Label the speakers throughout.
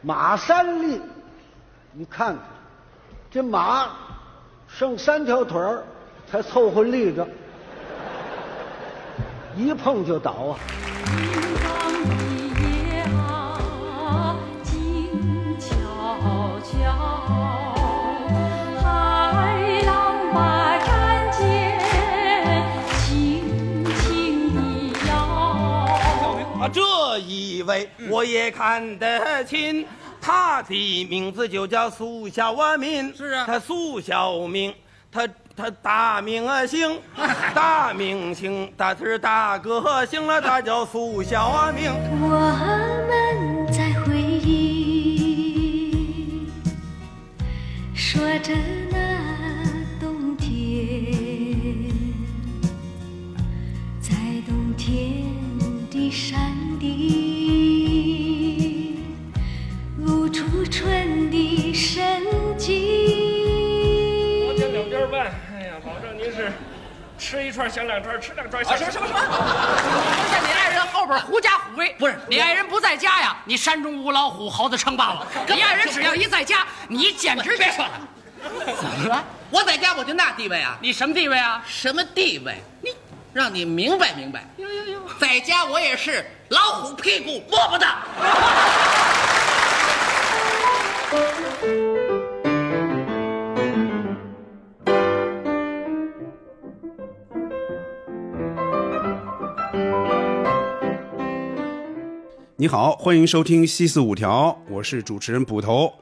Speaker 1: 马三立，你看看，这马剩三条腿儿才凑合立着，一碰就倒啊！
Speaker 2: 金刚一夜啊，静悄悄，海浪把战舰轻轻地摇。
Speaker 3: 啊，这一位
Speaker 4: 嗯
Speaker 3: 我也看得清，他的名字就叫苏小明。
Speaker 4: 是啊
Speaker 3: 他苏小明，他他大明啊 星，大明星，他是大歌星了，他叫苏小明。
Speaker 2: 我们在回忆，说着那冬天，在冬天的山地，露出春的生机。
Speaker 5: 朝前两边半，哎呀，保证您是吃一串想两串，吃两串想
Speaker 4: 啊，什么什么什么？不是你爱人后边狐假虎威，不是你爱人不在家呀，你山中无老虎，猴子称霸王。你爱人只要一在家，你简直别说了。怎么了？
Speaker 6: 我在家我就那地位啊，
Speaker 4: 你什么地位啊？
Speaker 6: 什么地位？你让你明白明白。有有有，在家我也是老虎屁股摸不到。
Speaker 7: 你好，欢迎收听《西四五条》，我是主持人捕头。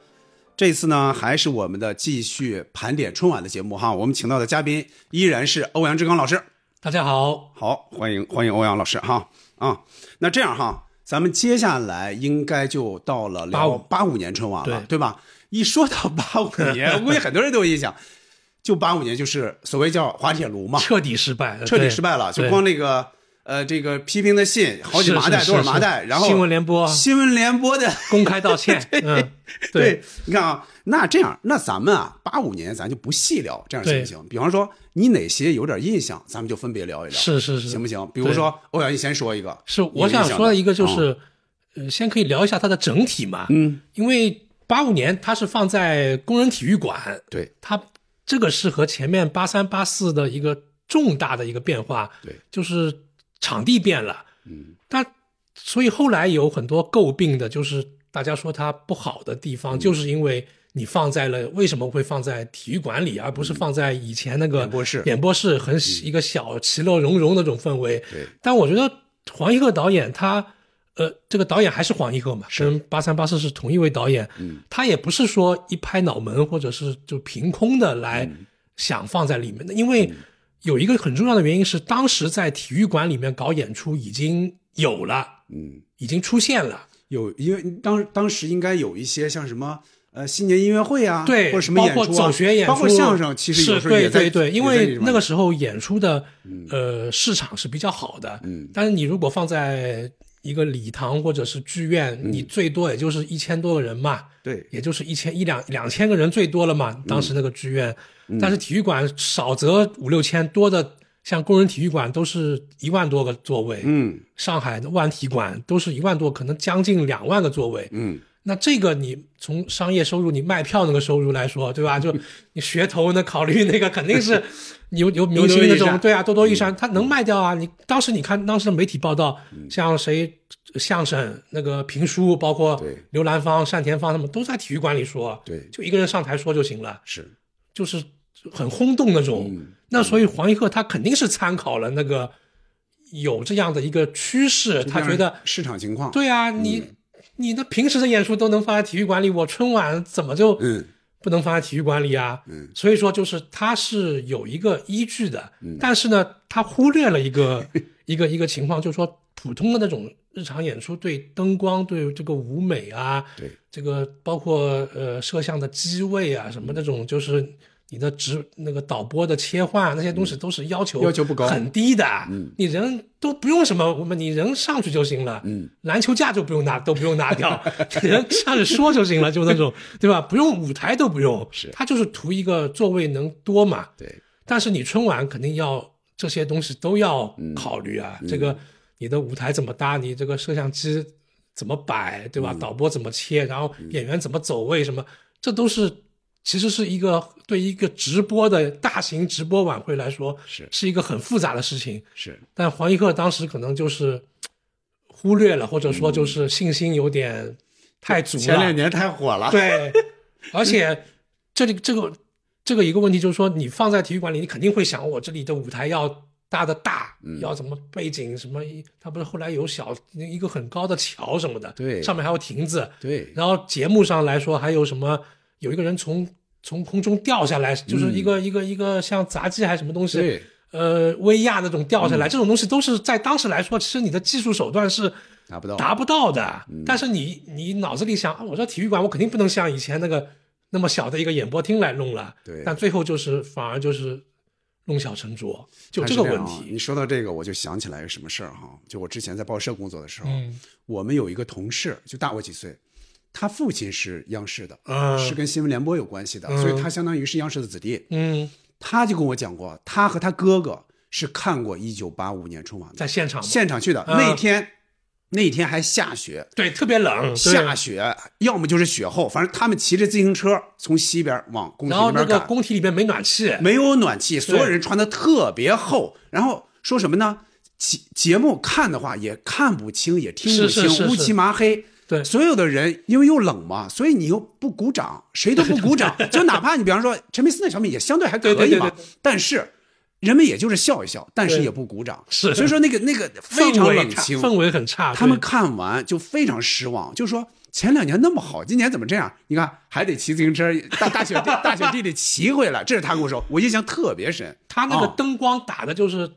Speaker 7: 这次呢，还是我们的继续盘点春晚的节目哈。我们请到的嘉宾依然是欧阳志刚老师，
Speaker 8: 大家好，
Speaker 7: 好，欢迎欢迎欧阳老师哈啊。那这样哈，咱们接下来应该就到了聊
Speaker 8: 85
Speaker 7: 八五年春晚了，
Speaker 8: 对
Speaker 7: 吧？一说到八五 年，我估计很多人都有印象，就八五年就是所谓叫滑铁卢嘛，
Speaker 8: 彻底失败，
Speaker 7: 彻底
Speaker 8: 呃对
Speaker 7: 失败了，就
Speaker 8: 对
Speaker 7: 光那个呃，这个批评的信好几麻袋，
Speaker 8: 是是
Speaker 7: 多少麻
Speaker 8: 是
Speaker 7: 袋，然后
Speaker 8: 新闻联播啊
Speaker 7: 新闻联播 的
Speaker 8: 公开道歉
Speaker 7: 对
Speaker 8: 嗯
Speaker 7: 对
Speaker 8: 对，
Speaker 7: 你看啊，那这样，那咱们啊，八五年咱就不细聊，这样行不
Speaker 8: 对
Speaker 7: 行？比方说你哪些有点印象，咱们就分别聊一聊，
Speaker 8: 是是是
Speaker 7: 行不行？比如说欧阳毅先说一个，
Speaker 8: 是
Speaker 7: 有
Speaker 8: 我
Speaker 7: 印象
Speaker 8: 想说的一个就
Speaker 7: 嗯
Speaker 8: 是，呃，先可以聊一下它的整体嘛，嗯，因为八五年它是放在工人体育馆，
Speaker 7: 对
Speaker 8: 它这个是和前面八三八四的一个重大的一个变化，
Speaker 7: 对
Speaker 8: 就是场地变了，嗯，但所以后来有很多诟病的，就是大家说它不好的地
Speaker 7: 嗯
Speaker 8: 方，就是因为你放在了为什么会放在体育馆里，而不是放在以前那个
Speaker 7: 嗯演播室嗯
Speaker 8: 演播室很喜一个小其乐融融的那种氛围，
Speaker 7: 对
Speaker 8: 但我觉得黄一鹤导演他，呃，这个导演还是黄一鹤嘛，跟八三八四是同一位导演，嗯，他也不是说一拍脑门或者是就凭空的来
Speaker 7: 嗯
Speaker 8: 想放在里面的，因为有一个很重要的原因是，当时在体育馆里面搞演出已经有了，
Speaker 7: 嗯，
Speaker 8: 已经出现了，
Speaker 7: 有，因为当当时应该有一些像什么。呃，新年音乐会啊，或
Speaker 8: 对，
Speaker 7: 者什么演出、啊，
Speaker 8: 包括走学演出，
Speaker 7: 包括相声，其实有
Speaker 8: 是
Speaker 7: 时候也
Speaker 8: 对
Speaker 7: 在
Speaker 8: 对对，因为那个
Speaker 7: 时
Speaker 8: 时候演出的呃市场是比较好的，
Speaker 7: 嗯
Speaker 8: 但是你如果放在一个礼堂或者是剧院，
Speaker 7: 嗯
Speaker 8: 你最多也就是一千多个人嘛，
Speaker 7: 对
Speaker 8: 也就是一千一两两千个人最多了嘛，当时那个剧院，
Speaker 7: 嗯
Speaker 8: 但是体育馆少则五六千，多的像工人体育馆都是一万多个座位，
Speaker 7: 嗯，
Speaker 8: 上海的万体馆都是一万多，可能将近两万个座位，
Speaker 7: 嗯，
Speaker 8: 那这个你从商业收入，你卖票那个收入来说，对吧？ 就你噱头那考虑那个肯定是有有明
Speaker 7: 多
Speaker 8: 星
Speaker 7: 多
Speaker 8: 那
Speaker 7: 益
Speaker 8: 种，
Speaker 7: 善
Speaker 8: 对啊，多多益善，他
Speaker 7: 嗯
Speaker 8: 能卖掉啊。你当时你看当时的媒体报道，像谁相声那个评书，包括
Speaker 7: 对
Speaker 8: 刘兰芳、单田芳他们都在体育馆里说，
Speaker 7: 对
Speaker 8: 就一个人上台说就行了，
Speaker 7: 是
Speaker 8: 就是很轰动那种。
Speaker 7: 嗯
Speaker 8: 那所以黄一鹤他肯定是参考了那个有这样的一个趋势，他觉得
Speaker 7: 市场情况，
Speaker 8: 对啊，你、
Speaker 7: 嗯
Speaker 8: 你的平时的演出都能放在体育馆里，我春晚怎么就
Speaker 7: 嗯
Speaker 8: 不能放在体育馆里啊？
Speaker 7: 嗯
Speaker 8: 所以说就是它是有一个依据的，但是呢，它忽略了一个一个一个情况，就是说普通的那种日常演出对灯光、对这个舞美啊，
Speaker 7: 对
Speaker 8: 这个包括呃摄像的机位啊
Speaker 7: 嗯
Speaker 8: 什么那种，就是你的直那个导播的切换啊那些东西都是要求
Speaker 7: 嗯要求不高
Speaker 8: 很低的。嗯，你人都不用什么，我们你人上去就行了。嗯，篮球架就不用拿，都不用拿掉， 人上去说就行了，就那种对吧？不用舞台都不用，
Speaker 7: 是
Speaker 8: 他就是图一个座位能多嘛。
Speaker 7: 对，
Speaker 8: 但是你春晚肯定要这些
Speaker 7: 嗯
Speaker 8: 东西都要考虑啊，这个你的舞台怎么搭，你这个摄像机怎么摆，对
Speaker 7: 嗯
Speaker 8: 吧？导播怎么切，然后演员怎么走位，什么，这都是其实是一个对一个直播的大型直播晚会来说，
Speaker 7: 是
Speaker 8: 是一个很复杂的事情。
Speaker 7: 是
Speaker 8: 但黄一鹤当时可能就是忽略了，或者说就是信心有点太足
Speaker 7: 嗯
Speaker 8: 了。
Speaker 7: 前两年太火了，，
Speaker 8: 啊对，而且这里这个这个一个问题就是说，你放在体育馆里，你肯定会想，我这里的舞台要搭的大，
Speaker 7: 嗯
Speaker 8: 要什么背景什么，它不是后来有小一个很高的桥什么的，
Speaker 7: 对
Speaker 8: 上面还有亭子，
Speaker 7: 对
Speaker 8: 然后节目上来说还有什么，有一个人从从空中掉下来，就是一个、一个一个像杂技还是什么东西，
Speaker 7: 嗯对嗯
Speaker 8: 呃，威亚那种掉下来，这种东西都是在当时来说，其实你的技术手段是
Speaker 7: 达不到嗯
Speaker 8: 达不到的。但是你你脑子里想，啊我这体育馆我肯定不能像以前那个那么小的一个演播厅来弄了。
Speaker 7: 对
Speaker 8: 但最后就是反而就是弄巧成拙，就
Speaker 7: 还
Speaker 8: 这
Speaker 7: 是
Speaker 8: 个
Speaker 7: 样
Speaker 8: 问
Speaker 7: 啊你
Speaker 8: 题。
Speaker 7: 说到这个，我就想起来什么事儿哈，就我之前在报社工作的时候，
Speaker 8: 嗯
Speaker 7: 我们有一个同事，就大我几岁。他父亲是央视的，
Speaker 8: 嗯
Speaker 7: 是跟新闻联播有关系的，所以他相当于是央视的子弟。
Speaker 8: 嗯，
Speaker 7: 他就跟我讲过，他和他哥哥是看过一九八五年春晚的，
Speaker 8: 在现场嘛
Speaker 7: 现场去的。
Speaker 8: 嗯
Speaker 7: 那天，那天还下雪，
Speaker 8: 对特别冷，对
Speaker 7: 下雪，要么就是雪后，反正他们骑着自行车从西边往工体
Speaker 8: 然后
Speaker 7: 那
Speaker 8: 那
Speaker 7: 边
Speaker 8: 个
Speaker 7: 赶，
Speaker 8: 工体里面没暖气，
Speaker 7: 没有暖气，所有人穿的特别厚，然后说什么呢？节节目看的话也看不清，也听不
Speaker 8: 是
Speaker 7: 清，
Speaker 8: 是是是
Speaker 7: 乌漆麻黑。
Speaker 8: 对
Speaker 7: 所有的人因为又冷嘛，所以你又不鼓 掌，谁都不鼓掌。就哪怕你比方说陈佩斯那小品也相对还可以嘛，
Speaker 8: 对对对对对
Speaker 7: 但是人们也就是笑一笑，但是
Speaker 8: 对
Speaker 7: 也不鼓掌。
Speaker 8: 是
Speaker 7: 所以说那个那个非
Speaker 8: 氛
Speaker 7: 常
Speaker 8: 围
Speaker 7: 冷
Speaker 8: 差
Speaker 7: 清，
Speaker 8: 氛围很差。
Speaker 7: 他们
Speaker 8: 啊对
Speaker 7: 看完就非常失望，就说前两年那么好，今年怎么这样？你看还得骑自行车，大大雪地 大雪地里骑回来，这是他跟我说，我印象特别深。
Speaker 8: 他那个
Speaker 7: 啊
Speaker 8: 灯光打的就是，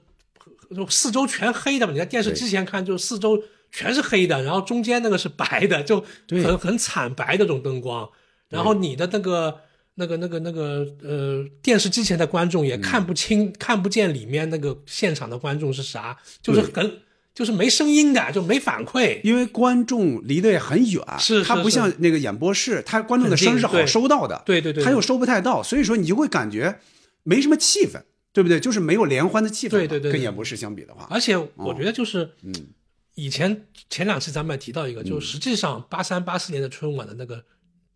Speaker 8: 就四周全黑的嘛。你在电视机前看，就四周全是黑的，然后中间那个是白的，就很很惨白的这种灯光。然后你的那个那个那个那个呃，电视机前的观众也看不清、看不见里面那个现场的观众是啥，就是很就是没声音的，就没反馈。
Speaker 7: 因为观众离得也很远，
Speaker 8: 是是
Speaker 7: 他不像那个演播室，他观众的声是
Speaker 8: 很近
Speaker 7: 好
Speaker 8: 对
Speaker 7: 收到的，
Speaker 8: 对对对
Speaker 7: 他又收不太到，所以说你就会感觉没什么气氛，对不对？就是没有联欢的气氛嘛，
Speaker 8: 对对对对哎
Speaker 7: 跟演播室相比的话，哦
Speaker 8: 而且我觉得就是，嗯，以前前两期咱们也提到一个，
Speaker 7: 嗯
Speaker 8: 就实际上八三八四年的春晚的那个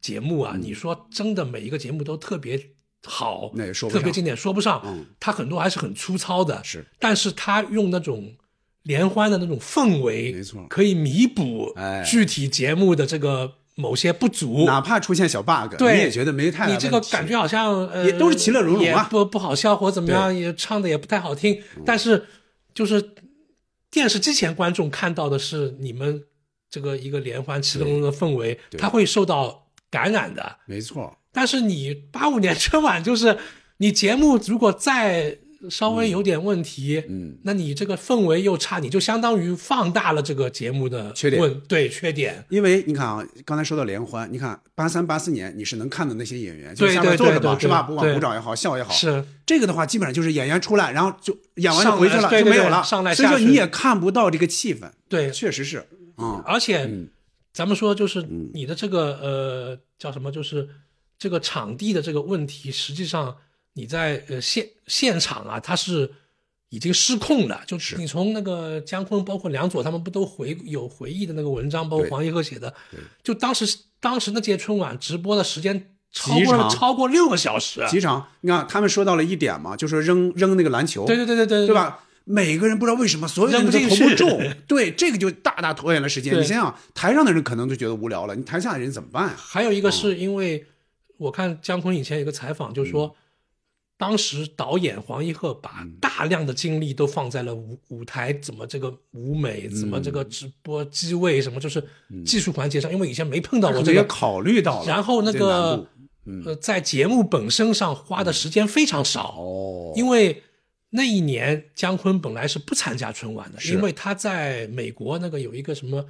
Speaker 8: 节目
Speaker 7: 嗯
Speaker 8: 啊，你说真的每一个节目都特别好，
Speaker 7: 那也说不上
Speaker 8: 特别经典，说不上，
Speaker 7: 嗯
Speaker 8: 它很多还是很粗糙的，
Speaker 7: 是，
Speaker 8: 但是它用那种。联欢的那种氛围，
Speaker 7: 没错
Speaker 8: 可以弥补
Speaker 7: 哎
Speaker 8: 具体节目的这个某些不足。
Speaker 7: 哪怕出现小 bug，
Speaker 8: 对，
Speaker 7: 你也觉得没太大
Speaker 8: 你这个
Speaker 7: 问题
Speaker 8: 感觉好像呃
Speaker 7: 也都是其乐融融啊
Speaker 8: 也不不好笑或怎么样，也唱的也不太好听，但是就是电视机前观众看到的是你们这个一个联欢其中的氛围，
Speaker 7: 对
Speaker 8: 他会受到感染的。
Speaker 7: 没错，
Speaker 8: 但是你八五年春晚就是你节目如果再稍微有点问题，
Speaker 7: 嗯
Speaker 8: 那你这个氛围又差，你就相当于放大了这个节目的
Speaker 7: 缺点
Speaker 8: 问对缺点。
Speaker 7: 因为你看啊，刚才说到联欢，你看八三八四年你是能看到那些演员，就
Speaker 8: 对
Speaker 7: 是下面
Speaker 8: 对
Speaker 7: 坐着
Speaker 8: 对
Speaker 7: 嘛，
Speaker 8: 对
Speaker 7: 是吧？
Speaker 8: 对
Speaker 7: 不管
Speaker 8: 对
Speaker 7: 鼓掌也好，笑也好，
Speaker 8: 是
Speaker 7: 这个的话，基本上就是演员出来，然后就演完就
Speaker 8: 上
Speaker 7: 回去
Speaker 8: 来
Speaker 7: 了，
Speaker 8: 对
Speaker 7: 就
Speaker 8: 对
Speaker 7: 没有
Speaker 8: 对
Speaker 7: 了。
Speaker 8: 上来
Speaker 7: 所以说
Speaker 8: 下去
Speaker 7: 你也看不到这个气氛，
Speaker 8: 对
Speaker 7: 确实是啊、
Speaker 8: 而且，咱们说就是
Speaker 7: 嗯
Speaker 8: 你的这个、呃叫什么，就是这个场地的这个问题，实际上你在呃现现场啊，它是已经失控了。就是你从那个姜昆，包括梁左他们不都回有回忆的那个文章，包括
Speaker 7: 对
Speaker 8: 黄一鹤写的，就当时当时那届春晚直播的时间超
Speaker 7: 极
Speaker 8: 过了
Speaker 7: 长
Speaker 8: 超过六个小时，啊
Speaker 7: 几场，你看他们说到了一点嘛，就说扔扔那个篮球，
Speaker 8: 对对对对对
Speaker 7: 对？吧？每个人不知道为什么，所有
Speaker 8: 扔
Speaker 7: 人
Speaker 8: 不
Speaker 7: 都
Speaker 8: 进
Speaker 7: 投不
Speaker 8: 去
Speaker 7: 中， 对，这个就大大拖延了时间。
Speaker 8: 对
Speaker 7: 你想想，台上的人可能就觉得无聊了，你台下的人怎么办啊呀、
Speaker 8: 还有一个是因为我看姜昆以前有个采访，就
Speaker 7: 嗯
Speaker 8: 是说，当时导演黄一鹤把大量的精力都放在了舞舞台怎么这个舞美，
Speaker 7: 嗯
Speaker 8: 怎么这个直播机位什么，就是技术环节上，因为以前没碰到
Speaker 7: 我
Speaker 8: 过
Speaker 7: 这
Speaker 8: 这
Speaker 7: 也
Speaker 8: 个。
Speaker 7: 考虑到了，
Speaker 8: 然后那
Speaker 7: 这难
Speaker 8: 个
Speaker 7: 度嗯
Speaker 8: 呃，在节目本身上花的时间非常少，
Speaker 7: 哦，
Speaker 8: 因为那一年姜昆本来是不参加春晚的，因为他在美国那个有一个什么，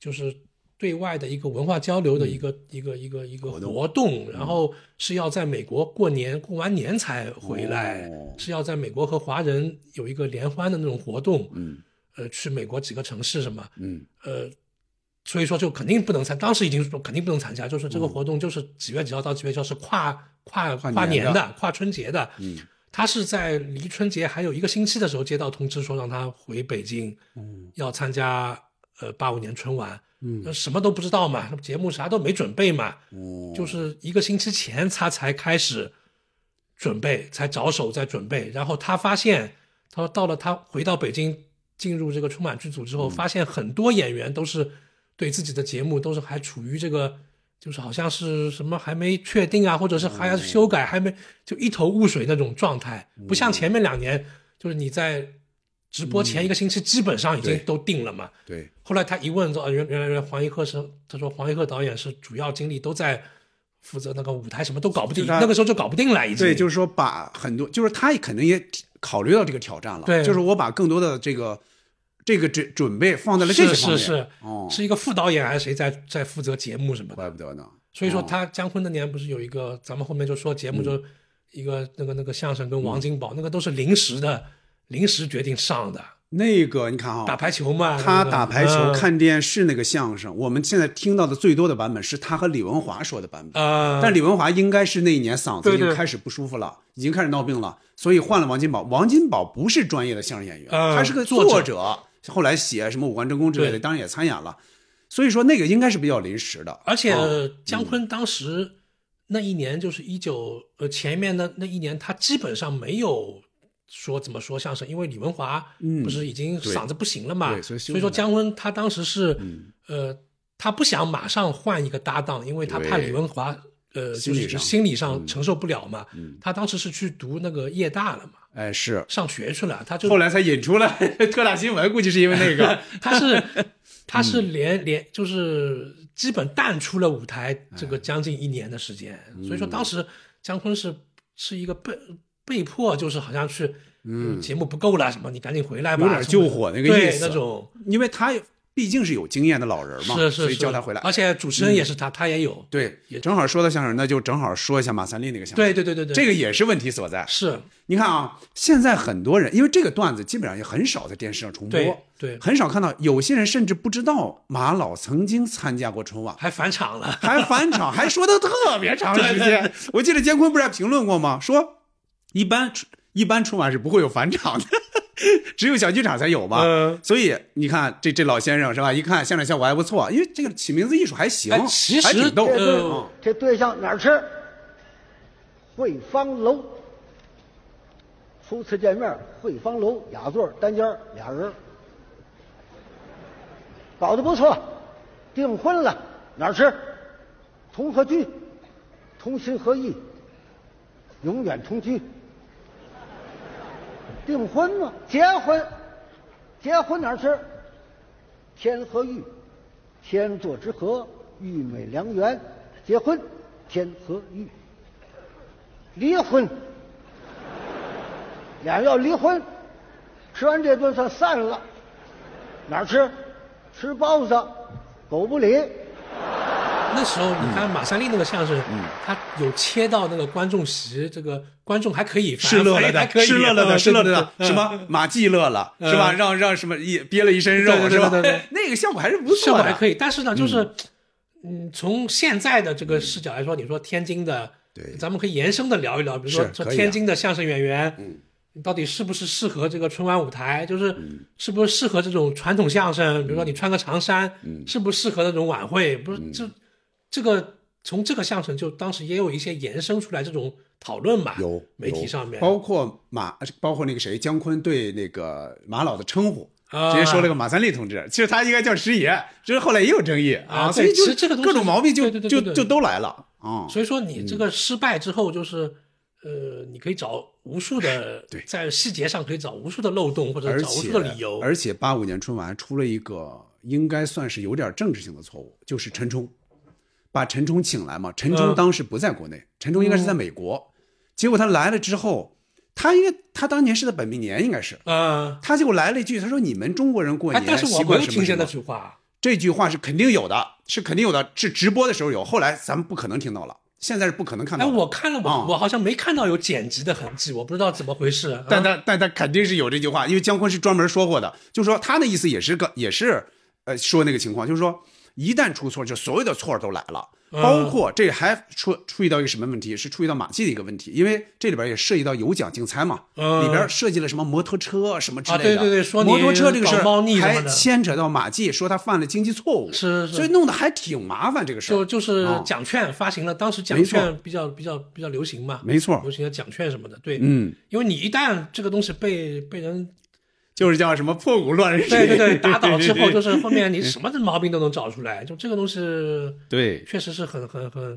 Speaker 8: 就是对外的一个文化交流的一个、一个一个一嗯个活动，嗯然后是要在美国过年过完年才回来，
Speaker 7: 哦
Speaker 8: 是要在美国和华人有一个联欢的那种活动，嗯，呃，去美国几个城市什么，
Speaker 7: 嗯，
Speaker 8: 呃。所以说，就肯定不能参，当时已经说肯定不能参加，就是这个活动就是几月几号到几月几号是跨跨
Speaker 7: 嗯跨
Speaker 8: 跨
Speaker 7: 年
Speaker 8: 年
Speaker 7: 的
Speaker 8: 的、跨春节的。嗯，他是在离
Speaker 7: 嗯
Speaker 8: 春节还有一个星期的时候接到通知，说让他回北京，要参加呃八五年春晚，嗯，什么都不知道嘛，那么节目啥都没准备嘛，
Speaker 7: 哦
Speaker 8: 就是一个星期前他才开始准备，才着手在准备。然后他发现，他说到了他回到北京进入这个春晚剧组之后，发现很多演员都是对自己的节目都是还处于这个。就是好像是什么还没确定啊，或者是还要修改，还没就一头雾水那种状态，不像前面两年，就是你在直播前一个星期基本上已经
Speaker 7: 对
Speaker 8: 都定了嘛。
Speaker 7: 对，
Speaker 8: 后来他一问说，呃原原来原来黄一鹤是，他说黄一鹤导演是主要精力都在负责那个舞台，什么都搞不
Speaker 7: 就
Speaker 8: 定，
Speaker 7: 是他
Speaker 8: 那个时候就搞不定了，已经。
Speaker 7: 对，就是说把很多，就是他肯定也考虑到这个挑战了，
Speaker 8: 对
Speaker 7: 就是我把更多的这个这个准准备放在了这
Speaker 8: 是
Speaker 7: 些方
Speaker 8: 是
Speaker 7: 面，
Speaker 8: 是
Speaker 7: 哦，
Speaker 8: 是一个副导演还是谁在在负责节目什么的？
Speaker 7: 怪不得呢，
Speaker 8: 所以说他
Speaker 7: 哦
Speaker 8: 姜昆那年不是有一个，咱们后面就说
Speaker 7: 嗯
Speaker 8: 节目就一个那个那个相声跟王金宝那个都是临时的，临时决定上的，
Speaker 7: 那个你看啊、
Speaker 8: 打排球嘛，
Speaker 7: 他
Speaker 8: 那个
Speaker 7: 打排球、
Speaker 8: 嗯
Speaker 7: 看电视那个相声，我们现在听到的最多的版本是他和李文华说的版本。
Speaker 8: 呃，
Speaker 7: 但李文华应该是那一年嗓子
Speaker 8: 对
Speaker 7: 已经
Speaker 8: 对
Speaker 7: 开始不舒服了，已经开始闹病了，所以换了王金宝。王金宝不是专业的相声演员，
Speaker 8: 呃
Speaker 7: 他是个
Speaker 8: 作
Speaker 7: 作
Speaker 8: 者
Speaker 7: 后来写什么《五官真功》之类的，
Speaker 8: 对
Speaker 7: 当然也参演了。所以说那个应该是比较临时的，
Speaker 8: 而且
Speaker 7: 哦
Speaker 8: 姜昆当时那一年就是一九呃前面的那一年，他基本上没有说怎么说相声，因为李文华
Speaker 7: 嗯
Speaker 8: 不是已经
Speaker 7: 对
Speaker 8: 嗓子不行了嘛，
Speaker 7: 对所以休息了
Speaker 8: 说
Speaker 7: 嗯
Speaker 8: 姜昆他当时是、呃他不想马上换一个搭档，因为他怕
Speaker 7: 对
Speaker 8: 李文华呃
Speaker 7: 心
Speaker 8: 就
Speaker 7: 理
Speaker 8: 是
Speaker 7: 上嗯
Speaker 8: 心理上承受不了嘛，他当时是去读那个夜大了嘛，
Speaker 7: 哎是，
Speaker 8: 上学去了，他就
Speaker 7: 后来才引出来 特大新闻，估计是因为那个 嗯
Speaker 8: 他 是他是连连就是基本淡出了舞台
Speaker 7: 哎
Speaker 8: 这个将近一年的时间，
Speaker 7: 嗯
Speaker 8: 所以说当时姜昆是是一个被被迫就是好像去。嗯，节目不够了，什么你赶紧回来吧，
Speaker 7: 有点
Speaker 8: 什么
Speaker 7: 救火那个意思
Speaker 8: 对那种
Speaker 7: 因为他毕竟是有经验的老人嘛，
Speaker 8: 是是
Speaker 7: 所以
Speaker 8: 是
Speaker 7: 叫他回来。嗯
Speaker 8: 而且主持人也是他，他也有，
Speaker 7: 对，正好说到相声，那就正好说一下马三立那个相声。
Speaker 8: 对对对对对，
Speaker 7: 这个也是问题所在。
Speaker 8: 是
Speaker 7: 你看啊，现在很多人因为这个段子基本上也很少在电视上重播，
Speaker 8: 对对
Speaker 7: 很少看到。有些人甚至不知道马老曾经参加过 春晚，
Speaker 8: 还返场了，
Speaker 7: 还返场，还说的特别长时间。我记得姜昆不是还评论过吗？说一般春一般春晚是不会有返场的， 只有小剧场才有嘛。
Speaker 8: 嗯
Speaker 7: 所以你看这这老先生是吧？一看相声效果还不错，因为这个起名字艺术还行，
Speaker 8: 哎其实
Speaker 7: 还挺逗。
Speaker 8: 呃
Speaker 1: 这对、
Speaker 7: 嗯
Speaker 1: 这对象哪儿吃？汇芳楼。初次见面，汇芳楼雅座单间儿俩人儿，搞得不错，订婚了哪儿吃？同和居，同心合意，永远同居。订婚嘛，结婚，结婚哪儿吃？天和玉，天作之合，玉美良缘。结婚，天和玉；离婚，俩人要离婚。吃完这顿算散了，哪儿吃？吃包子，狗不理。
Speaker 8: 那时候你
Speaker 7: 嗯
Speaker 8: 看马三立那个相声，他有切到那个观众席，这个观众还可以反
Speaker 7: 是乐了
Speaker 8: 还
Speaker 7: 的
Speaker 8: 可，以
Speaker 7: 是乐了的，
Speaker 8: 嗯
Speaker 7: 是乐了
Speaker 8: 对
Speaker 7: 的，
Speaker 8: 对
Speaker 7: 什么马季乐了，是吧？
Speaker 8: 嗯
Speaker 7: 让让什么一憋了一身肉，
Speaker 8: 对对对
Speaker 7: 是吧
Speaker 8: 对对对？
Speaker 7: 那个效果还是不错
Speaker 8: 效果
Speaker 7: 的，
Speaker 8: 还可以，但是呢，就是，嗯从现在的这个视角来说，你说天津的，
Speaker 7: 对
Speaker 8: 咱们可以延伸的聊一聊，比如说
Speaker 7: 是
Speaker 8: 说
Speaker 7: 可以啊嗯
Speaker 8: 天津的相声演员，到底是不是适合这个春晚舞台？就是
Speaker 7: 嗯
Speaker 8: 是不是适合这种传统相声？比如说你穿个长衫，
Speaker 7: 嗯
Speaker 8: 适不适合那种晚会？不是这这个从这个相声就当时也有一些延伸出来这种讨论吧，
Speaker 7: 有
Speaker 8: 媒体
Speaker 7: 有
Speaker 8: 上面
Speaker 7: 包括马，包括那个谁，姜昆对那个马老的称呼，
Speaker 8: 啊
Speaker 7: 直接说了个马三立同志，其实他应该叫师爷，这是后来也有争议
Speaker 8: 啊
Speaker 7: 所
Speaker 8: 对
Speaker 7: 以就
Speaker 8: 其实这个东西
Speaker 7: 各种毛病就
Speaker 8: 对对对
Speaker 7: 就
Speaker 8: 对对
Speaker 7: 就都来了啊。
Speaker 8: 所以说你这个失败之后，就是、呃，你可以找无数的
Speaker 7: 对
Speaker 8: 在细节上可以找无数的漏洞，或者
Speaker 7: 而
Speaker 8: 找无
Speaker 7: 且
Speaker 8: 数的理由。
Speaker 7: 而且八五年春晚还出了一个应该算是有点政治性的错误，就是陈冲，把陈冲请来嘛。陈冲
Speaker 8: 嗯
Speaker 7: 当时不在国内，陈冲应该是在美国。结果他来了之后，他应该他当年是在本命年，应该是
Speaker 8: 呃，
Speaker 7: 他就来了一句，他说你们中国人过
Speaker 8: 哎
Speaker 7: 年，
Speaker 8: 但是我
Speaker 7: 习
Speaker 8: 没有
Speaker 7: 惯什
Speaker 8: 听
Speaker 7: 么
Speaker 8: 见
Speaker 7: 什
Speaker 8: 那
Speaker 7: 么。
Speaker 8: 句话，
Speaker 7: 这句话是肯定有的，是肯定有的，是直播的时候有，后来咱们不可能听到了，现在是不可能看
Speaker 8: 哎，
Speaker 7: 到的。
Speaker 8: 我看了我、
Speaker 7: 啊
Speaker 8: 我好像没看到有剪辑的痕迹，我不知道怎么回事。
Speaker 7: 但
Speaker 8: 啊
Speaker 7: 他但他肯定是有这句话，因为姜昆是专门说过的，就说他的意思也是个也是呃说那个情况，就是说一旦出错，就所有的错都来了。
Speaker 8: 嗯
Speaker 7: 包括这还出注意到一个什么问题？是注意到马季的一个问题，因为这里边也涉及到有奖竞猜嘛，
Speaker 8: 嗯
Speaker 7: 里边涉及了什么摩托车什么之类的。
Speaker 8: 啊对对对说你
Speaker 7: 摩托车这个事
Speaker 8: 搞猫腻
Speaker 7: 儿
Speaker 8: 什么
Speaker 7: 还
Speaker 8: 的
Speaker 7: 牵扯到马季，说他犯了经济错误，
Speaker 8: 是是
Speaker 7: 所以弄得还挺麻烦这个事儿。
Speaker 8: 就就是
Speaker 7: 啊
Speaker 8: 奖券发行了，当时奖
Speaker 7: 没错
Speaker 8: 券比较比较比较流行嘛，
Speaker 7: 没错
Speaker 8: 流行的奖券什么的，对，
Speaker 7: 嗯，
Speaker 8: 因为你一旦这个东西被 被人
Speaker 7: 就是叫什么破鼓乱
Speaker 8: 对
Speaker 7: 飞，
Speaker 8: 对对打倒之 后，就是是后面你什么毛病都能找出来，就这个东西
Speaker 7: 对
Speaker 8: 确实是很很很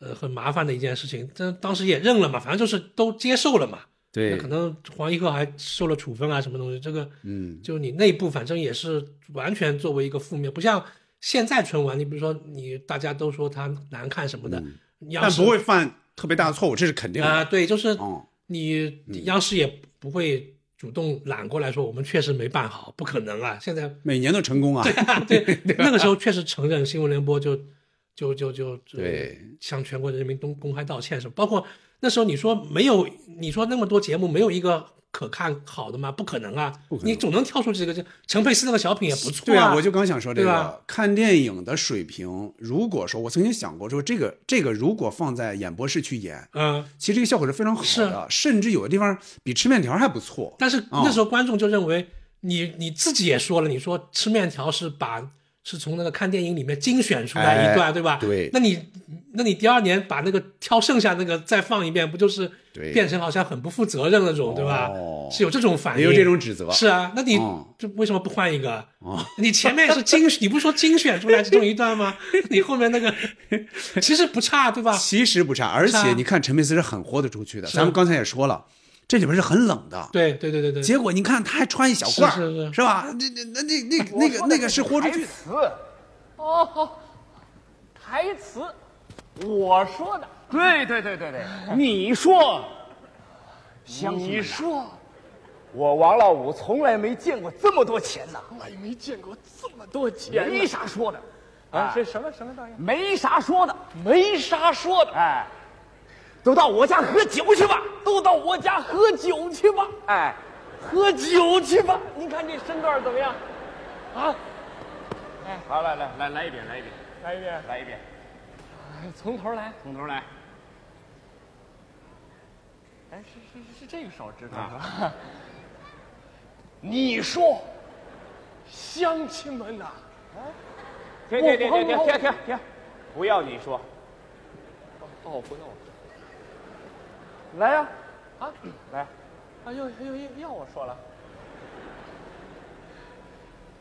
Speaker 8: 呃很麻烦的一件事情，但当时也认了嘛，反正就是都接受了嘛，那
Speaker 7: 对
Speaker 8: 可能黄一鹤还受了处分啊，什么东西？这个，
Speaker 7: 嗯，
Speaker 8: 就你内部反正也是完全作为一个负面，不像现在春晚，你比如说你大家都说他难看什么的，
Speaker 7: 嗯
Speaker 8: 央
Speaker 7: 但
Speaker 8: 视
Speaker 7: 不会犯特别大的错误，这是肯定的。
Speaker 8: 啊、对，就是
Speaker 7: 哦
Speaker 8: 你央视也不会主动揽过来说我们确实没办好，不可能啊！现在
Speaker 7: 每年都成功 啊，
Speaker 8: 对那个时候确实承认新闻联播就就就就就
Speaker 7: 对
Speaker 8: 向全国人民公公开道歉什么，包括那时候你说没有，你说那么多节目没有一个可看好的吗？不可能啊，
Speaker 7: 不可能
Speaker 8: 你总能挑出几个。这陈佩斯那个小品也不错、
Speaker 7: 对
Speaker 8: 啊，
Speaker 7: 我就刚想说这
Speaker 8: 对吧
Speaker 7: 个看电影的水平，如果说我曾经想过说这个这个如果放在演播室去演，
Speaker 8: 嗯、
Speaker 7: 其实这个效果是非常好的，甚至有的地方比吃面条还不错。
Speaker 8: 但是那时候观众就认为你、你自己也说了，你说吃面条是把是从那个看电影里面精选出来一段，
Speaker 7: 哎
Speaker 8: 对吧？
Speaker 7: 对
Speaker 8: 那你那你第二年把那个挑剩下那个再放一遍，不就是
Speaker 7: 对
Speaker 8: 变成好像很不负责任那种，对吧？
Speaker 7: 哦
Speaker 8: 是有这种反应，
Speaker 7: 也有这种指责哦
Speaker 8: 是啊，那你
Speaker 7: 嗯
Speaker 8: 这为什么不换一个？ 你前面是精，你不是说精选出来其中一段吗？ 你后面那个其实不差，对吧？
Speaker 7: 其实不差，而
Speaker 8: 是啊
Speaker 7: 且你看陈佩斯是很豁得出去的，
Speaker 8: 是啊
Speaker 7: 咱们刚才也说了，这里边是很冷的。
Speaker 8: 对对对对对，
Speaker 7: 结果你看他还穿一小褂儿，
Speaker 8: 是是是
Speaker 7: 吧？那那那那那那个那个是豁出去的。
Speaker 5: 词，
Speaker 9: 哦，好台词，我说的，
Speaker 5: 对对对对对，
Speaker 9: 你说，
Speaker 5: 相信
Speaker 9: 你
Speaker 5: 你
Speaker 9: 说，我王老五从来没见过这么多钱呐，从来哎没见过这么多钱，没啥说的，
Speaker 5: 啊，是什么什么导演？
Speaker 9: 没啥说的，没啥说的，哎，都到我家喝酒去吧，都到我家喝酒去吧，哎，喝酒去吧，您看这身段怎么样？啊，哎
Speaker 5: 好，来来来来一遍，来一遍，来一遍，来一遍，
Speaker 9: 从头来，
Speaker 5: 从头来。
Speaker 9: 哎，是是是这个手指头啊。 你说，乡亲们呐、
Speaker 5: 停停停停停停停停，不要你说，
Speaker 9: 哦，回到我。来呀、啊，
Speaker 5: 来，
Speaker 9: 啊，又又又要我说了。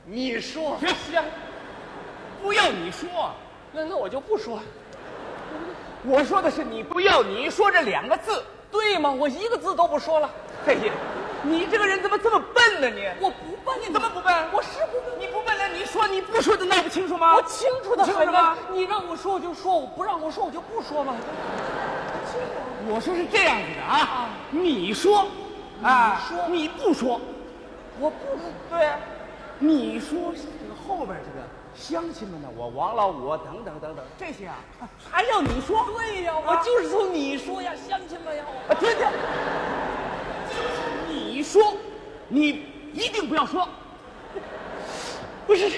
Speaker 9: 你说，乡，
Speaker 5: 不要你说，
Speaker 9: 那那我就不说。我说的是你不
Speaker 5: 不要你说这两个字。
Speaker 9: 对吗？我一个字都不说了。
Speaker 5: 哎呀，你这个人怎么这么笨呢？你
Speaker 9: 我不笨，
Speaker 5: 你怎么不笨？
Speaker 9: 我是不笨。
Speaker 5: 你不笨了，你说你不说的闹不清楚吗？
Speaker 9: 我清楚的
Speaker 5: 清
Speaker 9: 很
Speaker 5: 楚
Speaker 9: 呢
Speaker 5: 吗？
Speaker 9: 你让我说我就说，我不让我说我就不说嘛。
Speaker 5: 我说是这样子的啊，你说，啊，
Speaker 9: 说
Speaker 5: 你不说，
Speaker 9: 我不
Speaker 5: 对啊，你说这个后边这个乡亲们呢，我王老五啊等等等等这些啊，还要你说？
Speaker 9: 对呀，我就是从你说呀，乡亲们呀，我
Speaker 5: 啊，听听，你说，你一定不要说，
Speaker 9: 不是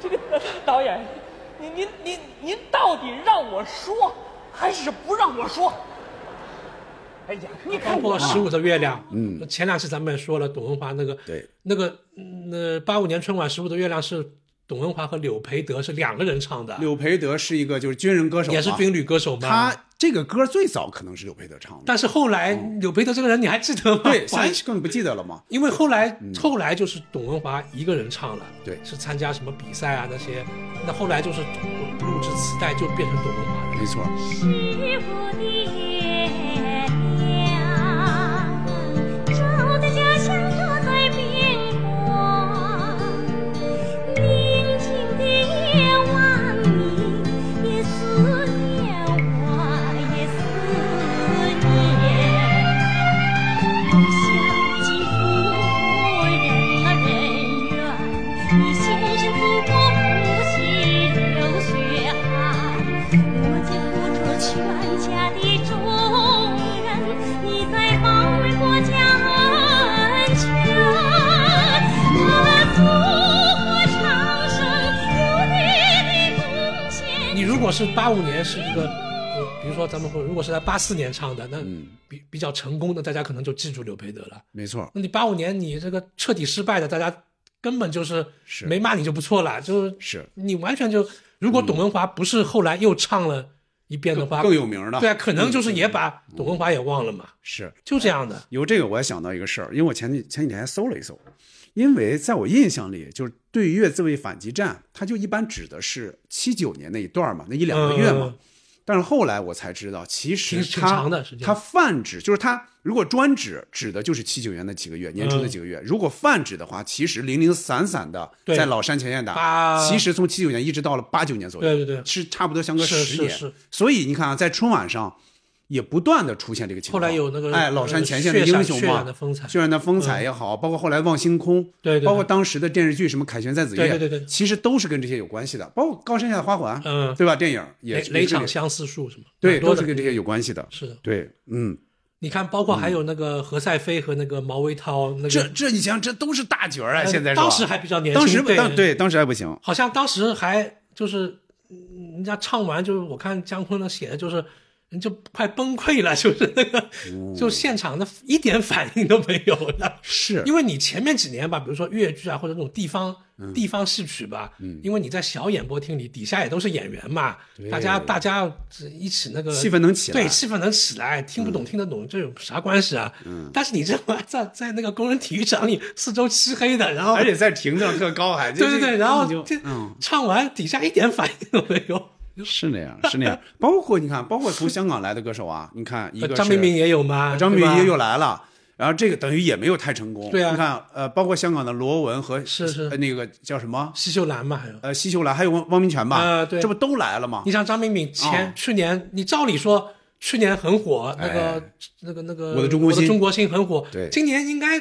Speaker 9: 这个导这个导演，您您您您到底让我说还是不让我说？哎呀，你
Speaker 8: 包
Speaker 9: 看
Speaker 8: 括
Speaker 9: 我
Speaker 8: 《十五的月亮》，嗯，前两期咱们也说了董文华那个，
Speaker 7: 对，
Speaker 8: 那个嗯那八五年春晚《十五的月亮》是董文华和柳培德是两个人唱的，
Speaker 7: 柳培德是一个就是军人歌手嘛，
Speaker 8: 啊也是军旅歌手嘛。
Speaker 7: 他这个歌最早可能是柳培德唱的，
Speaker 8: 但是后来柳培德这个人你还记得吗？
Speaker 7: 哦对，现在
Speaker 8: 完全
Speaker 7: 根本不记得了嘛。
Speaker 8: 因为后来后来就是董文华一个人唱了，
Speaker 7: 对
Speaker 8: 是参加什么比赛啊那些，那后来就是录制磁带就变成董文华的。
Speaker 7: 没错，
Speaker 2: 十五的月亮照在家乡，照在边关。宁静的夜晚，你也思念，我也思念。乡亲夫人啊，人远，你先生赴国赴西留学。我竟付出全家的重
Speaker 8: 是八五年是一个，呃比如说咱们说，如果是在八四年唱的，那
Speaker 7: 嗯
Speaker 8: 比比较成功的，大家可能就记住刘培德了。
Speaker 7: 没错，
Speaker 8: 那你八五年你这个彻底失败的，大家根本就是
Speaker 7: 是
Speaker 8: 没骂你就不错了，就是
Speaker 7: 是嗯
Speaker 8: 你完全就，如果董文华不是后来又唱了一遍的话，
Speaker 7: 更更有名了嗯
Speaker 8: 对啊，可能就是也把董文华也忘了嘛，
Speaker 7: 是
Speaker 8: 就这样的。
Speaker 7: 有这个，我还想到一个事儿，因为我前几前几天还搜了一搜，因为在我印象里，就是对越自卫反击战，它就一般指的是七九年那一段嘛，那一两个月嘛。
Speaker 8: 嗯
Speaker 7: 但是后来我才知道，其实
Speaker 8: 挺挺
Speaker 7: 它
Speaker 8: 长的时间
Speaker 7: 它泛指就是它如果专指指的就是七九年那几个月，年初
Speaker 8: 嗯
Speaker 7: 那几个月；如果泛指的话，其实零零散散的
Speaker 8: 对
Speaker 7: 在老山前燕打，
Speaker 8: 八
Speaker 7: 其实从七九年一直到了八九年左右，
Speaker 8: 对对对
Speaker 7: 是差不多相隔
Speaker 8: 是
Speaker 7: 十年。
Speaker 8: 是是
Speaker 7: 所以你看啊，在春晚上。也不断的出现这个情况。
Speaker 8: 后来有那个
Speaker 7: 哎，老山前线的
Speaker 8: 血染
Speaker 7: 英雄嘛，
Speaker 8: 血染的风采嗯
Speaker 7: 渲染的风采也好，包括后来望星空，
Speaker 8: 对对对
Speaker 7: 包括当时的电视剧什么《凯旋在子夜》，
Speaker 8: 对对对对
Speaker 7: 其实都是跟这些有关系的，包括高山下的花环，
Speaker 8: 嗯
Speaker 7: 对吧？电影也
Speaker 8: 雷
Speaker 7: 是
Speaker 8: 雷场
Speaker 7: 这个
Speaker 8: 相思树什么，
Speaker 7: 对，
Speaker 8: 蛮多
Speaker 7: 都
Speaker 8: 的
Speaker 7: 是跟这些有关系的，
Speaker 8: 是的。
Speaker 7: 对，嗯，
Speaker 8: 你看，包括还有那个何赛飞和那个毛维涛，那
Speaker 7: 这
Speaker 8: 个
Speaker 7: 这你想，这都是大角儿啊，
Speaker 8: 呃
Speaker 7: 现在是吧
Speaker 8: 当时还比较年轻
Speaker 7: 当时
Speaker 8: 对
Speaker 7: 当对当时还不行，
Speaker 8: 好像当时还就是嗯人家唱完，就是我看姜昆呢写的就是。人就快崩溃了，就是那个，
Speaker 7: 哦
Speaker 8: 就现场的一点反应都没有了。
Speaker 7: 是
Speaker 8: 因为你前面几年吧，比如说越剧啊，或者那种地方、
Speaker 7: 嗯
Speaker 8: 地方戏曲吧，因为你在小演播厅里，底下也都是演员嘛，大家大家一起那个
Speaker 7: 气氛能起来
Speaker 8: 对，气氛能起来，听不懂听得懂，这有啥关系啊？
Speaker 7: 嗯
Speaker 8: 但是你这玩意儿在在那个工人体育场里，四周漆黑的，然后
Speaker 7: 而且在亭子上特高还，
Speaker 8: 对对
Speaker 7: 这
Speaker 8: 对，然后
Speaker 7: 你就
Speaker 8: 这
Speaker 7: 嗯。
Speaker 8: 唱完底下一点反应都没有。
Speaker 7: 是那样，是那样。包括你看，包括从香港来的歌手啊，你看一个
Speaker 8: 呃张
Speaker 7: 是
Speaker 8: 明敏也有嘛，
Speaker 7: 啊张
Speaker 8: 对吧
Speaker 7: 敏仪又来了。然后这个等于也没有太成功，
Speaker 8: 对啊
Speaker 7: 你看，呃，包括香港的罗文和
Speaker 8: 是是
Speaker 7: 呃那个叫什么，
Speaker 8: 奚秀兰嘛，还有
Speaker 7: 呃，奚秀兰，还有汪汪明荃吧，
Speaker 8: 啊对
Speaker 7: 这不都来了吗
Speaker 8: 你？像张明敏前、
Speaker 7: 啊
Speaker 8: 去年，你照理说去年很火，那个、
Speaker 7: 哎
Speaker 8: 那个那个
Speaker 7: 我的中国心
Speaker 8: 我的中国心很火，
Speaker 7: 对
Speaker 8: 今年应该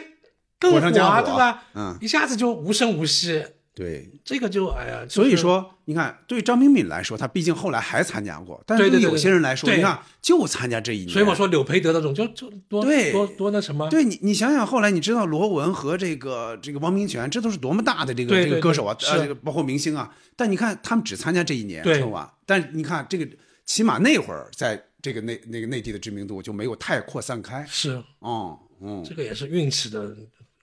Speaker 8: 更
Speaker 7: 火
Speaker 8: 火
Speaker 7: 上加
Speaker 8: 啊，
Speaker 7: 火
Speaker 8: 对吧？
Speaker 7: 嗯
Speaker 8: 一下子就无声无息，
Speaker 7: 对，
Speaker 8: 这个就哎呀，就是
Speaker 7: 所以说你看，对张明敏来说，他毕竟后来还参加过，但是
Speaker 8: 对对对
Speaker 7: 有些人来说，
Speaker 8: 对
Speaker 7: 你看就参加这一年，
Speaker 8: 所以我说柳培德那种就就多
Speaker 7: 对
Speaker 8: 多多那什么，
Speaker 7: 对你，你想想，后来你知道罗文和这个这个汪明荃，这都是多么大的这个
Speaker 8: 对
Speaker 7: 这个
Speaker 8: 对
Speaker 7: 歌手啊，
Speaker 8: 对
Speaker 7: 呃，
Speaker 8: 是
Speaker 7: 这个包括明星啊。但你看，他们只参加这一年
Speaker 8: 对
Speaker 7: 春晚，但你看这个，起码那会儿在这个内那个内地的知名度就没有太扩散开。
Speaker 8: 是
Speaker 7: 嗯嗯，
Speaker 8: 这个也是运气的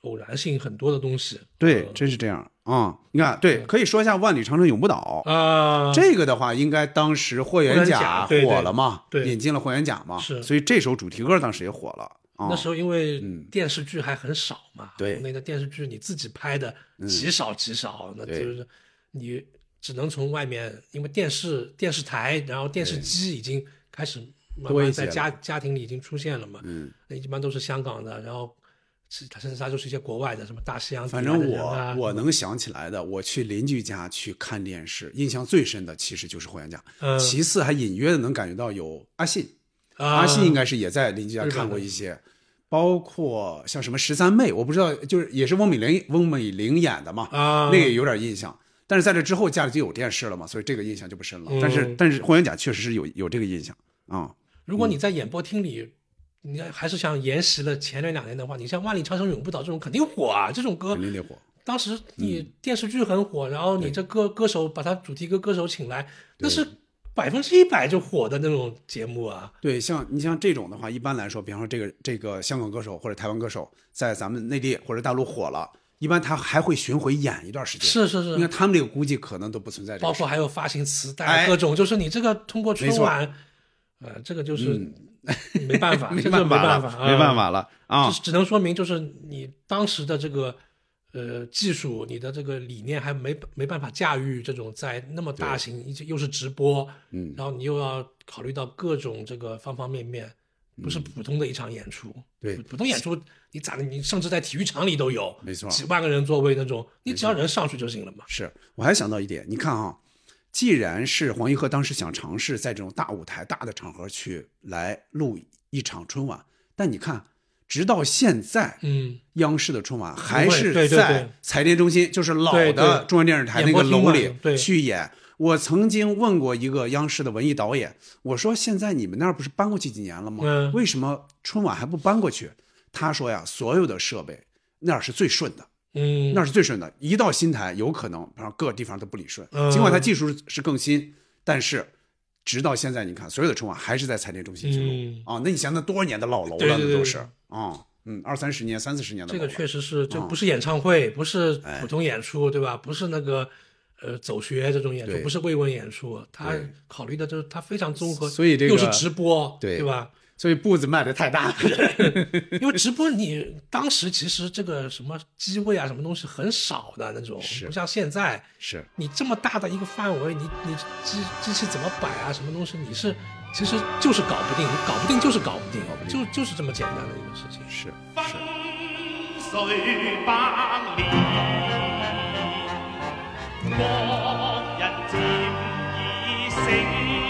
Speaker 8: 偶然性很多的东西
Speaker 7: 对，真是这样啊、嗯你看，对，可以说一下《万里长城永不倒》
Speaker 8: 啊。
Speaker 7: 这个的话，应该当时霍元甲
Speaker 8: 霍元甲对对
Speaker 7: 火了嘛，
Speaker 8: 对
Speaker 7: 引进了霍元甲嘛，
Speaker 8: 是
Speaker 7: 所以这首主题歌当时也火了啊。
Speaker 8: 那时
Speaker 7: 候
Speaker 8: 候因为
Speaker 7: 嗯
Speaker 8: 电视剧还很少嘛，
Speaker 7: 对嗯
Speaker 8: 国内的电视剧你自己拍的极少极少，那
Speaker 7: 对
Speaker 8: 就是你只能从外面，因为电视电视台，然后电视机已经开始慢
Speaker 7: 多一些
Speaker 8: 慢在
Speaker 7: 了
Speaker 8: 家家庭里已经出现了嘛，嗯，那一般都是香港的，然后是它甚至它就是一些国外的，什么大西洋
Speaker 7: 反
Speaker 8: 底下的
Speaker 7: 正
Speaker 8: 人
Speaker 7: 我、
Speaker 8: 啊
Speaker 7: 我能想起来的，我去邻居家去看电视，印象最深的其实就是霍元甲，
Speaker 8: 嗯
Speaker 7: 其次还隐约的能感觉到有阿信，
Speaker 8: 啊
Speaker 7: 阿信应该是也在邻居家
Speaker 8: 日本的
Speaker 7: 看过一些，包括像什么十三妹，我不知道，就是也是翁美玲翁美玲演的嘛，
Speaker 8: 啊
Speaker 7: 那个也有点印象。但是在这之后家里就有电视了嘛，所以这个印象就不深了。但是
Speaker 8: 嗯
Speaker 7: 但是霍元甲确实是有有这个印象啊、
Speaker 8: 如果你在演播厅里，你还是想沿袭了前面两年的话，你像《万里长城永不倒》这种肯定火啊，这种歌
Speaker 7: 肯定得火。
Speaker 8: 当时你
Speaker 7: 嗯
Speaker 8: 电视剧很火，然后你这歌歌手把他主题歌歌手请来，那是百分之一百就火的那种节目啊。
Speaker 7: 对，像你像这种的话，一般来说，比方说这个这个香港歌手或者台湾歌手在咱们内地或者大陆火了，一般他还会巡回演一段时间。
Speaker 8: 是是
Speaker 7: 你看
Speaker 8: 是，
Speaker 7: 他们这个估计可能都不存在这
Speaker 8: 包
Speaker 7: 个事
Speaker 8: 括
Speaker 7: 儿。
Speaker 8: 还有发行磁带
Speaker 7: 哎
Speaker 8: 啊各种，就是你这个通过春晚，呃，这个就是没办法，
Speaker 7: 嗯 没
Speaker 8: 真的
Speaker 7: 办
Speaker 8: 没
Speaker 7: 法
Speaker 8: 办
Speaker 7: 了，
Speaker 8: 法，
Speaker 7: 没
Speaker 8: 啊
Speaker 7: 办法了啊！
Speaker 8: 只只能说明就是你当时的这个呃技术，你的这个理念还没没办法驾驭这种在那么大型，一又是直播，嗯，然后你又要考虑到各种这个方方面面，不是普通的一场演出，
Speaker 7: 嗯对
Speaker 8: 普普通演出你咋的，你甚至在体育场里都有，
Speaker 7: 没错
Speaker 8: 几万个人座位那种，你只要人上去就行了嘛，
Speaker 7: 是，我还想到一点，你看啊，既然是黄一鹤当时想尝试在这种大舞台、大的场合去来录一场春晚，但你看，直到现在，
Speaker 8: 嗯，
Speaker 7: 央视的春晚还
Speaker 8: 对
Speaker 7: 是
Speaker 8: 对
Speaker 7: 在
Speaker 8: 对
Speaker 7: 财电中心，就是老
Speaker 8: 对
Speaker 7: 的
Speaker 8: 对
Speaker 7: 中央电视台那
Speaker 8: 演
Speaker 7: 个
Speaker 8: 播厅
Speaker 7: 楼
Speaker 8: 嘛
Speaker 7: 里
Speaker 8: 对
Speaker 7: 去演。我曾经问过一个央视的文艺导演，我说现在你们那儿不是搬过去几年了吗？
Speaker 8: 嗯
Speaker 7: 为什么春晚还不搬过去？他说呀，所有的设备那儿是最顺的，
Speaker 8: 嗯，
Speaker 7: 那是最顺的。一到新台，有可能然后各地方都不理顺，
Speaker 8: 嗯
Speaker 7: 尽管它技术是更新，但是直到现在，你看所有的春晚还是在彩电中心之路、
Speaker 8: 嗯
Speaker 7: 啊。那你想，那多少年的老楼了，
Speaker 8: 对对对
Speaker 7: 那都是啊，嗯，二三十年、三四十年的
Speaker 8: 这
Speaker 7: 老楼
Speaker 8: 个
Speaker 7: 了。
Speaker 8: 确实是，这
Speaker 7: 嗯
Speaker 8: 不是演唱会，不是
Speaker 7: 哎
Speaker 8: 普通演出，对吧？不是那个呃走学这种演出
Speaker 7: 对，
Speaker 8: 不是慰问演出，他
Speaker 7: 对
Speaker 8: 考虑的就是他非常综合，
Speaker 7: 所以这个
Speaker 8: 又是直播，
Speaker 7: 对
Speaker 8: 对吧？
Speaker 7: 所以步子迈的太大了。
Speaker 8: 因为直播你当时其实这个什么机位啊，什么东西很少的那种，
Speaker 7: 是
Speaker 8: 不像现在，
Speaker 7: 是
Speaker 8: 你这么大的一个范围，你你机机器怎么摆啊，什么东西，你是其实就是搞不定，你搞不定就是搞不定，就就是这么简单的一个事情。
Speaker 7: 是是，
Speaker 10: 水百里，國人漸已醒。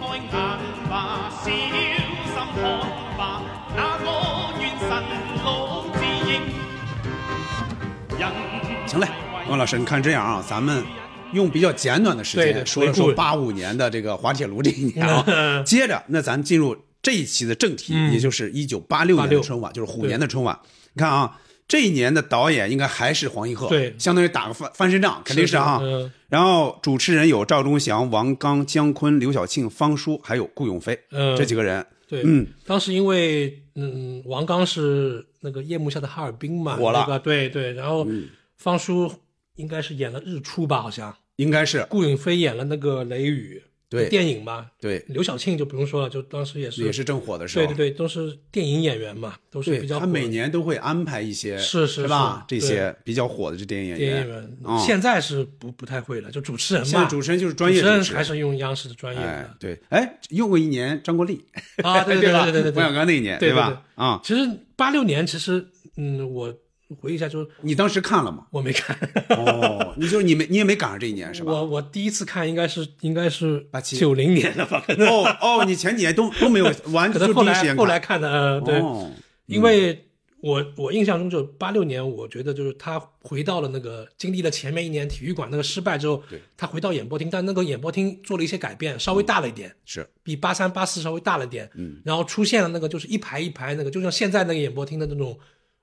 Speaker 10: 睜開眼吧，小心看吧，那個元神老字英。
Speaker 7: 行嘞，王老师，你看这样啊，咱们用比较简短的时
Speaker 8: 对对
Speaker 7: 间说了
Speaker 8: 回
Speaker 7: 说
Speaker 8: 顾
Speaker 7: 八五年的这个滑铁卢这一年 啊，接着那咱进入这一期的正题，
Speaker 8: 嗯
Speaker 7: 也就是一九八六年的
Speaker 8: 86
Speaker 7: 春晚，就是虎年的春晚。你看啊，这一年的导演应该还是黄一鹤，
Speaker 8: 对
Speaker 7: 相当于打个翻翻身仗，肯定是啊。
Speaker 8: 是嗯
Speaker 7: 然后主持人有赵忠祥、王刚、姜昆、刘晓庆、方舒，还有顾永飞、
Speaker 8: 嗯
Speaker 7: 这几个人。
Speaker 8: 对，
Speaker 7: 嗯，
Speaker 8: 当时因为嗯，王刚是那个夜幕下的哈尔滨嘛，
Speaker 7: 火了嗯
Speaker 8: 那个对对，然后方叔应该是演了日出吧，好像
Speaker 7: 应该是
Speaker 8: 顾影飞演了那个雷雨，
Speaker 7: 对
Speaker 8: 电影嘛，
Speaker 7: 对，
Speaker 8: 刘晓庆就不用说了，就当时也是
Speaker 7: 也是正火的时候。
Speaker 8: 对对对，都是电影演员嘛，都是
Speaker 7: 对，
Speaker 8: 比较
Speaker 7: 他
Speaker 8: 火
Speaker 7: 每年都会安排一些，
Speaker 8: 是是
Speaker 7: 吧？
Speaker 8: 是
Speaker 7: 这些比较火的这电影演
Speaker 8: 电影演
Speaker 7: 员
Speaker 8: 员，，
Speaker 7: 啊
Speaker 8: 现在是不不太会了，就主持人嘛，
Speaker 7: 现在主持人就是专业
Speaker 8: 主持人
Speaker 7: 主持人
Speaker 8: 还是用央视的专业
Speaker 7: 哎
Speaker 8: 的，
Speaker 7: 对，哎，用过一年张国立
Speaker 8: 啊，对对
Speaker 7: 吧？
Speaker 8: 对 对对对，
Speaker 7: 冯小刚那一年
Speaker 8: 对
Speaker 7: 吧？啊，
Speaker 8: 其实八六年，其实嗯，我回忆一下，就是
Speaker 7: 你当时看了吗？
Speaker 8: 我没看，
Speaker 7: 哦，你就是你没你也没赶上这一年是吧？
Speaker 8: 我我第一次看应该是应该是
Speaker 7: 87
Speaker 8: 九零年的吧，可能
Speaker 7: 哦哦，你前几年都都 没有完，
Speaker 8: 可
Speaker 7: 就
Speaker 8: 能
Speaker 7: 第
Speaker 8: 后
Speaker 7: 一时间
Speaker 8: 来后来看的，呃，对，
Speaker 7: 哦
Speaker 8: 因为我我印象中就八六年，我觉得就是他回到了那个经历了前面一年体育馆那个失败之后
Speaker 7: 对，嗯
Speaker 8: 他回到演播厅，但那个演播厅做了一些改变，稍微大了一点，
Speaker 7: 是
Speaker 8: 比八三八四稍微大了点，嗯，然后出现了那个就是一排一排那个，就像现在那个演播厅的那种。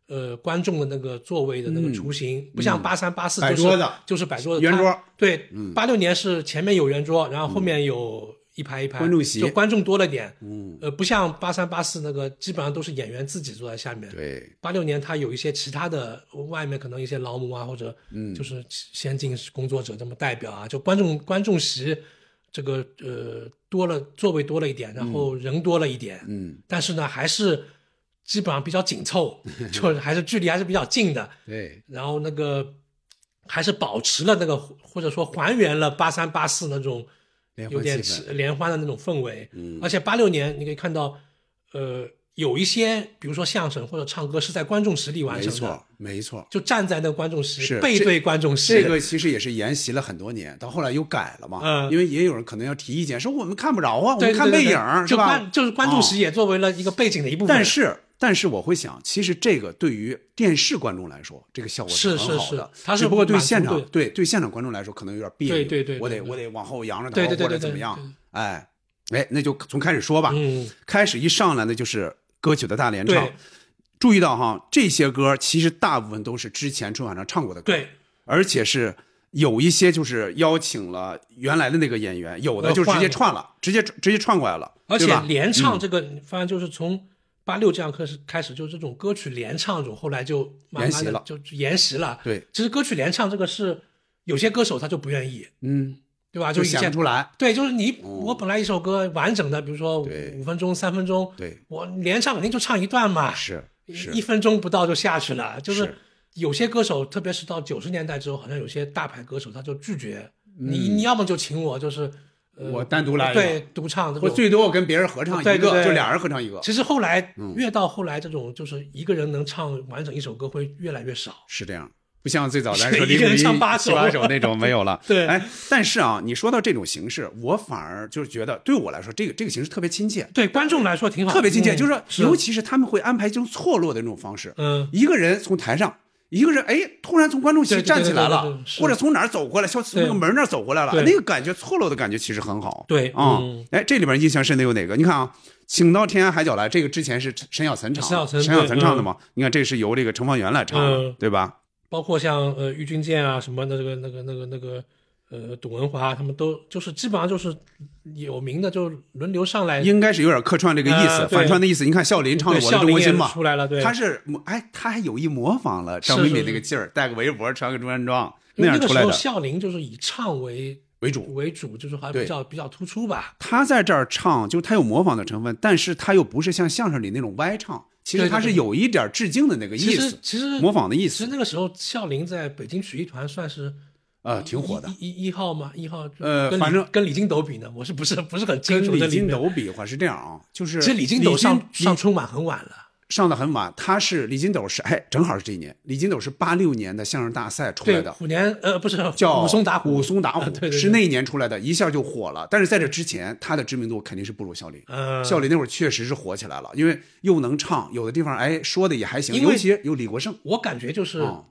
Speaker 8: 呃，观众的那个座位的那个雏形，不像八三八四
Speaker 7: 嗯摆
Speaker 8: 就是
Speaker 7: 桌子
Speaker 8: 就是摆桌子
Speaker 7: 圆桌嗯
Speaker 8: 它对，八六年是前面有圆桌，然后后面有一排一排
Speaker 7: 观众席
Speaker 8: 就观众多了点，嗯，呃，不像八三八四那个基本上都是演员自己坐在下面，
Speaker 7: 对，
Speaker 8: 八六年他有一些其他的外面可能一些劳模啊，或者就是先进工作者这么代表啊，就观众观众席这个呃多了座位多了一点，然后人多了一点，
Speaker 7: 嗯，
Speaker 8: 但是呢还是基本上比较紧凑，就是还是距离还是比较近的，
Speaker 7: 对，
Speaker 8: 然后那个还是保持了那个或者说还原了八三八四那种
Speaker 7: 联欢
Speaker 8: 有点
Speaker 7: 气氛
Speaker 8: 吃联欢的那种氛围。嗯，而且八六年你可以看到，呃，有一些比如说相声或者唱歌是在观众席里完
Speaker 7: 没
Speaker 8: 成
Speaker 7: 错
Speaker 8: 的，
Speaker 7: 没错。
Speaker 8: 就站在那个观众席
Speaker 7: 是
Speaker 8: 背
Speaker 7: 这
Speaker 8: 对观众席。
Speaker 7: 这个其实也是沿袭了很多年，到后来又改了嘛。
Speaker 8: 嗯
Speaker 7: 因为也有人可能要提意见，说我们看不着啊，我
Speaker 8: 对
Speaker 7: 们
Speaker 8: 对
Speaker 7: 看背
Speaker 8: 对
Speaker 7: 影
Speaker 8: 对
Speaker 7: 儿
Speaker 8: 就是
Speaker 7: 吧？
Speaker 8: 观就是观众
Speaker 7: 哦
Speaker 8: 席也作为了一个背景的一部分。
Speaker 7: 但是，但是我会想，其实这个对于电视观众来说，这个效果
Speaker 8: 是
Speaker 7: 很好
Speaker 8: 是
Speaker 7: 的。
Speaker 8: 是它是
Speaker 7: 只不过对
Speaker 8: 满足
Speaker 7: 现场
Speaker 8: 对
Speaker 7: 对对现场观众来说可能有点别扭。
Speaker 8: 对对对对
Speaker 7: 我得
Speaker 8: 对
Speaker 7: 我得往后扬着
Speaker 8: 对
Speaker 7: 头
Speaker 8: 对对
Speaker 7: 或者
Speaker 8: 对
Speaker 7: 怎么
Speaker 8: 对
Speaker 7: 样
Speaker 8: 对？
Speaker 7: 哎哎，那就从开始说吧。
Speaker 8: 嗯，
Speaker 7: 开始一上来呢就是歌曲的大联唱
Speaker 8: 对。
Speaker 7: 注意到哈，这些歌其实大部分都是之前春晚上唱过的歌，
Speaker 8: 对，
Speaker 7: 而且是有一些就是邀请了原来的那个演员，有的
Speaker 8: 呃
Speaker 7: 就直
Speaker 8: 换
Speaker 7: 接
Speaker 8: 了
Speaker 7: 串了，直接直接串过来了，
Speaker 8: 而
Speaker 7: 对
Speaker 8: 且
Speaker 7: 吧嗯
Speaker 8: 联唱这个，反正就是从八六这样开始开始，就是这种歌曲联唱这种，后来就慢
Speaker 7: 沿
Speaker 8: 慢
Speaker 7: 袭了
Speaker 8: 的就就沿袭了。
Speaker 7: 对，
Speaker 8: 其实歌曲联唱这个是有些歌手他就不愿意，
Speaker 7: 嗯，
Speaker 8: 对吧？
Speaker 7: 就
Speaker 8: 以
Speaker 7: 显
Speaker 8: 前
Speaker 7: 不出来。
Speaker 8: 对，就是你我本来一首歌完整的，比如说五
Speaker 7: 嗯对
Speaker 8: 五分钟、三分钟，
Speaker 7: 对
Speaker 8: 我联唱肯定就唱一段嘛，
Speaker 7: 是是
Speaker 8: 一一分钟不到就下去了，就是
Speaker 7: 是。
Speaker 8: 有些歌手，特别是到九十年代之后，好像有些大牌歌手他就拒绝、
Speaker 7: 嗯
Speaker 8: 你，你要么就请我，就是、呃、
Speaker 7: 我单独来一个
Speaker 8: 对独唱这
Speaker 7: 我
Speaker 8: 种，
Speaker 7: 最多我跟别人合唱一个，
Speaker 8: 对对对
Speaker 7: 就俩人合唱一个，
Speaker 8: 其实后来
Speaker 7: 嗯
Speaker 8: 越到后来，这种就是一个人能唱完整一首歌会越来越少。
Speaker 7: 是这样。不像最早咱说
Speaker 8: 一
Speaker 7: 李
Speaker 8: 个人
Speaker 7: 谷一
Speaker 8: 唱八
Speaker 7: 七
Speaker 8: 首
Speaker 7: 八首那种没有了。
Speaker 8: 对
Speaker 7: 哎，但是啊，你说到这种形式，我反而就是觉得对我来说，这个这个形式特别亲切，
Speaker 8: 对观众来说挺好，
Speaker 7: 特别亲切。
Speaker 8: 嗯
Speaker 7: 就是说，尤其是他们会安排这种错落的那种方式，
Speaker 8: 嗯
Speaker 7: 一个人从台上，一个人哎，突然从观众席
Speaker 8: 对对
Speaker 7: 站起来
Speaker 8: 对对
Speaker 7: 了
Speaker 8: 对对，是
Speaker 7: 或者从哪儿走过来，从从
Speaker 8: 对
Speaker 7: 那个门那儿走过来了，
Speaker 8: 对
Speaker 7: 那个感觉错落的感觉其实很好。
Speaker 8: 对
Speaker 7: 啊
Speaker 8: 嗯，
Speaker 7: 哎，这里边印象深的有哪个？你看啊，请到天涯海角来，这个之前是沈小岑唱的，
Speaker 8: 沈小岑
Speaker 7: 沈小
Speaker 8: 对
Speaker 7: 岑唱的
Speaker 8: 嗯
Speaker 7: 嘛？你看这是由这个程方圆来唱的
Speaker 8: 嗯，
Speaker 7: 对吧？
Speaker 8: 包括像呃郁钧剑啊什么的，这个那个那个那个呃董文华他们都就是基本上就是有名的就轮流上来，
Speaker 7: 应该是有点客串这个意思，
Speaker 8: 啊对
Speaker 7: 反串的意思。你看笑林唱的《
Speaker 8: 对
Speaker 7: 我的
Speaker 8: 笑
Speaker 7: 中
Speaker 8: 林
Speaker 7: 国心》
Speaker 8: 也
Speaker 7: 嘛，
Speaker 8: 出来了对
Speaker 7: 他是哎，他还有意模仿了张
Speaker 8: 是
Speaker 7: 伟
Speaker 8: 是
Speaker 7: 敏
Speaker 8: 是
Speaker 7: 那个劲儿，戴个围脖，穿个中山装那
Speaker 8: 因为
Speaker 7: 样
Speaker 8: 那个
Speaker 7: 出
Speaker 8: 时
Speaker 7: 来
Speaker 8: 候
Speaker 7: 的。
Speaker 8: 笑林就是以唱为
Speaker 7: 为主
Speaker 8: 为主，就是还
Speaker 7: 对
Speaker 8: 比较比较突出吧。
Speaker 7: 他在这儿唱，就是他有模仿的成分，但是他又不是像相声里那种歪唱，其实
Speaker 8: 对对
Speaker 7: 他是
Speaker 8: 对
Speaker 7: 有一点致敬的那个
Speaker 8: 其
Speaker 7: 意
Speaker 8: 实
Speaker 7: 思，
Speaker 8: 其实
Speaker 7: 模仿的意
Speaker 8: 其
Speaker 7: 思
Speaker 8: 实那个时候笑林在北京曲艺团算是。
Speaker 7: 呃，挺火的。
Speaker 8: 一一一号嘛，一号就
Speaker 7: 呃
Speaker 8: 跟李
Speaker 7: 反正
Speaker 8: 跟李金斗比呢，我是不是不是很清
Speaker 7: 跟
Speaker 8: 楚这
Speaker 7: 李
Speaker 8: 里
Speaker 7: 金
Speaker 8: 面
Speaker 7: 斗比划是这样啊，就是
Speaker 8: 其实李金斗上
Speaker 7: 李
Speaker 8: 上春晚很晚了，
Speaker 7: 上的很晚，他是李金斗是哎，正好是这一年，李金斗是八六年的相声大赛出来
Speaker 8: 对，
Speaker 7: 的，
Speaker 8: 虎年呃不是
Speaker 7: 叫
Speaker 8: 武松打虎，啊
Speaker 7: 武松打虎
Speaker 8: 对对对
Speaker 7: 是那一年出来的，一下就火了。但是在这之前，他的知名度肯定是不如笑林。
Speaker 8: 嗯
Speaker 7: 笑林那会儿确实是火起来了，因为又能唱，有的地方哎说的也还行，
Speaker 8: 因为
Speaker 7: 尤其有李国盛。
Speaker 8: 我感觉就是，
Speaker 7: 啊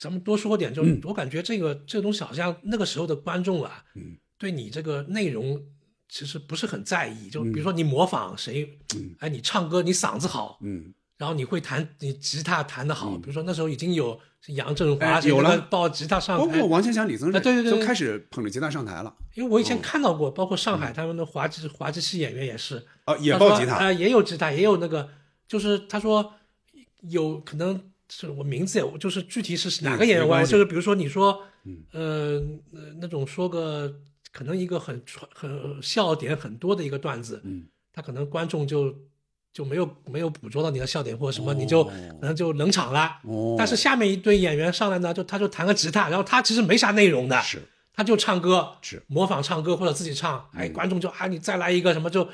Speaker 8: 咱们多说点，就
Speaker 7: 嗯
Speaker 8: 我感觉这个这个东西好像那个时候的观众啊，
Speaker 7: 嗯
Speaker 8: 对你这个内容其实不是很在意。
Speaker 7: 嗯
Speaker 8: 就比如说你模仿谁，哎，你唱歌你嗓子好，
Speaker 7: 嗯，
Speaker 8: 然后你会弹，你吉他弹得好。比如说那时候已经有杨振华
Speaker 7: 哎有了
Speaker 8: 抱吉他上
Speaker 7: 包
Speaker 8: 台
Speaker 7: 括，王千祥、李增
Speaker 8: 啊
Speaker 7: 瑞，
Speaker 8: 对对对对
Speaker 7: 都开始捧着吉他上台了。
Speaker 8: 因为我以
Speaker 7: 哦
Speaker 8: 前看到过，包括
Speaker 7: 嗯
Speaker 8: 上海他们的滑稽滑稽戏演员也是，
Speaker 7: 哦也
Speaker 8: 他说
Speaker 7: 抱吉他
Speaker 8: 啊、也有吉他，也有那个，就是他说有可能是我名字也，就是具体是哪个演员，
Speaker 7: 嗯没关
Speaker 8: 我
Speaker 7: 系嗯
Speaker 8: 就是比如说你说，呃，呃那种说个可能一个很传很笑点很多的一个段子，
Speaker 7: 嗯，
Speaker 8: 他可能观众就就没有没有捕捉到你的笑点或者什么，你就可能就冷场啦。
Speaker 7: 哦
Speaker 8: 但是下面一堆演员上来呢，就他就弹个吉他，然后他其实没啥内容的，
Speaker 7: 是，
Speaker 8: 他就唱歌，
Speaker 7: 是嗯
Speaker 8: 模仿唱歌或者自己唱，哎，观众就啊你再来一个什么就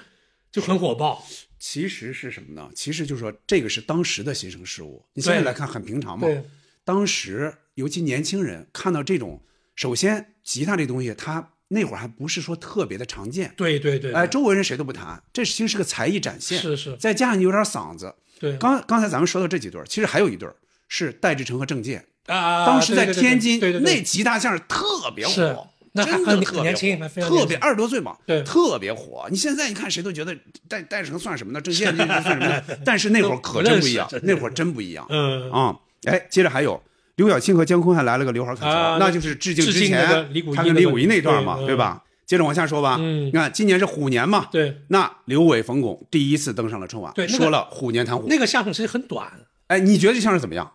Speaker 8: 就很火爆，
Speaker 7: 其实是什么呢？其实就是说这个是当时的新生事物，你现在
Speaker 8: 对
Speaker 7: 来看很平常嘛
Speaker 8: 对。
Speaker 7: 当时尤其年轻人看到这种，首先吉他这东西，它那会儿还不是说特别的常见。
Speaker 8: 对对对，
Speaker 7: 哎，周围人谁都不弹，这其实是个才艺展现。
Speaker 8: 是是
Speaker 7: 再加上你有点嗓子。
Speaker 8: 对
Speaker 7: 刚刚才咱们说到这几对儿，其实还有一对儿是戴志诚和郑健。
Speaker 8: 啊，
Speaker 7: 当时在
Speaker 8: 对对对
Speaker 7: 天津，
Speaker 8: 对对对
Speaker 7: 那吉他相声特别
Speaker 8: 是
Speaker 7: 火。
Speaker 8: 那还
Speaker 7: 真的
Speaker 8: 很
Speaker 7: 特
Speaker 8: 很
Speaker 7: 别
Speaker 8: 年轻
Speaker 7: 火
Speaker 8: 还非常
Speaker 7: 特
Speaker 8: 年
Speaker 7: 别
Speaker 8: 轻
Speaker 7: 二十多岁嘛，
Speaker 8: 对
Speaker 7: 特别火。你现在你看谁都觉得戴戴志诚算什么呢？郑健这算什么呢？ 但是那会儿可真不一样
Speaker 8: 不认，识
Speaker 7: 那会儿真不一样。
Speaker 8: 嗯
Speaker 7: 啊，哎，接着还有刘晓庆和姜昆还来了个刘海砍桥，
Speaker 8: 啊
Speaker 7: 那就是致敬
Speaker 8: 致
Speaker 7: 之
Speaker 8: 敬那个
Speaker 7: 前
Speaker 8: 李谷一
Speaker 7: 他跟
Speaker 8: 那
Speaker 7: 李
Speaker 8: 个
Speaker 7: 谷一那段嘛，
Speaker 8: 对嗯
Speaker 7: 对吧？接着往下说吧，
Speaker 8: 嗯
Speaker 7: 你看今年是虎年嘛，
Speaker 8: 对，
Speaker 7: 那刘伟、冯巩第一次登上了春晚，
Speaker 8: 对那个
Speaker 7: 说了虎年谈虎
Speaker 8: 那。个相声其实很短，
Speaker 7: 哎，你觉得这相声怎么样？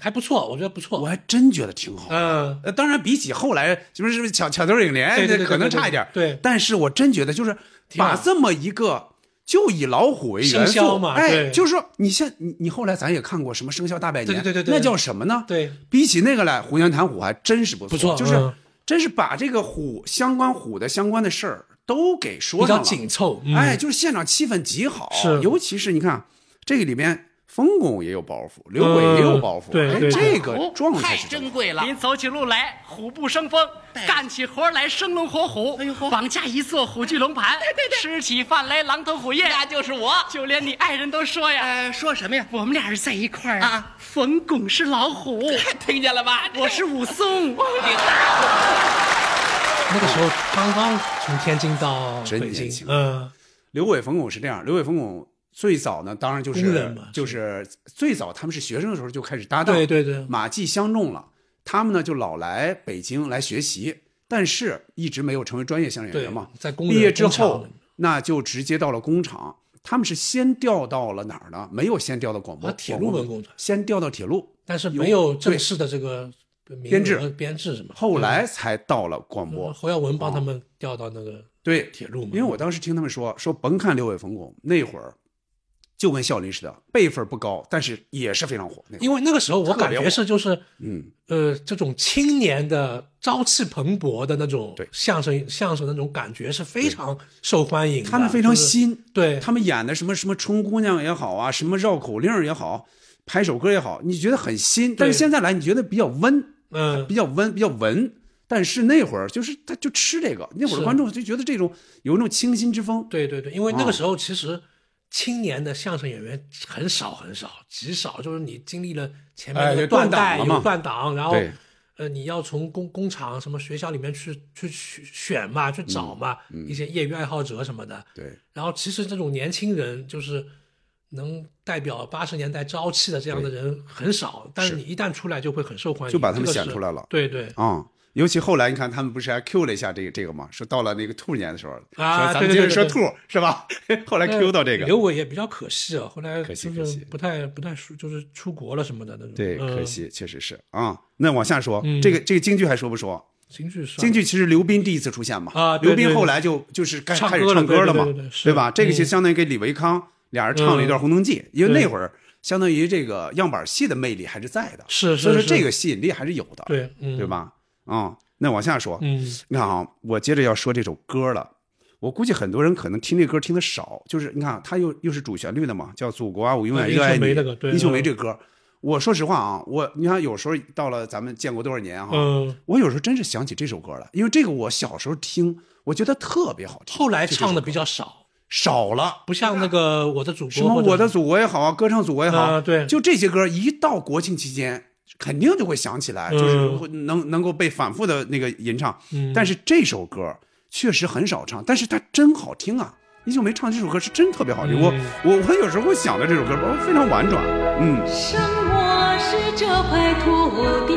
Speaker 8: 还不错，我觉得
Speaker 7: 我
Speaker 8: 不错，
Speaker 7: 还真觉得挺好。
Speaker 8: 嗯，
Speaker 7: 呃，当然比起后来是不是是不是巧巧头影
Speaker 8: 对
Speaker 7: 联，
Speaker 8: 对
Speaker 7: 这
Speaker 8: 对
Speaker 7: 可能
Speaker 8: 对对
Speaker 7: 差一点儿。
Speaker 8: 对
Speaker 7: 但是我真觉得就是把
Speaker 8: 好
Speaker 7: 这么一个。就以老虎为元
Speaker 8: 生肖
Speaker 7: 素
Speaker 8: 嘛
Speaker 7: 哎，
Speaker 8: 对
Speaker 7: 就是说你像你你后来咱也看过什么生肖大拜年，
Speaker 8: 对对对对对
Speaker 7: 那叫什么呢？
Speaker 8: 对，
Speaker 7: 比起那个来，虎年谈虎还真是不错，
Speaker 8: 不错
Speaker 7: 就是、
Speaker 8: 嗯
Speaker 7: 真是把这个虎相关虎的相关的事儿都给说
Speaker 8: 比
Speaker 7: 上了，
Speaker 8: 较紧凑，嗯
Speaker 7: 哎，，就是现场气氛极好，
Speaker 8: 是
Speaker 7: 尤其是你看这个里边，冯巩也有包袱，刘伟也有包袱，
Speaker 8: 嗯对
Speaker 7: 哎
Speaker 8: 对对
Speaker 7: 这个状态
Speaker 6: 太
Speaker 7: 是
Speaker 6: 珍贵了。
Speaker 4: 您走起路来虎步生风，干起活来生龙活虎。
Speaker 6: 哎
Speaker 4: 绑架一座虎踞龙盘，对对对，吃起饭来狼吞虎咽。
Speaker 6: 那就是我。
Speaker 4: 就连你爱人都说呀，
Speaker 6: 呃，说什么呀？
Speaker 4: 我们俩人在一块儿
Speaker 6: 啊，
Speaker 4: 冯巩是老虎，
Speaker 6: 听见了吧？
Speaker 4: 我是武松。
Speaker 8: 那个时候刚刚从天津到
Speaker 7: 真
Speaker 8: 北
Speaker 7: 年
Speaker 8: 京
Speaker 7: 轻，
Speaker 8: 嗯，
Speaker 7: 刘伟、冯巩是这样，刘伟、冯巩最早呢，当然就
Speaker 8: 工人
Speaker 7: 是
Speaker 8: 嘛
Speaker 7: 就是最早他们是学生的时候就开始搭档，
Speaker 8: 对对对
Speaker 7: 马季相中了，他们呢就老来北京来学习，但是一直没有成为专业相声演员嘛。
Speaker 8: 对在工人
Speaker 7: 毕业之
Speaker 8: 工
Speaker 7: 后
Speaker 8: 厂，
Speaker 7: 那就直接到了工厂。他们是先调到了哪儿呢？没有先调到广播
Speaker 8: 啊铁路文工团
Speaker 7: 先调到铁路，
Speaker 8: 但是没有
Speaker 7: 对
Speaker 8: 正式的这个名额
Speaker 7: 编制
Speaker 8: 编制什么，嗯
Speaker 7: 后来哦才到了广播。
Speaker 8: 侯耀文帮他们调到那个
Speaker 7: 对
Speaker 8: 铁路嘛
Speaker 7: 因为我当时听他们说，说甭看刘伟、冯巩那会儿，就跟笑林似的，辈分不高，但是也是非常火。那会儿
Speaker 8: 因为那个时候我感觉是就是，
Speaker 7: 嗯，
Speaker 8: 呃，这种青年的朝气蓬勃的那种
Speaker 7: 对
Speaker 8: 相声相声那种感觉是非常受欢迎
Speaker 7: 嗯
Speaker 8: 的，
Speaker 7: 他们非常
Speaker 8: 就是
Speaker 7: 新，
Speaker 8: 对
Speaker 7: 他们演的什么什么春姑娘也好啊，什么绕口令儿也好，拍手歌也好，你觉得很新，但是现在来你觉得比较温，
Speaker 8: 嗯
Speaker 7: 比较温，比较文。但是那会儿就是他就吃这个，那会儿
Speaker 8: 是
Speaker 7: 观众就觉得这种有一种清新之风，啊
Speaker 8: 对对对，因为那个时候其实青年的相声演员很少很少，极少，就是你经历了前
Speaker 7: 哎
Speaker 8: 面
Speaker 7: 就
Speaker 8: 的
Speaker 7: 断
Speaker 8: 断
Speaker 7: 档
Speaker 8: 代、
Speaker 7: 了嘛
Speaker 8: 有断档，然后
Speaker 7: 对
Speaker 8: 呃你要从工工厂什么学校里面去去去选嘛，去找嘛、
Speaker 7: 嗯嗯
Speaker 8: 一些业余爱好者什么的。
Speaker 7: 对，
Speaker 8: 然后其实这种年轻人就是能代表八十年代朝气的这样的人很少，但是你一旦出来就会很受欢迎，
Speaker 7: 就把他们
Speaker 8: 这个
Speaker 7: 显
Speaker 8: 是
Speaker 7: 出来了
Speaker 8: 对对，
Speaker 7: 嗯，尤其后来你看，他们不是还 Q 了一下这个这个嘛，说到了那个兔年的时候，说
Speaker 8: 啊
Speaker 7: 咱
Speaker 8: 对
Speaker 7: 们
Speaker 8: 对
Speaker 7: 接着说
Speaker 8: 对对
Speaker 7: 兔是吧？ 后来
Speaker 8: 但
Speaker 7: Q 到这个，
Speaker 8: 刘伟也比较可惜啊，后来
Speaker 7: 可惜
Speaker 8: 就
Speaker 7: 可
Speaker 8: 是不太不太出，就是出国了什么的那种。
Speaker 7: 对，
Speaker 8: 嗯
Speaker 7: 可。惜，确实是啊。那往下说，
Speaker 8: 嗯
Speaker 7: 这个这个京剧还说不说？
Speaker 8: 京剧上
Speaker 7: 京剧其实刘斌第一次出现嘛，
Speaker 8: 啊对
Speaker 7: 刘斌
Speaker 8: 对
Speaker 7: 后来就就是开
Speaker 8: 唱
Speaker 7: 开始
Speaker 8: 歌了
Speaker 7: 唱歌了嘛
Speaker 8: 对对对对，是
Speaker 7: 对吧？这个就
Speaker 8: 嗯
Speaker 7: 相当于给李维康俩人唱了一段《
Speaker 8: 嗯
Speaker 7: 红灯记》，因为那
Speaker 8: 对
Speaker 7: 会儿相当于这个样板戏的魅力还是在的，
Speaker 8: 是是
Speaker 7: 所以说
Speaker 8: 是
Speaker 7: 这个吸引力还是有的，
Speaker 8: 对嗯
Speaker 7: 对吧？啊，那往下说，
Speaker 8: 嗯
Speaker 7: 你看啊，我接着要说这首歌了。我估计很多人可能听这歌听的少，就是你看，它又又是主旋律的嘛，叫《祖国啊，我永远
Speaker 8: 嗯
Speaker 7: 热爱
Speaker 8: 殷
Speaker 7: 你
Speaker 8: 秀梅》那个对
Speaker 7: 殷秀梅
Speaker 8: 嗯
Speaker 7: 这个歌，我说实话啊，我你看有时候到了咱们建国多少年哈、
Speaker 8: 嗯
Speaker 7: 我有时候真是想起这首歌来，因为这个我小时候听，我觉得特别好听。
Speaker 8: 后来
Speaker 7: 就这首
Speaker 8: 唱的比较少，
Speaker 7: 少了，
Speaker 8: 不像那个《我的祖国》
Speaker 7: 什么
Speaker 8: 或者
Speaker 7: 我的祖国也好啊，歌唱祖国也好，
Speaker 8: 啊对
Speaker 7: 就这些歌一到国庆期间。肯定就会想起来，
Speaker 8: 嗯
Speaker 7: 就是会能能够被反复的那个吟唱，
Speaker 8: 嗯
Speaker 7: 但是这首歌确实很少唱，但是它真好听啊！殷秀梅唱这首歌是真特别好听，我
Speaker 8: 嗯
Speaker 7: 我我有时候会想到这首歌，我非常婉转，嗯。
Speaker 11: 生我是这块土地，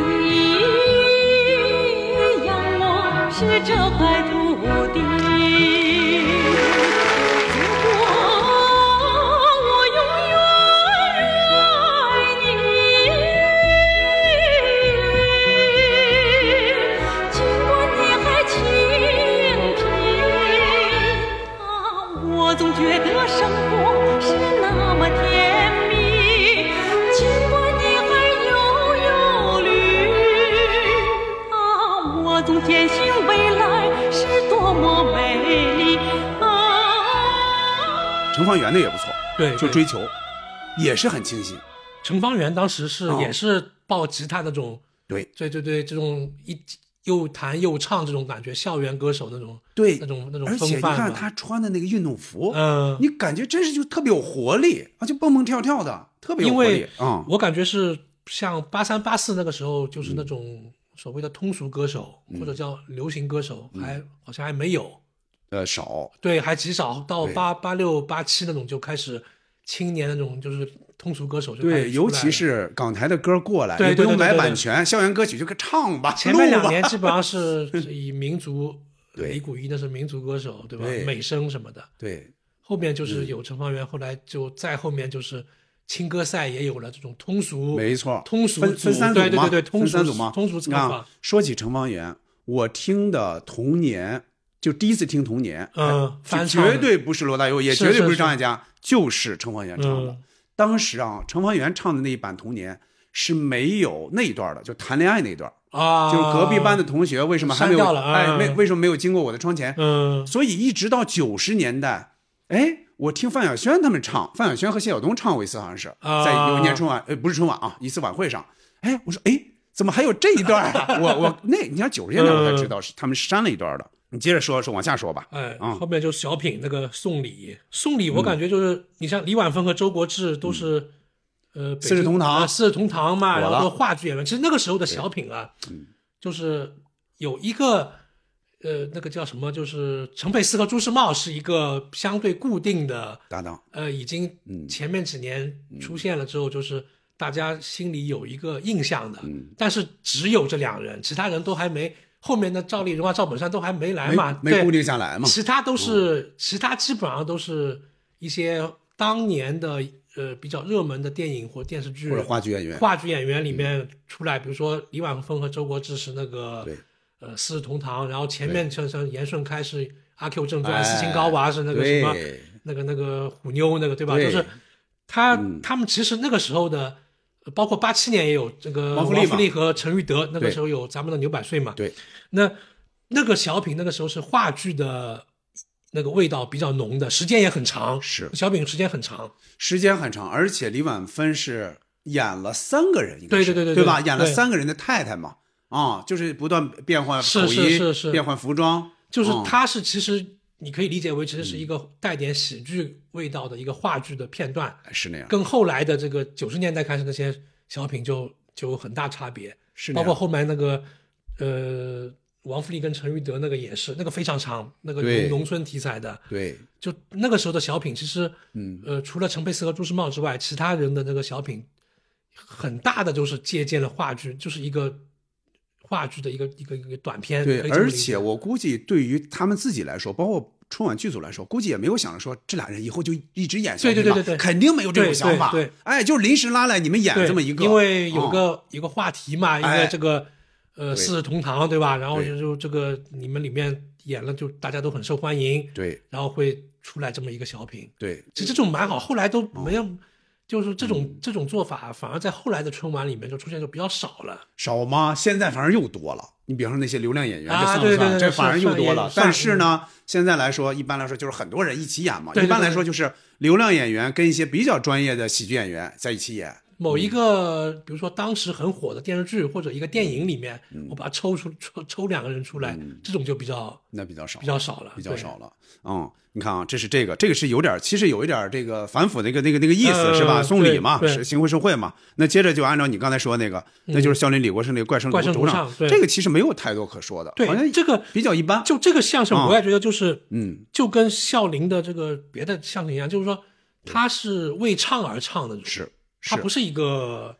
Speaker 11: 养我是这块土地。祖国，我永远爱你。尽管你还清贫。我总觉得生活是那么甜蜜，尽管你还有忧虑啊，我总坚信未来是多么美丽啊。
Speaker 7: 陈方圆的也不错，
Speaker 8: 对，
Speaker 7: 就追求，也是很清新。
Speaker 8: 陈方圆当时是
Speaker 7: 哦
Speaker 8: 也是抱吉他那种，
Speaker 7: 对
Speaker 8: 对对对，这种一又弹又唱这种感觉，校园歌手那种，
Speaker 7: 对
Speaker 8: 那种那种
Speaker 7: 而且
Speaker 8: 风
Speaker 7: 你
Speaker 8: 范
Speaker 7: 看
Speaker 8: 嘛
Speaker 7: 他穿的那个运动服，
Speaker 8: 嗯
Speaker 7: 你感觉真是就特别有活力啊，就蹦蹦跳跳的，特别有
Speaker 8: 因
Speaker 7: 活
Speaker 8: 为
Speaker 7: 力啊。
Speaker 8: 我感觉是像八三八四那个时候，就是那种所谓的通俗歌手、
Speaker 7: 嗯
Speaker 8: 或者叫流行歌手，
Speaker 7: 嗯
Speaker 8: 还好像还没有，
Speaker 7: 呃，少
Speaker 8: 对，还极少。到
Speaker 7: 对
Speaker 8: 八八六八七那种就开始青年那种就是通俗歌手就开
Speaker 7: 对，
Speaker 8: 始
Speaker 7: 尤
Speaker 8: 出来
Speaker 7: 其
Speaker 8: 了
Speaker 7: 是港台的歌过来，
Speaker 8: 对
Speaker 7: 也不
Speaker 8: 对
Speaker 7: 用
Speaker 8: 对对
Speaker 7: 买
Speaker 8: 对
Speaker 7: 版
Speaker 8: 对
Speaker 7: 权，校园歌曲就给唱吧，
Speaker 8: 前面
Speaker 7: 录吧
Speaker 8: 两年基本 上是以民族，
Speaker 7: 啊对
Speaker 8: 李谷一那是民族歌手，对吧？
Speaker 7: 对
Speaker 8: 美声什么的，
Speaker 7: 对
Speaker 8: 后面
Speaker 7: 嗯
Speaker 8: 就是有陈方圆，后来就再后面就是青歌赛也有了这种通俗，
Speaker 7: 没错，
Speaker 8: 通俗
Speaker 7: 分
Speaker 8: 组
Speaker 7: 分三组
Speaker 8: 对对
Speaker 7: 嘛
Speaker 8: 对对，通
Speaker 7: 分
Speaker 8: 俗
Speaker 7: 三组嘛，
Speaker 8: 通俗
Speaker 7: 你
Speaker 8: 唱
Speaker 7: 看
Speaker 8: 法
Speaker 7: 啊。说起程方圆，我听的童年就第一次听童年，
Speaker 8: 嗯
Speaker 7: 哎
Speaker 8: 翻唱的
Speaker 7: 绝对不是罗大佑，也
Speaker 8: 是
Speaker 7: 绝对
Speaker 8: 是
Speaker 7: 不是
Speaker 8: 是
Speaker 7: 张艾嘉，就是程方圆唱的
Speaker 8: 嗯。
Speaker 7: 当时啊，程方圆唱的那一版童年是没有那一段的，就谈恋爱那一段。
Speaker 8: 啊，
Speaker 7: 就是隔壁班的同学为什么还没有
Speaker 8: 删掉了啊
Speaker 7: 哎，没为什么没有经过我的窗前？
Speaker 8: 嗯，
Speaker 7: 所以一直到九十年代，哎，我听范晓萱他们唱，范晓萱和谢晓东唱过一次，好像是
Speaker 8: 啊
Speaker 7: 在有一年春晚，呃，不是春晚啊，一次晚会上，哎，我说，哎，怎么还有这一段 啊？我我那你像九十年代我才知道是他们删了一段的。你接着说说往下说吧。
Speaker 8: 哎，
Speaker 7: 嗯
Speaker 8: 后面就是小品那个送礼，送礼我感觉就是、你像李婉芬和周国志都是，呃，
Speaker 7: 嗯
Speaker 8: 北
Speaker 7: 四世
Speaker 8: 京
Speaker 7: 同堂
Speaker 8: 呃四世同堂嘛，
Speaker 7: 火了嗯
Speaker 8: 然后话剧演员，其实那个时候的小品啊，就是有一个。呃，那个叫什么？就是陈佩斯和朱时茂是一个相对固定的
Speaker 7: 搭档，
Speaker 8: 呃，已经
Speaker 7: 嗯
Speaker 8: 前面几年出现了之后，就是大家心里有一个印象的，
Speaker 7: 嗯
Speaker 8: 但是只有这两人，其他人都还没，后面的赵丽蓉啊、赵本山都还没来嘛，
Speaker 7: 没没
Speaker 8: 对
Speaker 7: 固定下来嘛嗯
Speaker 8: 其他都是，其他基本上都是一些当年的呃比较热门的电影或电视剧
Speaker 7: 或者话剧演员嗯
Speaker 8: 话剧演员里面出来，比如说李婉芬和周国志是那个
Speaker 7: 对
Speaker 8: 呃四世同堂，然后前面像像严顺开是《阿 Q 正传
Speaker 7: 哎》，
Speaker 8: 斯琴高娃是那个什么
Speaker 7: 对
Speaker 8: 那个那个虎妞那个对吧？
Speaker 7: 对嗯
Speaker 8: 就是他他们其实那个时候的。呃包括八七年也有这个
Speaker 7: 王
Speaker 8: 王
Speaker 7: 福利嘛
Speaker 8: 福利和陈玉德，那个
Speaker 7: 对
Speaker 8: 时候有咱们的牛百岁嘛。
Speaker 7: 对，
Speaker 8: 那那个小品那个时候是话剧的那个味道比较浓的，时间也很长，
Speaker 7: 是
Speaker 8: 小品时间很长，
Speaker 7: 时间很长，而且李婉芬是演了三个人，应该是
Speaker 8: 对对对
Speaker 7: 对
Speaker 8: 对
Speaker 7: 吧？
Speaker 8: 对
Speaker 7: 演了三个人的太太嘛，啊、就是不断变换口
Speaker 8: 是
Speaker 7: 音，
Speaker 8: 是是是
Speaker 7: 变换服装，
Speaker 8: 就是
Speaker 7: 嗯
Speaker 8: 他是其实你可以理解为其实是一个带点喜剧味道的一个话剧的片段，
Speaker 7: 是那样。
Speaker 8: 跟后来的这个九十年代开始那些小品就就有很大差别，
Speaker 7: 是那
Speaker 8: 包
Speaker 7: 样
Speaker 8: 括后面那个呃王富利跟陈玉德那个也是，那个非常长，那个
Speaker 7: 对
Speaker 8: 农农村题材的，
Speaker 7: 对，
Speaker 8: 就那个时候的小品，其实
Speaker 7: 嗯
Speaker 8: 呃除了陈佩斯和朱时茂之外，其他人的那个小品很大的就是借鉴了话剧，就是一个话剧的一个一个一个短片，
Speaker 7: 对
Speaker 8: 可以，这么
Speaker 7: 而
Speaker 8: 理解
Speaker 7: 且我估计对于他们自己来说，包括春晚剧组来说，估计也没有想着说这俩人以后就一直演下去吧，
Speaker 8: 对对对对对
Speaker 7: 肯定没有这种
Speaker 8: 对
Speaker 7: 想法。
Speaker 8: 对对
Speaker 7: 哎，就临时拉来你们演
Speaker 8: 对
Speaker 7: 这么一个，
Speaker 8: 因为有
Speaker 7: 嗯、
Speaker 8: 个、有个话题嘛，因
Speaker 7: 哎
Speaker 8: 为这个
Speaker 7: 对
Speaker 8: 呃四世同堂对吧？然后
Speaker 7: 对
Speaker 8: 就就这个你们里面演了，就大家都很受欢迎，
Speaker 7: 对
Speaker 8: 然后会出来这么一个小品，
Speaker 7: 对，
Speaker 8: 其实这种蛮好，后来都没有，
Speaker 7: 哦
Speaker 8: 就是这种、
Speaker 7: 嗯
Speaker 8: 这种做法反而在后来的春晚里面就出现就比较少了。
Speaker 7: 少吗？现在反而又多了。你比方说那些流量演员，
Speaker 8: 啊
Speaker 7: 这算不
Speaker 8: 对
Speaker 7: 算？
Speaker 8: 对对
Speaker 7: 这反而又多了。
Speaker 8: 算算嗯
Speaker 7: 但是呢，现在来说，一般来说就是很多人一起演嘛。
Speaker 8: 对对
Speaker 7: 一般来说就是流量演员跟一些比较专业的喜剧演员在一起演。
Speaker 8: 某一个，比如说当时很火的电视剧或者一个电影里面，
Speaker 7: 嗯
Speaker 8: 我把它抽出抽抽两个人出来，这种就比较
Speaker 7: 那比较少，
Speaker 8: 比较少了
Speaker 7: 比较
Speaker 8: 对
Speaker 7: 少了。嗯，你看啊，这是这个，这个是有点儿，其实有一点儿这个反腐那个那个那个意思、
Speaker 8: 呃
Speaker 7: 是吧？送礼嘛，
Speaker 8: 对对
Speaker 7: 是行贿受贿嘛。那接着就按照你刚才说那个，那就是肖林、李国盛那个怪声
Speaker 8: 嗯怪声
Speaker 7: 独
Speaker 8: 独
Speaker 7: 唱
Speaker 8: 唱，对
Speaker 7: 这个其实没有太多可说的，
Speaker 8: 对
Speaker 7: 好像
Speaker 8: 这个
Speaker 7: 比较一般。
Speaker 8: 就这个相声，
Speaker 7: 啊
Speaker 8: 我也觉得就是，
Speaker 7: 嗯，
Speaker 8: 就跟笑林的这个别的相声一样，就是说他是为唱而唱的，
Speaker 7: 是，
Speaker 8: 他不是一个，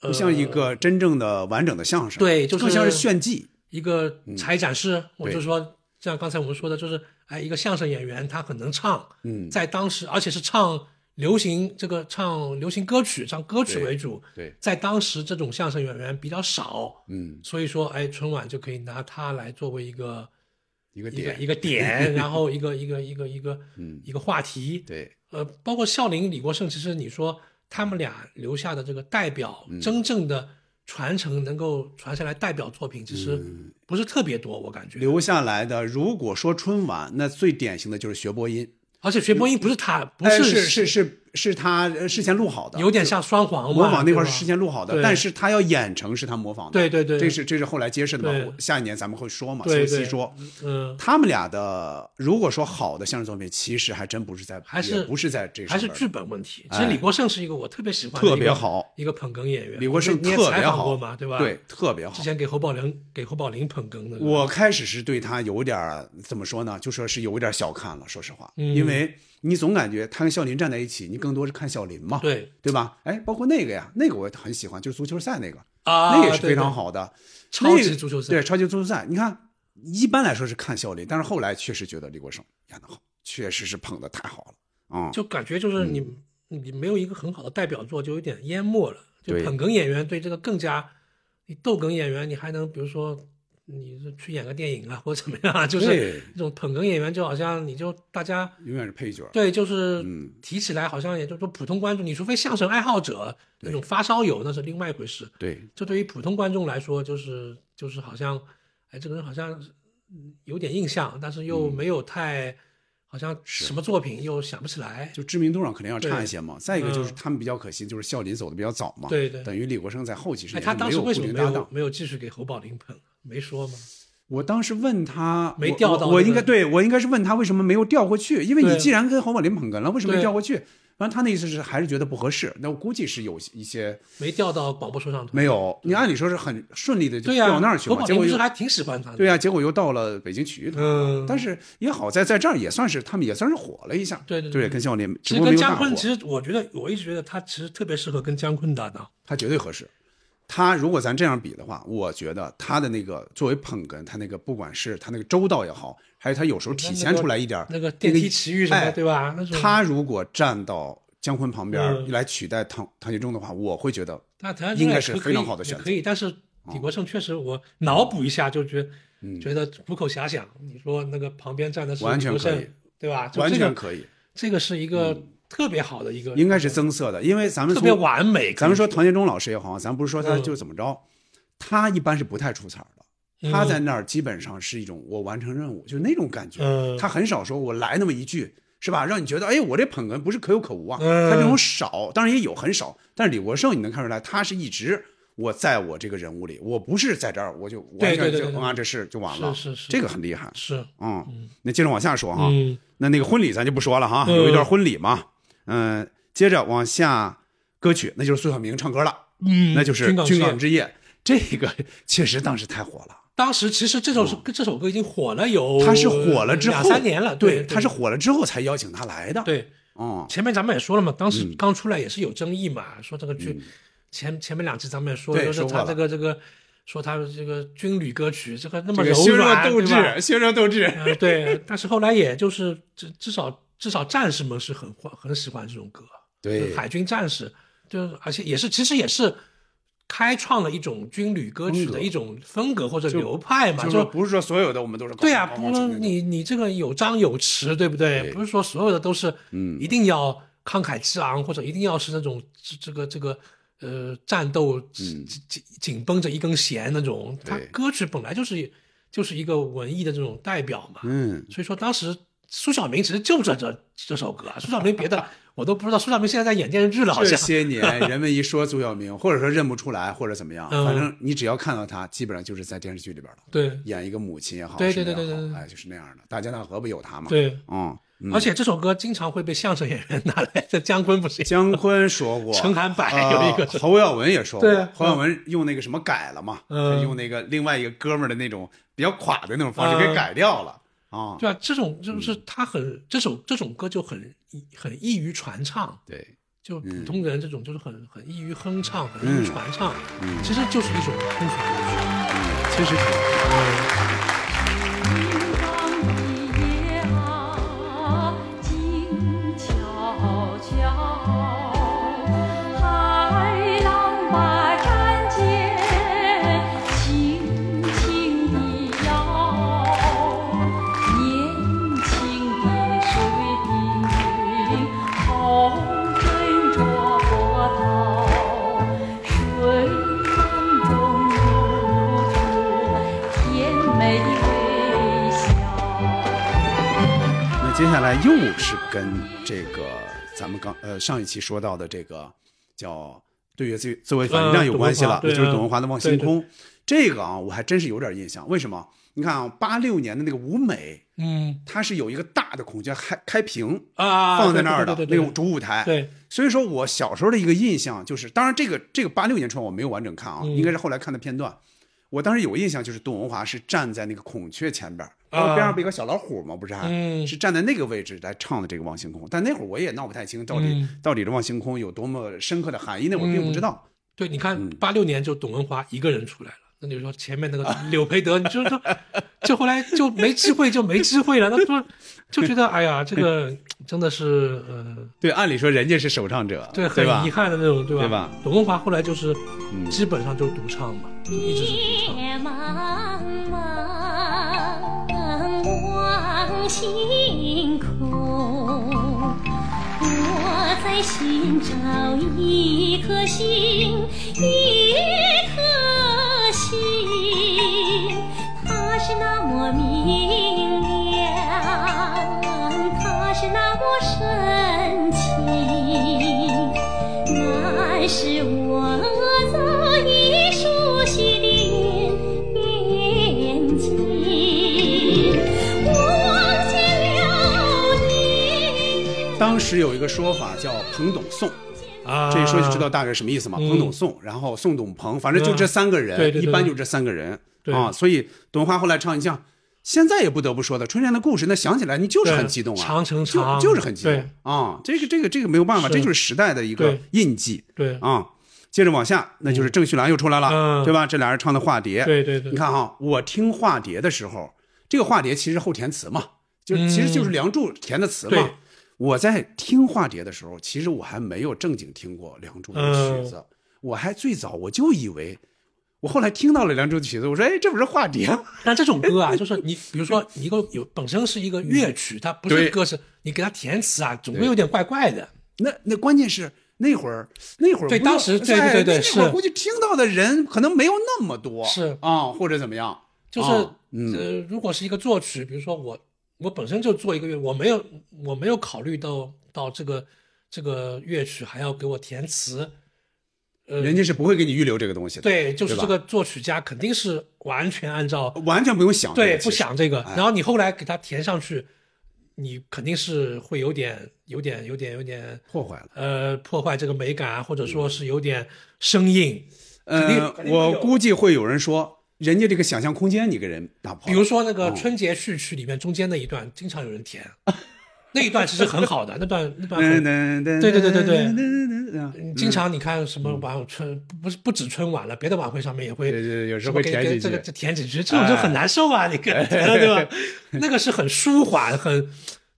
Speaker 8: 呃
Speaker 7: 不像一个真正的完整的相声，
Speaker 8: 对，就是
Speaker 7: 更像是炫技，
Speaker 8: 一个才艺展示。我
Speaker 7: 嗯对
Speaker 8: 就说，像刚才我们说的，就是哎，一个相声演员他很能唱，
Speaker 7: 嗯，
Speaker 8: 在当时，而且是唱流行这个唱流行歌曲，唱歌曲
Speaker 7: 对
Speaker 8: 为主，
Speaker 7: 对，
Speaker 8: 在当时这种相声演员比较少，
Speaker 7: 嗯，
Speaker 8: 所以说，哎，春晚就可以拿它来作为一个
Speaker 7: 一个
Speaker 8: 一个
Speaker 7: 点
Speaker 8: 一 个点，然后一个一个一个一个
Speaker 7: 嗯
Speaker 8: 一个话题。
Speaker 7: 对，
Speaker 8: 呃，包括孝林、李国盛，其实你说他们俩留下的这个代表，
Speaker 7: 嗯
Speaker 8: 真正的传承能够传下来代表作品，其实不是特别多，我感觉。
Speaker 7: 嗯留下来的。如果说春晚，那最典型的就是学播音，
Speaker 8: 而且学播音不是他，不
Speaker 7: 哎
Speaker 8: 是
Speaker 7: 是是是是他呃事先录好的，
Speaker 8: 有点像双簧嘛
Speaker 7: 模仿那块
Speaker 8: 对
Speaker 7: 是
Speaker 8: 吧
Speaker 7: 事先录好的，
Speaker 8: 对
Speaker 7: 但是他要演成是他模仿的。
Speaker 8: 对对对
Speaker 7: 这是这是后来揭示的嘛
Speaker 8: 对？
Speaker 7: 我下一年咱们会说嘛，
Speaker 8: 对
Speaker 7: 细
Speaker 8: 对
Speaker 7: 说。
Speaker 8: 嗯，
Speaker 7: 他们俩的如果说好的相声作品，其实还真不是在，
Speaker 8: 还
Speaker 7: 也
Speaker 8: 是
Speaker 7: 不是在这上
Speaker 8: 还是
Speaker 7: 面
Speaker 8: 剧本问题。
Speaker 7: 哎
Speaker 8: 其实李国盛是一个我特别喜欢的一个、
Speaker 7: 特别好
Speaker 8: 一个捧哏演员，
Speaker 7: 李国盛
Speaker 8: 你也
Speaker 7: 特别
Speaker 8: 采访
Speaker 7: 好
Speaker 8: 过嘛，对吧？
Speaker 7: 对特别好
Speaker 8: 之前给侯宝林给侯宝林捧哏的，
Speaker 7: 我开始是对他有点儿怎么说呢？就说是有点儿小看了，说实话，
Speaker 8: 嗯
Speaker 7: 因为你总感觉他跟笑林站在一起，你更多是看笑林嘛，
Speaker 8: 对
Speaker 7: 对吧？哎，包括那个呀，那个我很喜欢，就是足球赛那个
Speaker 8: 啊
Speaker 7: 那也是非
Speaker 8: 对
Speaker 7: 常
Speaker 8: 对
Speaker 7: 好的，
Speaker 8: 超级
Speaker 7: 那个
Speaker 8: 足球赛
Speaker 7: 对超级足球赛。你看，一般来说是看笑林，但是后来确实觉得李国盛演得好，确实是捧得太好了。啊、
Speaker 8: 就感觉就是你、你没有一个很好的代表作，就有点淹没了。就
Speaker 7: 对
Speaker 8: 捧哏演员对这个更加，你逗哏演员你还能比如说你是去演个电影啊或者怎么样 啊，就
Speaker 7: 对
Speaker 8: 是那种捧哏演员就好像你就大家
Speaker 7: 永远是配角。
Speaker 8: 对就是
Speaker 7: 嗯
Speaker 8: 提起来好像也就是说普通观众，你除非相声爱好者那种发烧友那是另外一回事。
Speaker 7: 对，
Speaker 8: 这对于普通观众来说就是就是好像哎这个人好像嗯有点印象，但是
Speaker 7: 嗯
Speaker 8: 又没有太、好像什么作品又想不起来，
Speaker 7: 就知名度上肯定要差一些嘛。
Speaker 8: 对
Speaker 7: 再一个就是
Speaker 8: 嗯
Speaker 7: 他们比较可惜，就是笑林走的比较早嘛，
Speaker 8: 对对
Speaker 7: 等于李国盛在后几十
Speaker 8: 哎，
Speaker 7: 年
Speaker 8: 他当时
Speaker 7: 没有
Speaker 8: 为什
Speaker 7: 固
Speaker 8: 么
Speaker 7: 定
Speaker 8: 没
Speaker 7: 搭档
Speaker 8: 有。没有继续给侯宝林捧？没说吗？
Speaker 7: 我当时问他，
Speaker 8: 没
Speaker 7: 我
Speaker 8: 调到
Speaker 7: 我我
Speaker 8: 那个
Speaker 7: 应该对我应该是问他为什么没有调过去，因为你
Speaker 8: 对
Speaker 7: 既然跟侯宝林捧哏了，为什么没
Speaker 8: 对
Speaker 7: 调过去？然后他那意思是还是觉得不合适，那我估计是有一些
Speaker 8: 没调到广播说唱团。
Speaker 7: 没有。你按理说是很顺利的嗯就
Speaker 8: 对呀、
Speaker 7: 调那儿去
Speaker 8: 侯
Speaker 7: 了，
Speaker 8: 宝
Speaker 7: 结
Speaker 8: 林
Speaker 7: 果
Speaker 8: 不是
Speaker 7: 又
Speaker 8: 还挺喜欢他的？
Speaker 7: 对呀、啊结果又到了北京曲艺团。
Speaker 8: 嗯
Speaker 7: 但是也好在在这儿也算是他们也算是火了一下，
Speaker 8: 对
Speaker 7: 对
Speaker 8: 对
Speaker 7: 跟笑林，只
Speaker 8: 其
Speaker 7: 不过没
Speaker 8: 实跟
Speaker 7: 有
Speaker 8: 姜
Speaker 7: 大火
Speaker 8: 昆，，其实我觉得我一直觉得他其实特别适合跟姜昆搭档。
Speaker 7: 他绝对合适。他如果咱这样比的话，我觉得他的那个作为捧哏，他那个不管是他那个周到也好，还是他有时候体现出来一点儿
Speaker 8: 那个电梯奇遇什么
Speaker 7: 哎
Speaker 8: 的，对吧？那种
Speaker 7: 他如果站到姜昆旁边儿
Speaker 8: 嗯
Speaker 7: 来取代唐唐杰忠的话，我会觉得
Speaker 8: 那唐人街
Speaker 7: 应该
Speaker 8: 也
Speaker 7: 是
Speaker 8: 可以
Speaker 7: 非常好的选
Speaker 8: 也
Speaker 7: 择哦
Speaker 8: 可。以，但是李国盛确实，我脑补一下就觉得、觉得虎口遐想。你说那个旁边站的
Speaker 7: 嗯
Speaker 8: 是
Speaker 7: 完
Speaker 8: 李
Speaker 7: 全
Speaker 8: 国
Speaker 7: 可以
Speaker 8: 盛，对吧？啊就
Speaker 7: 完
Speaker 8: 这个
Speaker 7: 全可以，嗯
Speaker 8: 这个是一个特别好的一个，
Speaker 7: 应该是增色的，因为咱们
Speaker 8: 特
Speaker 7: 从
Speaker 8: 别完美可以
Speaker 7: 咱们说唐杰忠老师也好，啊咱不是说他
Speaker 8: 嗯
Speaker 7: 就怎么着，他一般是不太出彩儿的。
Speaker 8: 嗯
Speaker 7: 他在那儿基本上是一种我完成任务，就是那种感觉。
Speaker 8: 嗯
Speaker 7: 他很少说我来那么一句，是吧？让你觉得哎，我这捧哏不是可有可无啊。
Speaker 8: 嗯
Speaker 7: 他这种少，当然也有很少，但是李国盛你能看出来，他是一直我在我这个人物里，我不是在这儿，我就
Speaker 8: 对
Speaker 7: 完全
Speaker 8: 对对
Speaker 7: 就
Speaker 8: 对
Speaker 7: 啊，这事就完了。
Speaker 8: 是是是
Speaker 7: 这个很厉害。
Speaker 8: 是，
Speaker 7: 嗯，那接着往下说哈
Speaker 8: 嗯。
Speaker 7: 那那个婚礼咱就不说了哈，
Speaker 8: 嗯
Speaker 7: 有一段婚礼嘛，嗯，接着往下歌曲，那就是苏小明唱歌了，
Speaker 8: 嗯
Speaker 7: 那就是
Speaker 8: 军港
Speaker 7: 《
Speaker 8: 之
Speaker 7: 军
Speaker 8: 夜
Speaker 7: 港之夜》，这个确实当时太火了。
Speaker 8: 当时其实这首歌这首歌已经火了有，
Speaker 7: 他哦是火了之后
Speaker 8: 两三年了，
Speaker 7: 对，
Speaker 8: 对，
Speaker 7: 他是火了之后才邀请他来的。
Speaker 8: 对，
Speaker 7: 哦，
Speaker 8: 前面咱们也说了嘛，当时
Speaker 7: 嗯
Speaker 8: 刚出来也是有争议嘛，说这个剧前前面两期咱们也说，
Speaker 7: 对
Speaker 8: 说是
Speaker 7: 说过
Speaker 8: 他
Speaker 7: 了
Speaker 8: 这个这个说他这个军旅歌曲这个那
Speaker 7: 这
Speaker 8: 么
Speaker 7: 个
Speaker 8: 柔
Speaker 7: 修
Speaker 8: 软，
Speaker 7: 热斗
Speaker 8: 对吧
Speaker 7: 志，修热斗志。
Speaker 8: 呃对，但是后来也就是至至少至少战士们是很欢很喜欢这种歌，
Speaker 7: 对
Speaker 8: 海军战士，就是而且也是其实也是开创了一种军旅歌曲
Speaker 7: 风格
Speaker 8: 的一种风格或者
Speaker 7: 就
Speaker 8: 流派嘛，
Speaker 7: 就是
Speaker 8: 就
Speaker 7: 说不是说所有的我们都是
Speaker 8: 对呀、
Speaker 7: 高
Speaker 8: 不能你你这个有张有弛，对不对？不是说所有的都是，嗯，一定要慷慨激昂，或者一定要是那种这这个这个呃战斗
Speaker 7: 嗯
Speaker 8: 紧紧紧绷着一根弦那种。他歌曲本来就是就是一个文艺的这种代表嘛，
Speaker 7: 嗯，
Speaker 8: 所以说当时苏小明其实就这这这首歌，啊苏小明 别的我都不知道，苏小明现在在演电视剧了，好
Speaker 7: 这
Speaker 8: 像
Speaker 7: 些年人们一说苏小明，或者说认不出来，或者怎么样，
Speaker 8: 嗯
Speaker 7: 反正你只要看到他，基本上就是在电视剧里边了，
Speaker 8: 对
Speaker 7: 演一个母亲也好，
Speaker 8: 对
Speaker 7: 什么
Speaker 8: 对
Speaker 7: 也
Speaker 8: 对对
Speaker 7: 好
Speaker 8: 对对
Speaker 7: 哎，就是那样的。大江大河不有他吗？
Speaker 8: 对，
Speaker 7: 嗯，嗯
Speaker 8: 而且这首歌经常会被相声演员拿来的，姜昆不是也
Speaker 7: 姜昆说过，
Speaker 8: 陈涵柏
Speaker 7: 呃
Speaker 8: 有一个
Speaker 7: 侯耀文也说过
Speaker 8: 对啊，
Speaker 7: 侯耀文用那个什么改了嘛，
Speaker 8: 嗯
Speaker 7: 他用那个另外一个哥们儿的那种比较垮的那种方式给
Speaker 8: 嗯
Speaker 7: 改掉了啊。
Speaker 8: 对啊，这种就是他很、这首这种歌就很易很易于传唱，
Speaker 7: 对，
Speaker 8: 就普
Speaker 7: 嗯
Speaker 8: 通人这种就是很很易于哼唱，很易
Speaker 7: 嗯
Speaker 8: 于传唱，
Speaker 7: 嗯
Speaker 8: 其实就是一首空传歌曲。
Speaker 7: 其实挺
Speaker 8: 嗯
Speaker 11: 夜啊，静悄悄，海浪把战舰轻轻地摇，年轻的水兵头枕着波涛，水梦中露出甜美的微笑。
Speaker 7: 那接下来又是跟这个咱们刚呃上一期说到的这个叫对越自自卫反击战有关系了，
Speaker 8: 嗯董文华对啊
Speaker 7: 就是董文华的《望星空》
Speaker 8: 对
Speaker 7: 这个啊，我还真是有点印象。为什么？你看啊，八六年的那个舞美，
Speaker 8: 嗯
Speaker 7: 它是有一个大的孔雀开开屏
Speaker 8: 啊，
Speaker 7: 放在那儿的
Speaker 8: 对
Speaker 7: 那
Speaker 8: 对对对
Speaker 7: 种主舞台。
Speaker 8: 对，
Speaker 7: 所以说我小时候的一个印象就是，当然这个这个八六年春晚我没有完整看啊，
Speaker 8: 嗯
Speaker 7: 应该是后来看的片段。我当时有印象就是董文华是站在那个孔雀前边儿，
Speaker 8: 啊
Speaker 7: 然后边上不有个小老虎吗？不是还、
Speaker 8: 嗯
Speaker 7: 啊是站在那个位置来唱的这个《望星空》，但那会儿我也闹不太清到底、
Speaker 8: 嗯
Speaker 7: 到底这《望星空》有多么深刻的含义，那我并不知道。
Speaker 8: 对，你
Speaker 7: 嗯
Speaker 8: 看八六年就董文华一个人出来了。那你说前面那个柳培德，你就说，就后来就没机会，就没机会了。那说就觉得，哎呀，这个真的是，呃，
Speaker 7: 对，按理说人家是首唱者，
Speaker 8: 对，
Speaker 7: 对
Speaker 8: 很
Speaker 7: 吧
Speaker 8: 遗？憾的那种，对吧？
Speaker 7: 对吧嗯
Speaker 8: 董文华后来就是，基本上就独唱嘛，一直是独唱。
Speaker 2: 夜茫茫望星空，我在寻找一颗星，一颗星，它是那么明亮，它是那么深情。那是我早已熟悉的年纪，我望见了你。
Speaker 7: 当时有一个说法叫“彭董宋”，
Speaker 8: 啊
Speaker 7: 这一说就知道大概什么意思嘛。
Speaker 8: 嗯
Speaker 7: 彭董宋，然后宋董彭，反正就这三个人，
Speaker 8: 嗯对对对
Speaker 7: 一般就这三个人
Speaker 8: 对
Speaker 7: 啊。所以董文华后来唱，你像现在也不得不说的《春天的故事》，那想起来你就是很激动啊，
Speaker 8: 对长城长
Speaker 7: 就就是很激动
Speaker 8: 对
Speaker 7: 啊。这个这个这个没有办法，
Speaker 8: 是
Speaker 7: 这就是时代的一个
Speaker 8: 对
Speaker 7: 印记
Speaker 8: 对
Speaker 7: 啊。接着往下，那就是郑绪岚又出来了，
Speaker 8: 嗯
Speaker 7: 对吧？这俩人唱的《化蝶》，
Speaker 8: 对对对
Speaker 7: 你看哈，我听《化蝶》的时候，这个《化蝶》其实后填词嘛，就
Speaker 8: 嗯
Speaker 7: 其实就是梁祝填的词嘛
Speaker 8: 对。
Speaker 7: 我在听化蝶的时候，其实我还没有正经听过《梁祝》的曲子，
Speaker 8: 嗯
Speaker 7: 我还最早我就以为，我后来听到了《梁祝》的曲子，我说，哎，这不是化蝶 吗？
Speaker 8: 但这种歌啊，就是你，比如说你一个有本身是一个乐曲，它不
Speaker 7: 对
Speaker 8: 是歌词，你给它填词啊，总会有点怪怪的。
Speaker 7: 那那关键是那会儿那会儿
Speaker 8: 对
Speaker 7: 不知道
Speaker 8: 当时对
Speaker 7: 哎
Speaker 8: 对对对
Speaker 7: 那会儿
Speaker 8: 是
Speaker 7: 估计听到的人可能没有那么多，
Speaker 8: 是
Speaker 7: 啊、或者怎么样，
Speaker 8: 就是、
Speaker 7: 啊
Speaker 8: 呃，如果是一个作曲，比如说我我本身就做一个乐，我没有我没有考虑到到这个这个乐曲还要给我填词，
Speaker 7: 人家是不会给你预留这个东西的。
Speaker 8: 对，就是
Speaker 7: 吧呃
Speaker 8: 这个作曲家肯定是完全按照
Speaker 7: 完全不用想这个
Speaker 8: 对，
Speaker 7: 其
Speaker 8: 不
Speaker 7: 实
Speaker 8: 想这个。
Speaker 7: 哎
Speaker 8: 然后你后来给它填上去，你肯定是会有点、有点、有点、有点
Speaker 7: 破坏了，
Speaker 8: 呃，破坏这个美感啊，或者
Speaker 7: 嗯
Speaker 8: 说是有点生硬。
Speaker 7: 呃，我估计会有人说，人家这个想象空间你给人打破。
Speaker 8: 比如说那
Speaker 7: 哦
Speaker 8: 个春节序曲里面中间那一段，经常有 人填，那一段其实很好的，那段那段
Speaker 7: 嗯
Speaker 8: 很
Speaker 7: 对
Speaker 8: 对对对对对，
Speaker 7: 嗯
Speaker 8: 经常你看什么晚春，不是不止春晚了，别的晚会上面也会，有
Speaker 7: 时候会填几句哎
Speaker 8: 这个这填几句，这种就很难受啊，你跟对吧？ 那个是很舒缓，很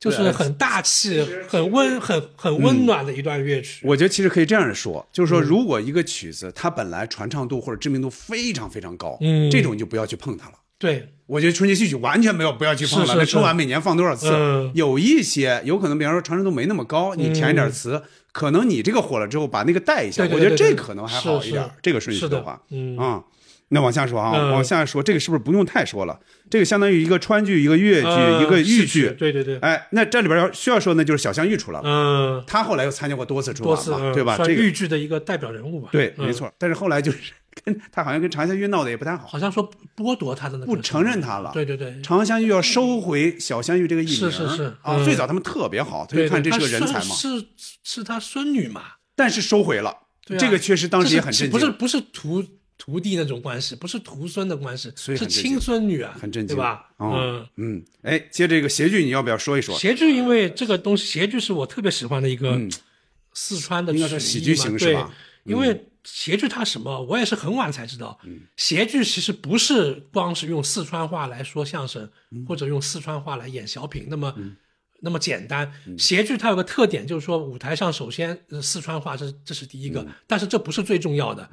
Speaker 8: 就是很大气，很温很很温暖的一段乐曲。
Speaker 7: 我觉得其实可以这样说，就是说，如果一个曲子它本来传唱度或者知名度非常非常高，
Speaker 8: 嗯
Speaker 7: 这种你就不要去碰它了。
Speaker 8: 对，
Speaker 7: 我觉得春节序曲完全没有不要去碰了。
Speaker 8: 是是
Speaker 7: 那春晚
Speaker 8: 是
Speaker 7: 每年放多少次？
Speaker 8: 嗯
Speaker 7: 有一些有可能，比方说传唱度没那么高，你填一点词，可能你这个火了之后把那个带一下，
Speaker 8: 对对
Speaker 7: 我觉得
Speaker 8: 对对
Speaker 7: 这
Speaker 8: 对
Speaker 7: 可能还好
Speaker 8: 是
Speaker 7: 一点。
Speaker 8: 是
Speaker 7: 这个顺序
Speaker 8: 是的
Speaker 7: 话，
Speaker 8: 嗯
Speaker 7: 啊、那往下说啊，
Speaker 8: 嗯
Speaker 7: 往下说，这个是不是不用太说了？这个相当于一个川剧，一个越剧，
Speaker 8: 呃
Speaker 7: 一个豫
Speaker 8: 戏曲
Speaker 7: 剧。
Speaker 8: 对对对，
Speaker 7: 哎，那这里边要需要说呢，就是小香玉出来了。
Speaker 8: 嗯，
Speaker 7: 他后来又参加过多次春
Speaker 8: 多
Speaker 7: 晚
Speaker 8: 次
Speaker 7: 嘛，
Speaker 8: 嗯
Speaker 7: 对吧？
Speaker 8: 算
Speaker 7: 这个
Speaker 8: 豫剧的一个代表人物吧。
Speaker 7: 对，
Speaker 8: 嗯
Speaker 7: 没错。。但是后来就是跟他好像跟常香玉闹得也不太好，
Speaker 8: 好像说剥夺他的那个
Speaker 7: 不承认他了。
Speaker 8: 对对对，
Speaker 7: 常香玉要收回小香玉这个艺名。
Speaker 8: 是是是
Speaker 7: 啊，
Speaker 8: 嗯
Speaker 7: 最早他们特别好，他就
Speaker 8: 对对
Speaker 7: 看这
Speaker 8: 他
Speaker 7: 是个人
Speaker 8: 孙
Speaker 7: 才嘛。
Speaker 8: 是是他孙女嘛？
Speaker 7: 但是收回了，
Speaker 8: 对啊
Speaker 7: 这个确实当时也很
Speaker 8: 这
Speaker 7: 震
Speaker 8: 是
Speaker 7: 惊。
Speaker 8: 不是不是徒徒弟那种关系，不是徒孙的关系，
Speaker 7: 以
Speaker 8: 是
Speaker 7: 很震
Speaker 8: 亲
Speaker 7: 惊
Speaker 8: 孙女啊，
Speaker 7: 很震惊，
Speaker 8: 对吧？
Speaker 7: 嗯
Speaker 8: 嗯，
Speaker 7: 嗯，哎，接这个谐剧，你要不要说一说？
Speaker 8: 谐剧因为这个东西，谐剧是我特别喜欢的一个
Speaker 7: 嗯
Speaker 8: 四川的
Speaker 7: 应该
Speaker 8: 曲
Speaker 7: 是喜
Speaker 8: 艺
Speaker 7: 剧
Speaker 8: 嘛
Speaker 7: 形式
Speaker 8: 对
Speaker 7: 吧，嗯
Speaker 8: 因为谐剧它什么，我也是很晚才知道。谐剧其实不是光是用四川话来说相声，
Speaker 7: 嗯
Speaker 8: 或者用四川话来演小品那么那么简单。
Speaker 7: 嗯
Speaker 8: 谐剧它有个特点，就是说舞台上首先呃四川话这是这是第一
Speaker 7: 嗯
Speaker 8: 个，但是这不是最重要的。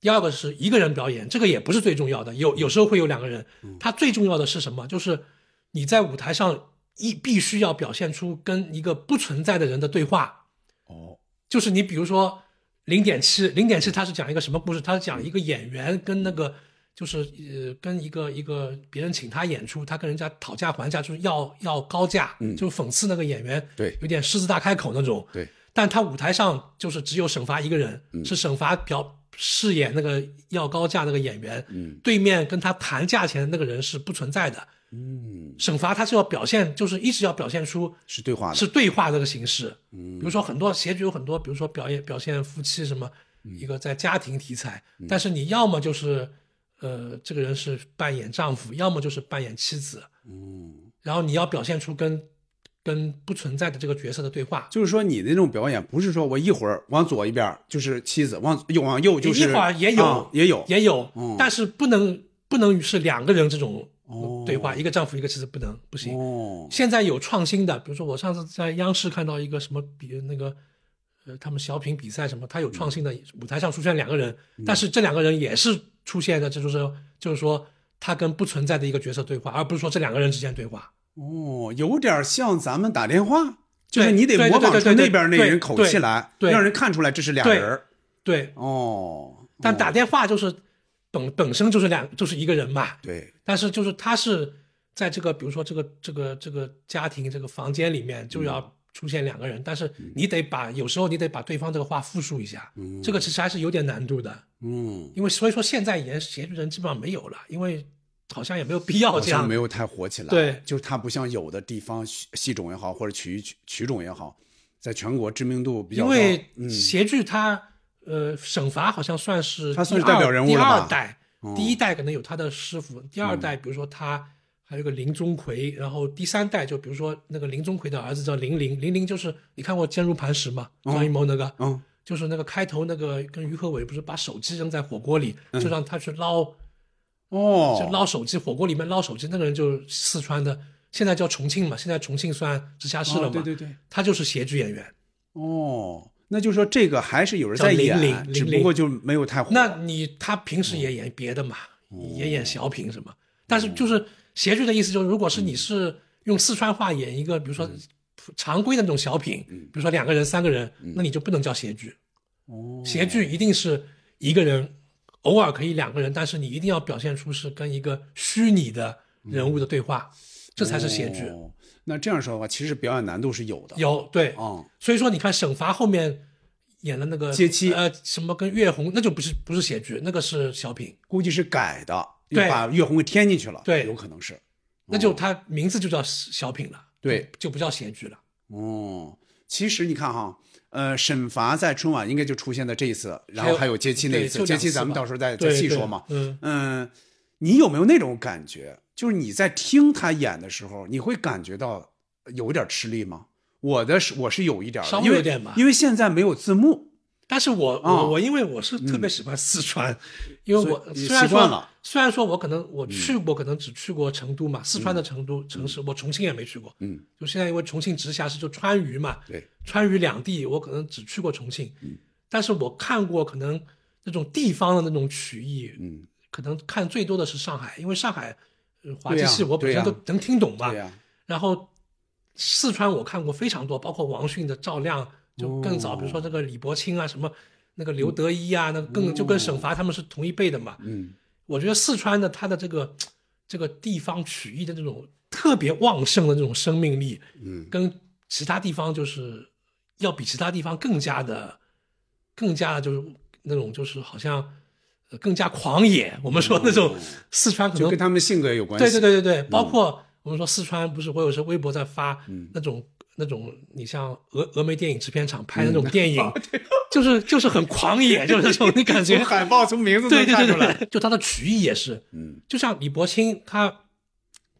Speaker 8: 第二个是一个人表演，这个也不是最重要的，
Speaker 7: 嗯
Speaker 8: 有有时候会有两个人。它最重要的是什么？就是你在舞台上一必须要表现出跟一个不存在的人的对话。
Speaker 7: 哦，
Speaker 8: 就是你比如说零点七，零点七它是讲一个什么故事？它是讲一个演员跟那个就是呃跟一个一个别人请他演出，他跟人家讨价还价，就是要要高价，
Speaker 7: 嗯
Speaker 8: 就讽刺那个演员，
Speaker 7: 对
Speaker 8: 有点狮子大开口那种。
Speaker 7: 对，
Speaker 8: 但他舞台上就是只有沈发一个人，
Speaker 7: 嗯
Speaker 8: 是沈发表饰演那个要高价那个演员，
Speaker 7: 嗯
Speaker 8: 对面跟他谈价钱的那个人是不存在的。
Speaker 7: 嗯，
Speaker 8: 沈发他是要表现，就是一直要表现出
Speaker 7: 是对话的，
Speaker 8: 是对话这个形式。
Speaker 7: 啊嗯
Speaker 8: 比如说很多写剧有很多，比如说表演表现夫妻什么，
Speaker 7: 嗯
Speaker 8: 一个在家庭题材，但是你要么就是，呃，这个人是扮演丈夫，要么就是扮演妻子，
Speaker 7: 嗯，
Speaker 8: 然后你要表现出跟跟不存在的这个角色的对话，
Speaker 7: 就是说你的那种表演，不是说我一会儿往左一边儿就是妻子，往右往右就是
Speaker 8: 一会儿也有、
Speaker 7: 啊也有
Speaker 8: 也有，
Speaker 7: 嗯
Speaker 8: 但是不能不能是两个人这种
Speaker 7: 哦
Speaker 8: 对话，一个丈夫一个妻子不能不行。
Speaker 7: 哦，
Speaker 8: 现在有创新的，比如说我上次在央视看到一个什么比那个，呃，他们小品比赛什么，他有创新
Speaker 7: 嗯
Speaker 8: 的，舞台上出现两个人，但是这两个人也是出现的，这就是就是说他跟不存在的一个角色对话，而不是说这两个人之间对话。
Speaker 7: 哦，有点像咱们打电话，就是
Speaker 8: 对
Speaker 7: 你得
Speaker 8: 对对
Speaker 7: 模仿
Speaker 8: 对
Speaker 7: 出
Speaker 8: 对对
Speaker 7: 那边那
Speaker 8: 对
Speaker 7: 人口
Speaker 8: 对
Speaker 7: 气来，
Speaker 8: 对
Speaker 7: 让人看出来这是俩
Speaker 8: 对
Speaker 7: 人儿。
Speaker 8: 对，
Speaker 7: 哦，
Speaker 8: 但打电话就是本本身就是两就是一个人嘛，
Speaker 7: 对，
Speaker 8: 但是就是他是在这个比如说这个这个这个家庭这个房间里
Speaker 7: 嗯
Speaker 8: 面就要出现两个人，但是你得把有时候你得把对方这个话复述一下，
Speaker 7: 嗯
Speaker 8: 这个其实还是有点难度的，
Speaker 7: 嗯，
Speaker 8: 因为所以说现在演写剧人基本上没有了，因为好像也没有必要
Speaker 7: 好
Speaker 8: 这
Speaker 7: 像
Speaker 8: 样，
Speaker 7: 没有太火起来。
Speaker 8: 对，
Speaker 7: 就是它不像有的地方戏戏种也好，或者曲艺曲曲种也好，在全国知名度比较
Speaker 8: 因
Speaker 7: 高。
Speaker 8: 为
Speaker 7: 嗯，
Speaker 8: 谐剧它呃沈伐好像算是
Speaker 7: 他算是
Speaker 8: 第二
Speaker 7: 代表人物
Speaker 8: 第
Speaker 7: 了吧
Speaker 8: 二代
Speaker 7: 哦，嗯
Speaker 8: 第一代可能有他的师傅，第二代比如说他还有个林钟馗，然后第三代就比如说那个林钟馗的儿子叫林林，林林就是你看过《坚如磐石》吗？
Speaker 7: 嗯
Speaker 8: 张艺谋那个，
Speaker 7: 嗯，
Speaker 8: 就是那个开头那个跟于和伟不是把手机扔在火锅里，
Speaker 7: 嗯
Speaker 8: 就让他去捞就
Speaker 7: 哦，
Speaker 8: 捞手机，火锅里面捞手机，那个人就是四川的，现在叫重庆嘛，现在重庆算直辖市
Speaker 7: 哦
Speaker 8: 了嘛，嗯
Speaker 7: 对对对，
Speaker 8: 他就是谐剧演员。
Speaker 7: 哦，那就是说这个还是有人在
Speaker 8: 叫零
Speaker 7: 演，
Speaker 8: 零
Speaker 7: 只
Speaker 8: 零
Speaker 7: 不
Speaker 8: 零
Speaker 7: 过就没有啊太火。哦
Speaker 8: 那你他平时也演别的嘛，也演小品什么，但是就是谐剧的意思就是，如果是你是用四川话演一个，比
Speaker 7: 嗯
Speaker 8: 如说常规的那种小品，比如说两个人、三个人，那你就不能叫谐剧。
Speaker 7: 嗯哦，
Speaker 8: 谐剧一定是一个人，偶尔可以两个人，但是你一定要表现出是跟一个虚拟的人物的对话，这才是谐剧。
Speaker 7: 嗯哦那这样说的话，其实表演难度是有的。
Speaker 8: 有对，
Speaker 7: 哦
Speaker 8: 所以说你看沈伐后面演了那个
Speaker 7: 接妻
Speaker 8: 呃，什么跟岳红，那就不是不是写剧，那个是小品，
Speaker 7: 估计是改的，又
Speaker 8: 对
Speaker 7: 把岳红给添进去了，
Speaker 8: 对
Speaker 7: 有可能是，
Speaker 8: 那
Speaker 7: 哦
Speaker 8: 就他名字就叫小品了，
Speaker 7: 对，
Speaker 8: 就不叫写剧了。
Speaker 7: 哦，其实你看哈，呃，沈伐在春晚应该就出现在这一次，然后还有接妻那一次，
Speaker 8: 对就
Speaker 7: 接
Speaker 8: 两
Speaker 7: 妻咱们
Speaker 8: 吧
Speaker 7: 到时候哎再再
Speaker 8: 对
Speaker 7: 细
Speaker 8: 对
Speaker 7: 说嘛。
Speaker 8: 嗯，
Speaker 7: 嗯，你有没有那种感觉？就是你在听他演的时候，你会感觉到有一点吃力吗？我的是我是有一点儿的，
Speaker 8: 稍微
Speaker 7: 因为
Speaker 8: 有点吧
Speaker 7: 因为现在没有字幕。
Speaker 8: 但是我
Speaker 7: 啊
Speaker 8: 我我因为我是特别喜欢四川，因为我
Speaker 7: 嗯所以你
Speaker 8: 虽然
Speaker 7: 习惯
Speaker 8: 说
Speaker 7: 了嗯
Speaker 8: 虽然说我可能我去过，可能只去过成都嘛，四川的成都城市，我重庆也没去过。
Speaker 7: 嗯，
Speaker 8: 就现在因为重庆直辖市就川渝嘛，
Speaker 7: 对，
Speaker 8: 川渝两地我可能只去过重庆，
Speaker 7: 嗯
Speaker 8: 但是我看过可能那种地方的那种曲艺，
Speaker 7: 嗯，
Speaker 8: 可能看最多的是上海，因为上海呃滑
Speaker 7: 对
Speaker 8: 稽
Speaker 7: 呀
Speaker 8: 戏我本
Speaker 7: 对呀
Speaker 8: 身都能听懂嘛，
Speaker 7: 对呀
Speaker 8: 然后四川我看过非常多，包括王迅的赵亮，就更早，
Speaker 7: 哦
Speaker 8: 比如说这个李伯清啊，什么那个刘德一啊，那个更就跟沈伐他们是同一辈的嘛。
Speaker 7: 哦嗯，
Speaker 8: 我觉得四川的它的这个这个地方曲艺的这种特别旺盛的这种生命力，
Speaker 7: 嗯，
Speaker 8: 跟其他地方就是要比其他地方更加的更加的就是那种就是好像。呃更加狂野，我们说那种四川可能
Speaker 7: 哦就跟他们性格也有关系
Speaker 8: 对对对对对，
Speaker 7: 嗯
Speaker 8: 包括我们说四川，不是我有时候微博在发那种那种，你像峨峨眉电影制片厂拍的
Speaker 7: 嗯
Speaker 8: 那种 电影，就是就是很狂野，就是那种你感觉
Speaker 7: 从海报从名字能
Speaker 8: 对对
Speaker 7: 看
Speaker 8: 对
Speaker 7: 出来。
Speaker 8: 对，就他的曲艺也是，
Speaker 7: 嗯，
Speaker 8: 就像李伯清他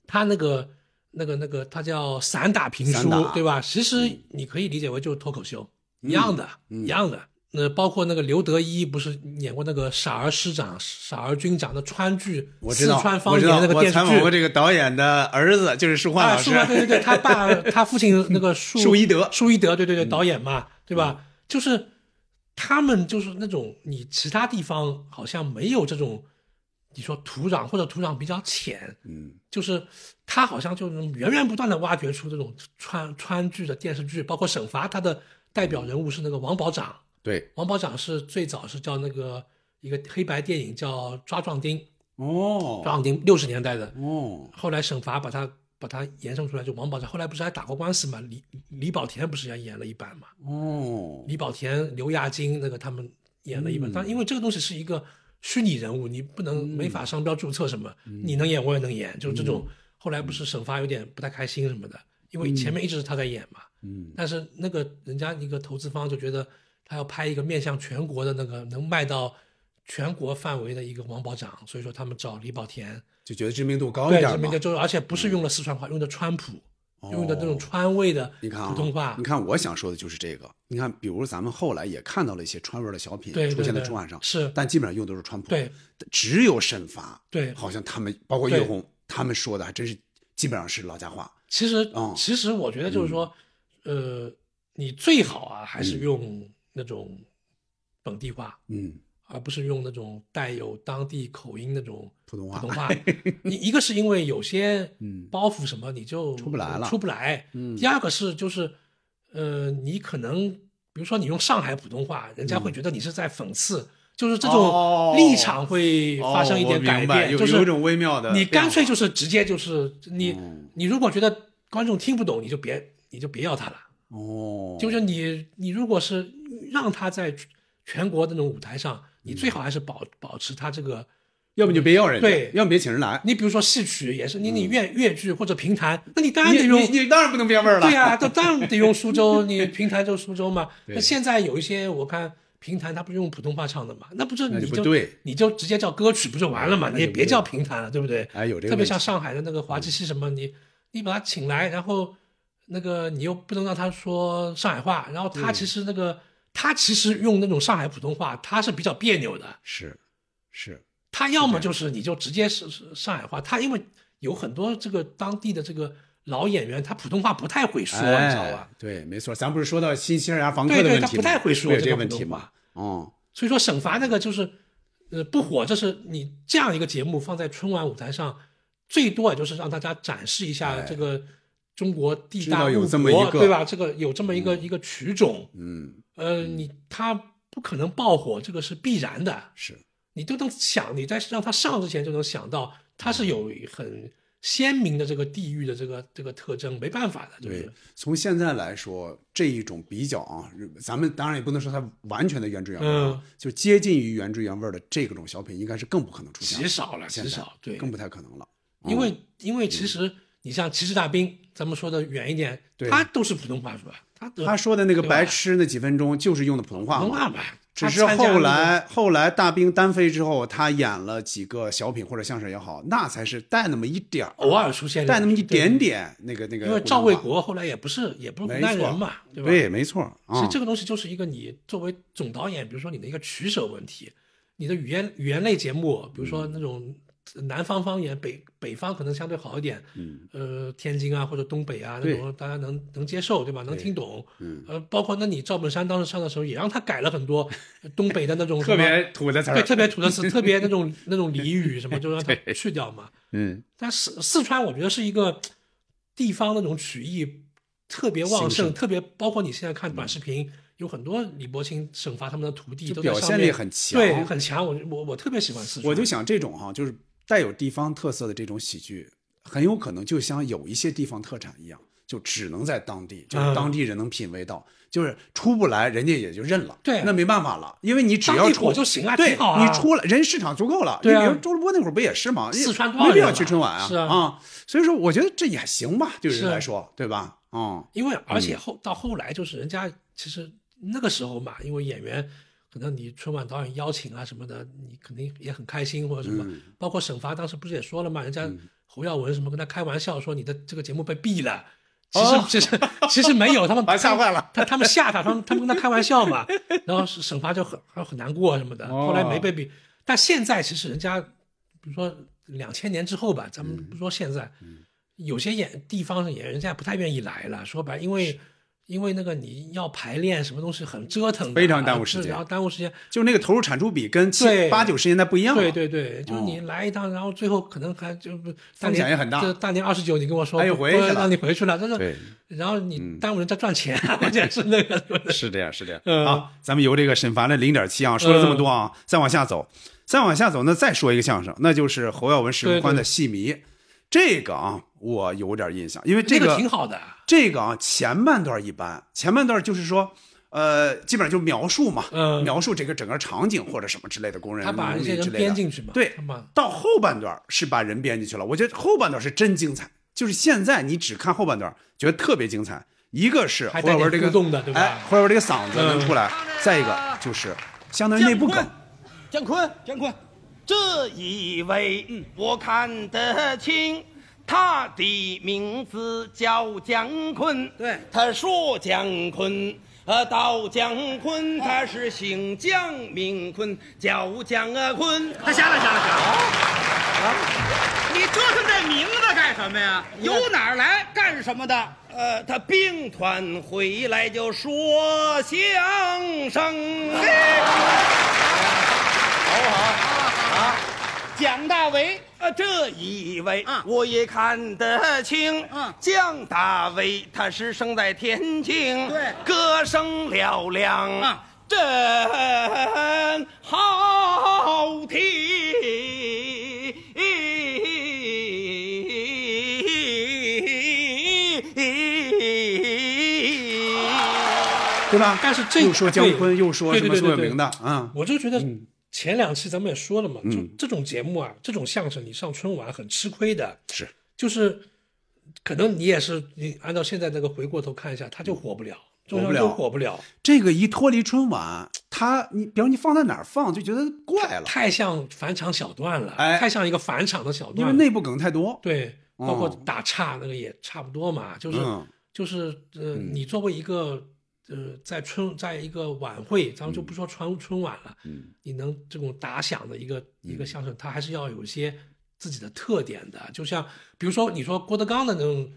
Speaker 8: 他那个那个那个他叫散打评
Speaker 7: 散
Speaker 8: 书
Speaker 7: 打，
Speaker 8: 对吧？其实你可以理解为就是脱口秀
Speaker 7: 嗯
Speaker 8: 一样的，
Speaker 7: 嗯
Speaker 8: 一样的。那包括那个刘德一，不是演过那个傻儿师长、傻儿军长的川剧，
Speaker 7: 我知
Speaker 8: 四
Speaker 7: 道，
Speaker 8: 川
Speaker 7: 我
Speaker 8: 方
Speaker 7: 知
Speaker 8: 言
Speaker 7: 道
Speaker 8: 那个电视剧。
Speaker 7: 我采访过这个导演的儿子，就是舒焕
Speaker 8: 啊，
Speaker 7: 老师。
Speaker 8: 舒曼对对对，他爸他父亲那个舒
Speaker 7: 舒一德嗯
Speaker 8: 舒一德，对对对，导演嘛，对吧？就是他们就是那种你其他地方好像没有这种，你说土壤或者土壤比较浅，
Speaker 7: 嗯，
Speaker 8: 就是他好像就能源源不断的挖掘出这种川川剧的电视剧，包括沈伐他的代表人物是那个王保长，
Speaker 7: 对，
Speaker 8: 王保长是最早是叫那个一个黑白电影叫《抓壮丁》
Speaker 7: 哦，
Speaker 8: 抓壮丁六十年代的
Speaker 7: 哦，
Speaker 8: 后来沈伐把他把他延伸出来，就王保长后来不是还打过官司嘛？李李保田不是也演了一版嘛？
Speaker 7: 哦，
Speaker 8: 李保田、刘亚金那个他们演了一版，
Speaker 7: 嗯
Speaker 8: 但因为这个东西是一个虚拟人物，你不能没法商标注册什么，
Speaker 7: 嗯
Speaker 8: 你能演我也能演，就是这种。后来不是沈伐有点不太开心什么的，因为前面一直是他在演嘛，
Speaker 7: 嗯
Speaker 8: 但是那个人家一个投资方就觉得他要拍一个面向全国的那个能卖到全国范围的一个王保长，所以说他们找李保田。
Speaker 7: 就觉得知名度高一
Speaker 8: 对，
Speaker 7: 点
Speaker 8: 这
Speaker 7: 嘛嗯
Speaker 8: 边。就就是，而且不是用了四川话，用的川普，
Speaker 7: 哦
Speaker 8: 用的那种川味的
Speaker 7: 你看、啊、
Speaker 8: 普通话
Speaker 7: 你。看我想说的就是这个。你看，比如咱们后来也看到了一些川味儿的小品
Speaker 8: 对对
Speaker 7: 出现在
Speaker 8: 对
Speaker 7: 春晚上，
Speaker 8: 是
Speaker 7: 但基本上用的都是川普。
Speaker 8: 对，
Speaker 7: 只有沈伐，
Speaker 8: 对
Speaker 7: 好像他们包括
Speaker 8: 对
Speaker 7: 岳红，他们说的还真是基本上是老家话。
Speaker 8: 其实
Speaker 7: 嗯，
Speaker 8: 其实我觉得就是说，呃，你最好啊还是
Speaker 7: 嗯
Speaker 8: 用那种本地话，
Speaker 7: 嗯，
Speaker 8: 而不是用那种带有当地口音那种
Speaker 7: 普通话
Speaker 8: 普通 话，你一个是因为有些
Speaker 7: 嗯
Speaker 8: 包袱什么你就出
Speaker 7: 不来了
Speaker 8: 出不来。
Speaker 7: 嗯
Speaker 8: 第二个是就是，呃，你可能比如说你用上海普通话，人家会觉得你是在讽刺，就是这
Speaker 7: 嗯哦
Speaker 8: 种立场会发生一
Speaker 7: 哦我
Speaker 8: 点
Speaker 7: 明
Speaker 8: 改
Speaker 7: 白
Speaker 8: 变，
Speaker 7: 有
Speaker 8: 就是
Speaker 7: 有一种微妙的
Speaker 8: 你
Speaker 7: 变
Speaker 8: 干脆就是直接就是你、
Speaker 7: 嗯
Speaker 8: 你如果觉得观众听不懂，你就别你就别要他了。
Speaker 7: 哦，
Speaker 8: 就是你你如果是让他在全全国的那种舞台上，
Speaker 7: 嗯
Speaker 8: 你最好还是保保持他这个。
Speaker 7: 要不你就别要人家，
Speaker 8: 对
Speaker 7: 要不别请人来。
Speaker 8: 你比如说戏曲也是，你你越越剧或者评弹，那你当
Speaker 7: 嗯
Speaker 8: 然
Speaker 7: 啊你
Speaker 8: 得用，
Speaker 7: 你你当然不能变味儿了。
Speaker 8: 对呀、都当然得用 苏州，你评弹就苏州嘛。
Speaker 7: 对
Speaker 8: 那现在有一些我看评弹，他不是用普通话唱的嘛，那不是
Speaker 7: 那就
Speaker 8: 你
Speaker 7: 不
Speaker 8: 就
Speaker 7: 对哎
Speaker 8: 你就直接叫歌曲不就完了嘛？
Speaker 7: 那就
Speaker 8: 你也
Speaker 7: 不
Speaker 8: 别
Speaker 7: 对
Speaker 8: 叫评弹了，对不对？
Speaker 7: 哎有这个
Speaker 8: 特
Speaker 7: 问
Speaker 8: 别
Speaker 7: 题嗯
Speaker 8: 像上海的那个滑稽戏什么，你你把他请来，然后那个你又不能让他说上海话，然后
Speaker 7: 嗯
Speaker 8: 他其实那个他其实用那种上海普通话，他是比较别扭的。
Speaker 7: 是是，
Speaker 8: 他要么就是你就直接是是上海话，他因为有很多这个当地的这个老演员，他普通话不太会说，你知道吧
Speaker 7: 哎？？对，没错，咱不是说到新西兰房客的
Speaker 8: 对
Speaker 7: 问
Speaker 8: 对
Speaker 7: 题吗
Speaker 8: 他不太会说
Speaker 7: 有这
Speaker 8: 这
Speaker 7: 个
Speaker 8: 个
Speaker 7: 问题
Speaker 8: 普通
Speaker 7: 嘛
Speaker 8: 话？
Speaker 7: 嗯，
Speaker 8: 所以说沈伐那个就是，呃，不火，这是你这样一个节目放在春晚舞台上，最多也就是让大家展示一下这个中国地
Speaker 7: 哎知
Speaker 8: 大
Speaker 7: 道有
Speaker 8: 物
Speaker 7: 这么一
Speaker 8: 博
Speaker 7: 个
Speaker 8: 对吧？这个有这么一个、一个曲种，
Speaker 7: 嗯，
Speaker 8: 呃，你他不可能爆火，这个是必然的。
Speaker 7: 是
Speaker 8: 你都能想，你在让他上之前就能想到，他是有很鲜明的这个地域的这个这个特征，没办法的。
Speaker 7: 对，从现在来说，这一种比较啊，咱们当然也不能说它完全的原汁原味儿啊，
Speaker 8: 嗯
Speaker 7: 就接近于原汁原味儿的这种小品，应该是更不可能出现，
Speaker 8: 极少了
Speaker 7: 现
Speaker 8: 极
Speaker 7: 在
Speaker 8: 少对
Speaker 7: 更不太可能了。
Speaker 8: 因为
Speaker 7: 嗯
Speaker 8: 因为其实你像骑士大兵，咱们说的远一点
Speaker 7: 对，
Speaker 8: 他都是普通话说，他得
Speaker 7: 他说的那个
Speaker 8: 对吧
Speaker 7: 白痴那几分钟就是用的普通话嘛，
Speaker 8: 普通话吧
Speaker 7: 只是
Speaker 8: 他参加那
Speaker 7: 后
Speaker 8: 个
Speaker 7: 来后来大兵单飞之后，他演了几个小品或者相声也好，那才是带那么一点儿，
Speaker 8: 偶尔出现
Speaker 7: 带那么一
Speaker 8: 对
Speaker 7: 点点那个那个。
Speaker 8: 因为赵卫国后来也不是也不是湖
Speaker 7: 没
Speaker 8: 南
Speaker 7: 错
Speaker 8: 人嘛，对吧？
Speaker 7: 对没错
Speaker 8: 其
Speaker 7: 啊
Speaker 8: 实这个东西就是一个你作为总导演，比如说你的一个取舍问题，你的语言语言类节目，比
Speaker 7: 嗯
Speaker 8: 如说那种南方方言，北北方可能相对好一点，
Speaker 7: 嗯
Speaker 8: 呃，天津啊或者东北啊那
Speaker 7: 对
Speaker 8: 种大家能能接受，对吧？能
Speaker 7: 对
Speaker 8: 听懂。
Speaker 7: 嗯，
Speaker 8: 呃，包括那你赵本山当时上的时候，也让他改了 很多东北的那种
Speaker 7: 特
Speaker 8: 什么
Speaker 7: 别土的词儿
Speaker 8: 对，特别土 的词，特别那种那种俚语什么，就让他去掉嘛。
Speaker 7: 嗯，
Speaker 8: 但四四川，我觉得是一个地方那种曲艺特别旺
Speaker 7: 兴盛嗯
Speaker 8: 盛，特别包括你现在看短视频，有很多李伯清、沈发他们的徒弟
Speaker 7: 就
Speaker 8: 都在
Speaker 7: 表
Speaker 8: 上
Speaker 7: 现
Speaker 8: 面
Speaker 7: 力很强
Speaker 8: 对，很强。我我我特别喜欢四川，
Speaker 7: 我就想这种哈、就是带有地方特色的这种喜剧，很有可能就像有一些地方特产一样，就只能在当地，就是
Speaker 8: 嗯
Speaker 7: 当地人能品味到，就是出不来，人家也就认了。
Speaker 8: 对
Speaker 7: 那没办法了，因为你只
Speaker 8: 当
Speaker 7: 要
Speaker 8: 地
Speaker 7: 出
Speaker 8: 火就行啊
Speaker 7: 对，
Speaker 8: 挺好啊
Speaker 7: 你出了人市场足够了。
Speaker 8: 对啊
Speaker 7: 你比如周立波那会儿不也是吗？
Speaker 8: 四川多少
Speaker 7: 没必要
Speaker 8: 人啊
Speaker 7: 去春晚啊，
Speaker 8: 是啊
Speaker 7: 所以说我觉得这也行吧，对人
Speaker 8: 是啊
Speaker 7: 来说，对吧？嗯，
Speaker 8: 因为而且
Speaker 7: 嗯
Speaker 8: 后到后来就是人家其实那个时候嘛，因为演员可能你春晚导演邀请啊什么的，你肯定也很开心或者什么。
Speaker 7: 嗯
Speaker 8: 包括沈发当时不是也说了嘛，人家侯耀文什么跟他开玩笑说你的这个节目被毙 了。其实、
Speaker 7: 哦
Speaker 8: 其实其实没 有，他们
Speaker 7: 把他吓坏了
Speaker 8: 他他们吓他，他们他们跟他开玩笑嘛，然后沈发就很很难过什么的，
Speaker 7: 哦
Speaker 8: 后来没被毙。但现在其实人家，比如说两千年之后吧，咱们不说现
Speaker 7: 嗯
Speaker 8: 在，有些演地方的演员人家不太愿意来了，说白了，因为因为那个你要排练什么东西很折腾的，
Speaker 7: 非常
Speaker 8: 啊
Speaker 7: 耽误
Speaker 8: 是
Speaker 7: 时间
Speaker 8: 然后耽误时间。
Speaker 7: 就那个投入产出比跟七
Speaker 8: 对
Speaker 7: 八九十年代不一样了。啊哦
Speaker 8: 对对对，就是你来一趟，然后最后可能还就不大
Speaker 7: 风
Speaker 8: 年
Speaker 7: 险也很大
Speaker 8: 这大年二十九，你跟我说
Speaker 7: 哎
Speaker 8: 不
Speaker 7: 呦回去了
Speaker 8: 让你回去了，但
Speaker 7: 对嗯
Speaker 8: 是然后你耽误人家赚钱，啊关键是那个。
Speaker 7: 是这样，是这样、
Speaker 8: 嗯
Speaker 7: 啊。咱们由这个沈凡的零点七啊，说了这么多啊，再往下走，再往下走，那再说一个相声，那就是侯耀文、石文宽的
Speaker 8: 对对
Speaker 7: 戏迷。这个啊，我有点印象，因为这
Speaker 8: 那
Speaker 7: 个
Speaker 8: 个挺好的。
Speaker 7: 这个啊，前半段一般，前半段就是说，呃，基本上就描述嘛，描述这个整个场景或者什么之类的工人
Speaker 8: 嗯他把
Speaker 7: 农
Speaker 8: 一
Speaker 7: 民
Speaker 8: 些人
Speaker 7: 之类的
Speaker 8: 编进去嘛，
Speaker 7: 对
Speaker 8: 他把，
Speaker 7: 到后半段是把人编进去了，我觉得后半段是真精彩。就是现在你只看后半段，觉得特别精彩。一个是
Speaker 8: 还
Speaker 7: 侯耀文这
Speaker 8: 带
Speaker 7: 个
Speaker 8: 点互动的对吧嗯
Speaker 7: 哎，侯耀文这个嗓子能出来；再一个就是相当于内部梗，
Speaker 3: 姜昆，姜昆，这一位嗯我看得清，他的名字叫姜昆。对，他说姜昆，呃，到姜昆，他是姓姜名昆，叫姜啊昆。
Speaker 9: 他行了行了行了，你折腾这名字干什么呀？
Speaker 3: 由哪儿来，干什么的？呃，他兵团回来就说相声。啊蒋大为嗯啊，这一位我也看得清。蒋大为他是生在天津，对，歌声嘹
Speaker 12: 啊
Speaker 3: 亮，真好听。
Speaker 7: 对吧？
Speaker 8: 但是这
Speaker 7: 又说姜昆，
Speaker 8: 对
Speaker 7: 又说
Speaker 8: 对
Speaker 7: 什
Speaker 8: 对
Speaker 7: 么
Speaker 8: 对
Speaker 7: 苏
Speaker 8: 对
Speaker 7: 有
Speaker 8: 对
Speaker 7: 明的啊，
Speaker 8: 我就觉得前两期咱们也说了嘛，就
Speaker 7: 嗯
Speaker 8: 这种节目啊，这种相声你上春晚很吃亏的，
Speaker 7: 是
Speaker 8: 就是可能你也是你按照现在那个回过头看一下，他就火不了，中
Speaker 7: 嗯火
Speaker 8: 央
Speaker 7: 不了
Speaker 8: 都火不了，
Speaker 7: 这个一脱离春晚，他你比如你放在哪儿放，就觉得怪了，
Speaker 8: 太像返场小段了，
Speaker 7: 哎
Speaker 8: 太像一个返场的小段了，
Speaker 7: 因为内部梗太多。
Speaker 8: 对，
Speaker 7: 嗯
Speaker 8: 包括打岔那个也差不多嘛，就是、
Speaker 7: 嗯
Speaker 8: 就是呃，
Speaker 7: 嗯
Speaker 8: 你作为一个呃，在春在一个晚会，咱们就不说春、春晚了，
Speaker 7: 嗯
Speaker 8: 你能这种打响的一个、一个相声，它还是要有一些自己的特点的。就像比如说你说郭德纲的那种，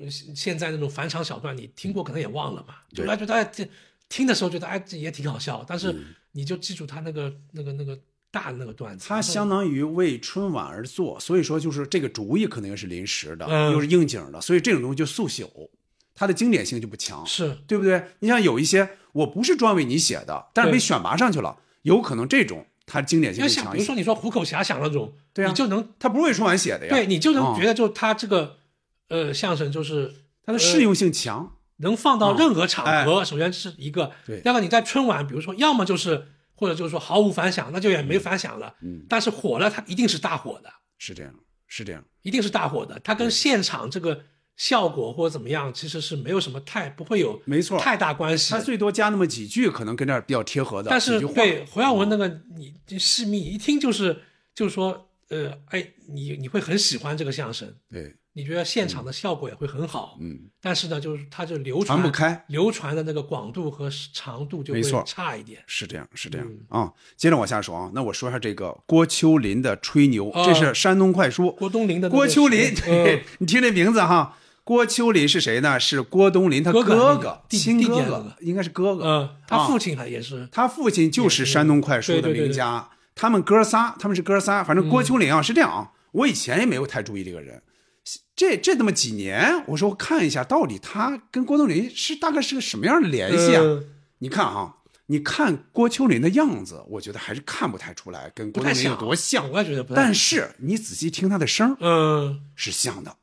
Speaker 8: 呃，现现在那种返场小段，你听过可能也忘了嘛，
Speaker 7: 嗯对
Speaker 8: 就来觉得哎这听的时候觉得哎这也挺好笑，但是
Speaker 7: 嗯
Speaker 8: 你就记住他那个那个那个大的那个段子，
Speaker 7: 它相当于为春晚而做，所以说就是这个主意可能又是临时的，
Speaker 8: 嗯
Speaker 7: 又是应景的，所以这种东西就速朽，它的经典性就不强，
Speaker 8: 是
Speaker 7: 对不对？你像有一些我不是专为你写的，但是被
Speaker 8: 对
Speaker 7: 选拔上去了，有可能这种它经典性
Speaker 8: 因为
Speaker 7: 更强
Speaker 8: 想，
Speaker 7: 一些。
Speaker 8: 比如说你说虎口遐想那种，
Speaker 7: 对啊
Speaker 8: 你就能
Speaker 7: 它不是魏春晚写的呀，
Speaker 8: 对你就能
Speaker 7: 嗯
Speaker 8: 觉得就他这个呃相声就是
Speaker 7: 它的适用性
Speaker 8: 呃
Speaker 7: 强，
Speaker 8: 能放到任何场
Speaker 7: 嗯
Speaker 8: 合，首先是一个
Speaker 7: 对，
Speaker 8: 第二个你在春晚，比如说要么就是或者就是说毫无反响，那就也没反响了，
Speaker 7: 嗯，
Speaker 8: 但是火了，它一定是大火的，
Speaker 7: 是这样，是这样，
Speaker 8: 一定是大火的，它跟现场这个效果或者怎么样，其实是没有什么太不会有
Speaker 7: 没错，
Speaker 8: 太大关系，
Speaker 7: 它最多加那么几句，可能跟这儿比较贴合的
Speaker 8: 但
Speaker 7: 几
Speaker 8: 是
Speaker 7: 句话。
Speaker 8: 对侯耀
Speaker 7: 嗯
Speaker 8: 文那个你这细密一听就是就是说呃哎你你会很喜欢这个相声，
Speaker 7: 对，
Speaker 8: 你觉得现场的效果也会很好，
Speaker 7: 嗯，
Speaker 8: 但是呢，就是它就流传
Speaker 7: 传不开，
Speaker 8: 流传的那个广度和长度就
Speaker 7: 没错呃
Speaker 8: 会差一点。
Speaker 7: 是这样，是这样
Speaker 8: 嗯
Speaker 7: 啊、接着往下说啊，那我说一下这个郭秋林的《吹牛》，这是山东快书。
Speaker 8: 啊郭冬临的那个
Speaker 7: 郭秋林，
Speaker 8: 书
Speaker 7: 对、你听这名字哈，郭秋林是谁呢？是郭冬临他
Speaker 8: 哥
Speaker 7: 哥
Speaker 8: 哥
Speaker 7: 哥，
Speaker 8: 弟弟
Speaker 7: 亲
Speaker 8: 弟
Speaker 7: 哥哥
Speaker 8: 弟还是哥哥
Speaker 7: 应该是哥哥。啊
Speaker 8: 嗯，他父亲还也是，
Speaker 7: 他父亲就是山东快书的名
Speaker 8: 对对嗯对
Speaker 7: 家。他们哥仨，他们是哥仨，反正郭秋林啊、是这样啊，我以前也没有太注意这个人。这这这么几年，我说我看一下到底他跟郭冬临是大概是个什么样的联系啊？
Speaker 8: 嗯
Speaker 7: 你看啊，你看郭秋林的样子，我觉得还是看不太出来跟
Speaker 8: 不
Speaker 7: 郭
Speaker 8: 太
Speaker 7: 冬临有
Speaker 8: 像，
Speaker 7: 多像。
Speaker 8: 我也觉得不太像。
Speaker 7: 但是你仔细听他的声，
Speaker 8: 嗯，
Speaker 7: 是像的。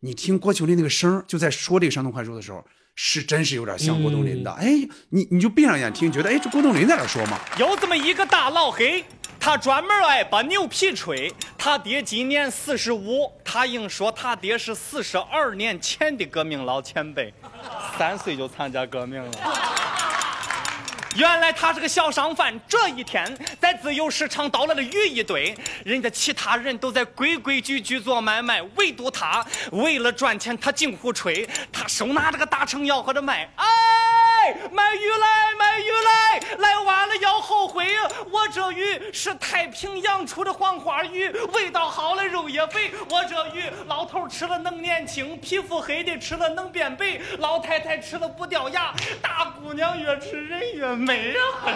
Speaker 7: 你听郭秋林那个声儿，就在说这个山东快书的时候，是真是有点像郭冬临
Speaker 8: 嗯
Speaker 7: 的。哎，你你就闭上眼听，觉得哎，这郭冬临在这说嘛？
Speaker 12: 有这么一个大老黑，他专门爱把牛皮吹。他爹今年四十五，他硬说他爹是四十二年前的革命老前辈，三岁就参加革命了。原来他是个小商贩。这一天，在自由市场倒来了鱼一堆，人家其他人都在规规矩矩做买卖，唯独他为了赚钱，他近乎吹。他手拿着个大秤吆喝着卖，哎，卖鱼来，卖鱼来，来晚了要后悔呀！我这鱼是太平洋出的黄花鱼，味道好了肉也肥。我这鱼老头吃了能年轻，皮肤黑的吃了能变白，老太太吃了不掉牙，大姑娘越吃人越美呀、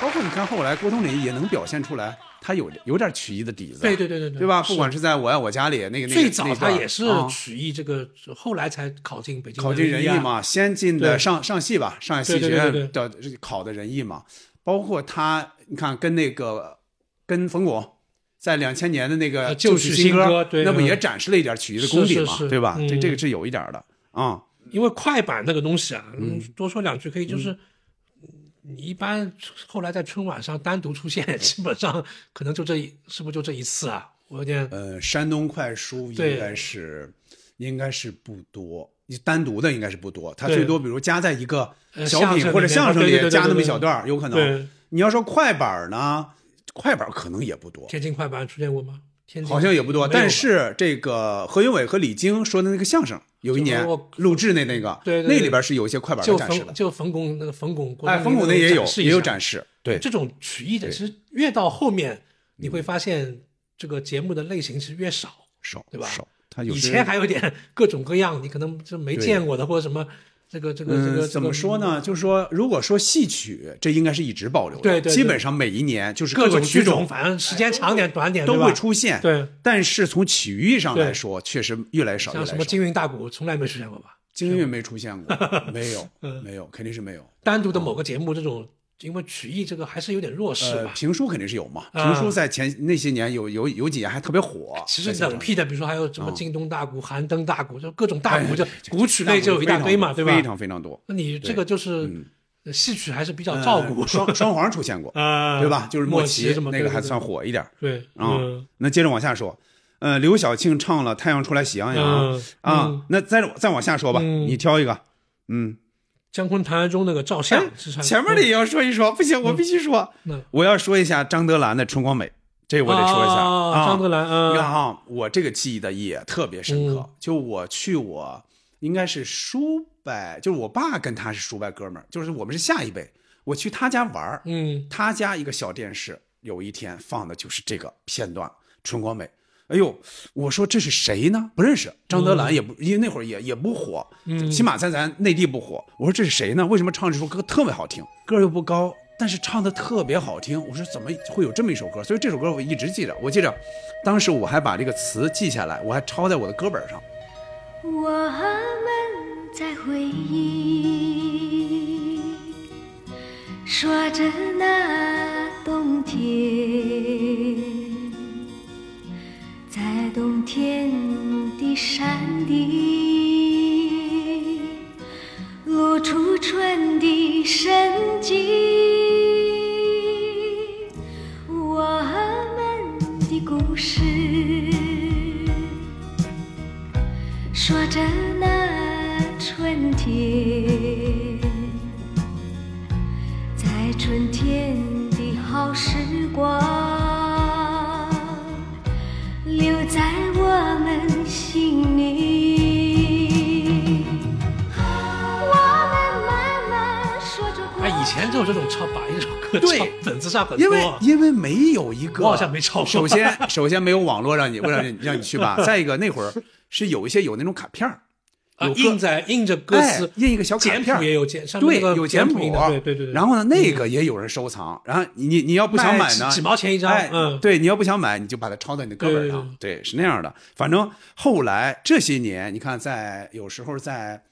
Speaker 7: 包括你看后来郭冬临也能表现出来，他有有点曲艺的底子，
Speaker 8: 对对对对对
Speaker 7: 对吧？
Speaker 8: 是
Speaker 7: 不管是在我爱我家里那个那个
Speaker 8: 最早
Speaker 7: 那
Speaker 8: 他
Speaker 7: 段
Speaker 8: 也是
Speaker 7: 啊
Speaker 8: 曲艺这个，后来才考进北京
Speaker 7: 考进人
Speaker 8: 啊
Speaker 7: 艺嘛，先进的
Speaker 8: 对
Speaker 7: 上上戏吧，上海戏
Speaker 8: 对
Speaker 7: 剧
Speaker 8: 对对
Speaker 7: 学
Speaker 8: 对
Speaker 7: 院的考的人艺嘛，包括他，你看跟那个跟冯巩。在两千年的那个
Speaker 8: 呃旧
Speaker 7: 曲
Speaker 8: 曲
Speaker 7: 新
Speaker 8: 新歌对
Speaker 7: 那不
Speaker 8: 嗯
Speaker 7: 也展示了一点曲艺的功底
Speaker 8: 是是
Speaker 7: 嘛，
Speaker 8: 是
Speaker 7: 对吧？这
Speaker 8: 嗯
Speaker 7: 这个是有一点的啊。
Speaker 8: 因为快板那个东西啊，
Speaker 7: 嗯
Speaker 8: 嗯，多说两句可以，就是你一般后来在春晚上单独出现， 基本上可能就这一，是不是就这一次啊？我有点
Speaker 7: 呃，山东快书应
Speaker 8: 对
Speaker 7: 该是应该是不多，你单独的应该是不多，它
Speaker 8: 对
Speaker 7: 最多比如加在一个
Speaker 8: 呃
Speaker 7: 小
Speaker 8: 相
Speaker 7: 品
Speaker 8: 声
Speaker 7: 或者
Speaker 8: 里面
Speaker 7: 相声
Speaker 8: 对对
Speaker 7: 里
Speaker 8: 对对
Speaker 7: 加那么一
Speaker 8: 对
Speaker 7: 小段儿，有可能
Speaker 8: 对。
Speaker 7: 你要说快板儿呢，快板儿可能也不多，
Speaker 8: 天津快板出现过吗？天津
Speaker 7: 好像也不多。
Speaker 8: 没有吧
Speaker 7: 但是这个何云伟和李菁说的那个相声，有一年
Speaker 8: 就我
Speaker 7: 录制那那个，
Speaker 8: 对对对
Speaker 7: 那里边是有一些快板
Speaker 8: 就
Speaker 7: 的展示
Speaker 8: 冯
Speaker 7: 的。
Speaker 8: 就冯巩那个冯巩，
Speaker 7: 哎，冯巩那也有也有展
Speaker 8: 示
Speaker 7: 示，
Speaker 8: 一下。
Speaker 7: 对，
Speaker 8: 这种曲艺的，
Speaker 7: 对嗯
Speaker 8: 其实越到后面你会发现这个节目的类型其实越少，
Speaker 7: 少
Speaker 8: 对吧？
Speaker 7: 少，他有
Speaker 8: 以
Speaker 7: 时
Speaker 8: 前还有点 各种各样，你可能就没
Speaker 7: 对
Speaker 8: 见过的或者什么。这个这个这个
Speaker 7: 嗯，怎么说？呢？就是说，如果说戏曲，这应该是一直保留的，
Speaker 8: 对对对
Speaker 7: 基本上每一年就是
Speaker 8: 各
Speaker 7: 个
Speaker 8: 种
Speaker 7: 曲
Speaker 8: 曲
Speaker 7: 种
Speaker 8: 种，反正时间长点短点
Speaker 7: 都
Speaker 8: 对吧
Speaker 7: 会出现。
Speaker 8: 对，
Speaker 7: 但是从曲艺上来说，确实越来越少，越
Speaker 8: 像
Speaker 7: 来
Speaker 8: 什
Speaker 7: 越
Speaker 8: 么
Speaker 7: 少。
Speaker 8: 京韵大鼓，从来没出现过吧？
Speaker 7: 京韵没出现 过，没有，
Speaker 8: 嗯
Speaker 7: 没有，肯定是没有。
Speaker 8: 单独的某个节目，这种因为曲艺这个还是有点弱势
Speaker 7: 呃，
Speaker 8: 吧。
Speaker 7: 评书肯定是有嘛，
Speaker 8: 啊
Speaker 7: 评书在前那些年有有有几年还特别火。
Speaker 8: 其实
Speaker 7: 在香
Speaker 8: 冷
Speaker 7: 港
Speaker 8: 僻的，比如说还有什么
Speaker 7: 嗯
Speaker 8: 京东大鼓、韩灯大鼓，就各种大鼓，
Speaker 7: 哎
Speaker 8: 就古曲类就有一大堆嘛，
Speaker 7: 非
Speaker 8: 对
Speaker 7: 常
Speaker 8: 吧？
Speaker 7: 非常非常多。
Speaker 8: 那你这个就是呃戏曲还是比较
Speaker 7: 呃
Speaker 8: 照顾
Speaker 7: 双双簧出现过，
Speaker 8: 啊
Speaker 7: 对吧？就是
Speaker 8: 莫
Speaker 7: 奇
Speaker 8: 什么
Speaker 7: 那个还算。
Speaker 8: 对对对
Speaker 7: 火一点。
Speaker 8: 对
Speaker 7: 啊、
Speaker 8: 嗯
Speaker 7: 那接着往下说，呃，刘晓庆唱了《太阳出来喜洋洋》
Speaker 8: 嗯
Speaker 7: 啊、
Speaker 8: 嗯
Speaker 7: 那再再往下说吧、
Speaker 8: 嗯
Speaker 7: 你挑一个，嗯，
Speaker 8: 姜昆谈案中那个照相，是啥
Speaker 7: 哎前面的也要说一说，不行，我必须说，
Speaker 8: 嗯
Speaker 7: 我要说一下张德兰的《春光美》，这我得说一下
Speaker 8: 啊张德兰
Speaker 7: 你
Speaker 8: 嗯
Speaker 7: 看啊，我这个记忆的也特别深刻，
Speaker 8: 嗯
Speaker 7: 就我去我应该是叔伯，就是我爸跟他是叔伯哥们儿，就是我们是下一辈，我去他家玩儿，
Speaker 8: 嗯，
Speaker 7: 他家一个小电视，有一天放的就是这个片段《春光美》。哎呦，我说这是谁呢？不认识，张德兰也不，因为那会儿也也不火，
Speaker 8: 嗯
Speaker 7: 起码在咱内地不火。我说这是谁呢？为什么唱这首歌特别好听？个儿又不高，但是唱的特别好听。我说怎么会有这么一首歌？所以这首歌我一直记着。我记着，当时我还把这个词记下来，我还抄在我的歌本上。
Speaker 2: 我们在回忆说着那冬天，在冬天的山地，露出春的生机。我们的故事，说着那春天，在春天的好时光，留在我们心里。我们慢慢说着过
Speaker 8: 哎，以前就有这种唱，把一首歌唱本子上很多，啊
Speaker 7: 因为因为没有一个，
Speaker 8: 我好像没抄过
Speaker 7: 首先， 首先没有网络让你让你让你去 吧。再一个，那会儿是有一些有那种卡片儿
Speaker 8: 啊
Speaker 7: 有歌
Speaker 8: 印在印着歌词
Speaker 7: 哎，印一个小卡片
Speaker 8: 简
Speaker 7: 儿
Speaker 8: 谱也有简，上面
Speaker 7: 对，
Speaker 8: 那个
Speaker 7: 有简
Speaker 8: 谱印的，对对对对。
Speaker 7: 然后呢，那个也有人收藏。然后你你你要不想买呢，
Speaker 8: 卖几几毛钱一张
Speaker 7: 哎
Speaker 8: 嗯
Speaker 7: 对，你要不想买，你就把它抄在你的课本上。对，是那样的。反正后来这些年，你看在有时候在。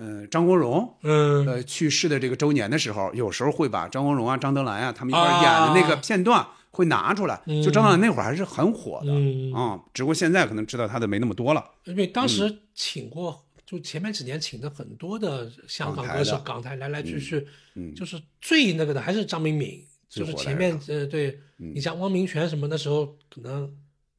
Speaker 7: 呃，张国荣，
Speaker 8: 嗯，
Speaker 7: 呃，去世的这个周年的时候，有时候会把张国荣啊、张德兰啊他们一块儿演的那个
Speaker 8: 啊
Speaker 7: 片段会拿出来。
Speaker 8: 嗯
Speaker 7: 就张德兰那会儿还是很火的，
Speaker 8: 嗯
Speaker 7: 嗯，只不过现在可能知道他的没那么多了。
Speaker 8: 因为当
Speaker 7: 嗯
Speaker 8: 时请过，就前面几年请的很多的香港歌手，
Speaker 7: 港
Speaker 8: 港台来来去去，
Speaker 7: 嗯
Speaker 8: 就是最那个的还是张明敏，就是前面呃对，
Speaker 7: 嗯
Speaker 8: 你像汪明荃什么那时候可能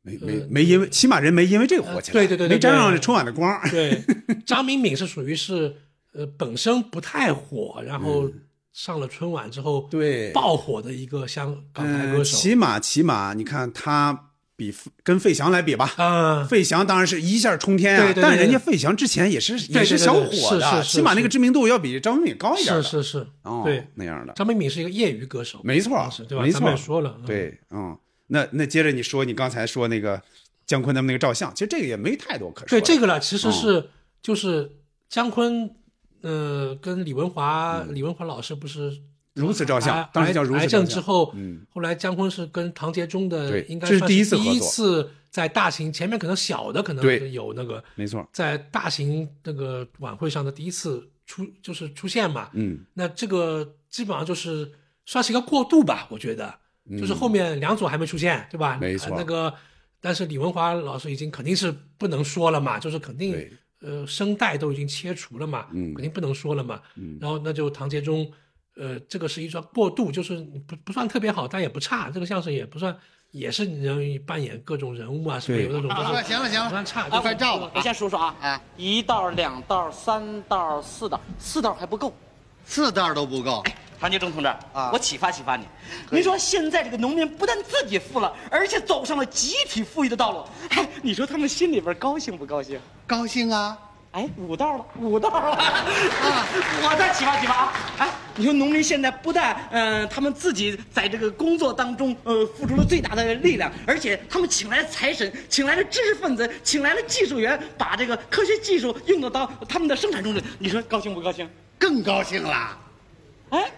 Speaker 7: 没没没因为，起码人没因为这个火起来，
Speaker 8: 呃对对对对
Speaker 7: 没沾上
Speaker 8: 对
Speaker 7: 这春晚的光。
Speaker 8: 对，张明敏是属于是呃本身不太火，然后上了春晚之后
Speaker 7: 嗯对
Speaker 8: 爆火的一个香港台
Speaker 7: 嗯，
Speaker 8: 歌手，
Speaker 7: 起码起码，你看他比跟费翔来比吧，
Speaker 8: 嗯，
Speaker 7: 费翔当然是一下冲天啊，
Speaker 8: 对对对
Speaker 7: 但
Speaker 8: 对
Speaker 7: 人家费翔之前也是也
Speaker 8: 对对对
Speaker 7: 小
Speaker 8: 对
Speaker 7: 火
Speaker 8: 是
Speaker 7: 的，
Speaker 8: 是是
Speaker 7: 起码那
Speaker 8: 是
Speaker 7: 个知名度要比张明敏高一点
Speaker 8: 是
Speaker 7: 的，
Speaker 8: 是是
Speaker 7: 哦，
Speaker 8: 对
Speaker 7: 那样的，
Speaker 8: 张明敏是一个业余歌手，
Speaker 7: 没错
Speaker 8: 当时，对吧？
Speaker 7: 没
Speaker 8: 咱们
Speaker 7: 错，
Speaker 8: 也说 了，嗯
Speaker 7: 对，嗯，那那接着你说，你刚才说那个姜昆他们那个照相，其实这个也没太多可说
Speaker 8: 对
Speaker 7: 的。
Speaker 8: 这个呢，其实
Speaker 7: 嗯
Speaker 8: 是、就是姜昆，呃，跟李文华，李文华老师不是
Speaker 7: 嗯如此照相
Speaker 8: 癌，
Speaker 7: 当时叫如
Speaker 8: 癌
Speaker 7: 此
Speaker 8: 癌
Speaker 7: 照
Speaker 8: 症
Speaker 7: 相
Speaker 8: 之后，
Speaker 7: 嗯，
Speaker 8: 后来姜昆是跟唐杰忠的
Speaker 7: 对，
Speaker 8: 应该
Speaker 7: 这是
Speaker 8: 算
Speaker 7: 第一次
Speaker 8: 次
Speaker 7: 合
Speaker 8: 第一
Speaker 7: 作
Speaker 8: 次在大型前面可能小的可能
Speaker 7: 对
Speaker 8: 有那个
Speaker 7: 没错，
Speaker 8: 在大型那个晚会上的第一次出就是出现嘛，
Speaker 7: 嗯，
Speaker 8: 那这个基本上就是算是一个过渡吧，我觉得，就是
Speaker 7: 嗯
Speaker 8: 后面梁左还没出现，对吧？
Speaker 7: 没错
Speaker 8: 呃那个，但是李文华老师已经肯定是不能说了嘛，就是肯定呃声带都已经切除了嘛，
Speaker 7: 嗯
Speaker 8: 肯定不能说了嘛。
Speaker 7: 嗯
Speaker 8: 然后那就唐杰忠，呃，这个是一段过渡，就是不不算特别好，但也不差，这个相声也不算。也是人扮演各种人物啊，什么
Speaker 7: 对
Speaker 8: 有那种就是
Speaker 12: 行了行了，
Speaker 8: 差
Speaker 12: 啊
Speaker 8: 快照吧
Speaker 12: 我先数数啊，哎，一道、两道、三道、四道，四道还不够，四道都不够。哎，唐杰忠同志啊，我启发启发你，您说现在这个农民不但自己富了，而且走上了集体富裕的道路，哎，你说他们心里边高兴不高兴？高兴啊！哎，五道了，五道了！啊， 我再启发启发啊！哎，你说农民现在不但嗯、呃他们自己在这个工作当中呃付出了最大的力量，而且他们请来了财神，请来了知识分子，请来了技术员，把这个科学技术用到到他们的生产中去。你说高兴不高兴？更高兴啦！哎，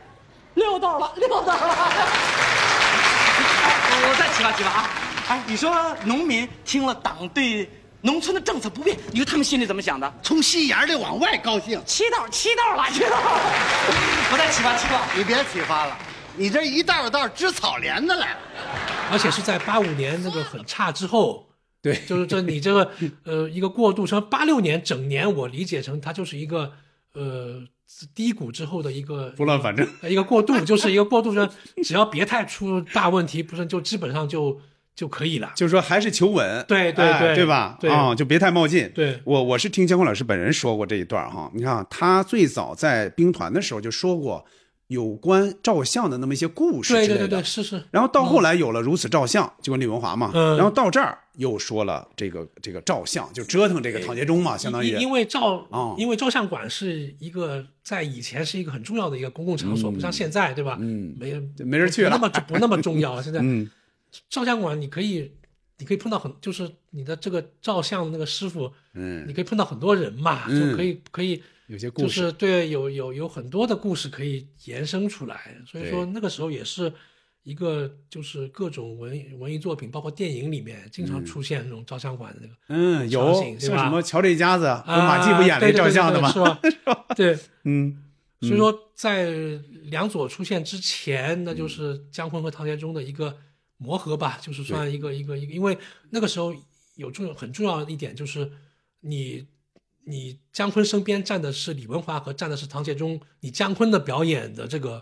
Speaker 12: 六道了，六道了！哎我再启发启发啊！哎，你说农民听了党对农村的政策不变，你说他们心里怎么想的？从心眼里往外高兴。七道，七道了，七道了！我再启发启发。
Speaker 1: 你别启发了，你这一道道织草帘子来了。
Speaker 8: 而且是在八五年那个很差之后，对，就是这你这个呃一个过渡，成八六年整年，我理解成它就是一个呃低谷之后的一个呃
Speaker 7: 拨乱反正。
Speaker 8: 一个过渡， 就是一个过渡，就是只要别太出大问题，不是就基本上就就可以了。
Speaker 7: 就是说还是求稳，
Speaker 8: 对对
Speaker 7: 哎
Speaker 8: 对
Speaker 7: 对，吧？
Speaker 8: 对
Speaker 7: 啊、就别太冒进。
Speaker 8: 对
Speaker 7: 我我是听姜昆老师本人说过这一段儿哈，你看啊他最早在兵团的时候就说过有关照相的那么一些故事之
Speaker 8: 对
Speaker 7: 类的。
Speaker 8: 对对对，是是。
Speaker 7: 然后到后来有了如此照相，就跟李文华嘛，
Speaker 8: 嗯
Speaker 7: 然后到这儿又说了这个这个照相，就折腾这个唐杰忠嘛，相当于
Speaker 8: 哎因因为照
Speaker 7: 哦，
Speaker 8: 因为照相馆是一个在以前是一个很重要的一个公共场所，
Speaker 7: 嗯
Speaker 8: 不像现在，对吧？
Speaker 7: 嗯，
Speaker 8: 没人
Speaker 7: 没人去了
Speaker 8: 不那么不那么重要了。现在，
Speaker 7: 嗯，
Speaker 8: 照相馆你可以，你可以碰到很，就是你的这个照相的那个师傅，
Speaker 7: 嗯
Speaker 8: 你可以碰到很多人嘛，
Speaker 7: 嗯
Speaker 8: 就可以可以
Speaker 7: 有些故
Speaker 8: 就
Speaker 7: 事
Speaker 8: 是对有有有很多的故事可以延伸出来，所以说
Speaker 7: 对
Speaker 8: 那个时候也是一个就是各种文文艺作品，包括电影里面经常
Speaker 7: 嗯
Speaker 8: 出现那种照相馆的那个
Speaker 7: 嗯有
Speaker 8: 场景对
Speaker 7: 像
Speaker 8: 吧啊
Speaker 7: 什么乔这一家子跟马季不演了一照相的吗？
Speaker 8: 啊对对对对是吧？对，
Speaker 7: 嗯，嗯
Speaker 8: 所以说，在梁左出现之前，那就是姜昆和唐玄宗的一个磨合吧，就是算一个一个一个，因为那个时候有重要很重要的一点就是你。你姜昆身边站的是李文华和站的是唐杰忠，你姜昆的表演的这个、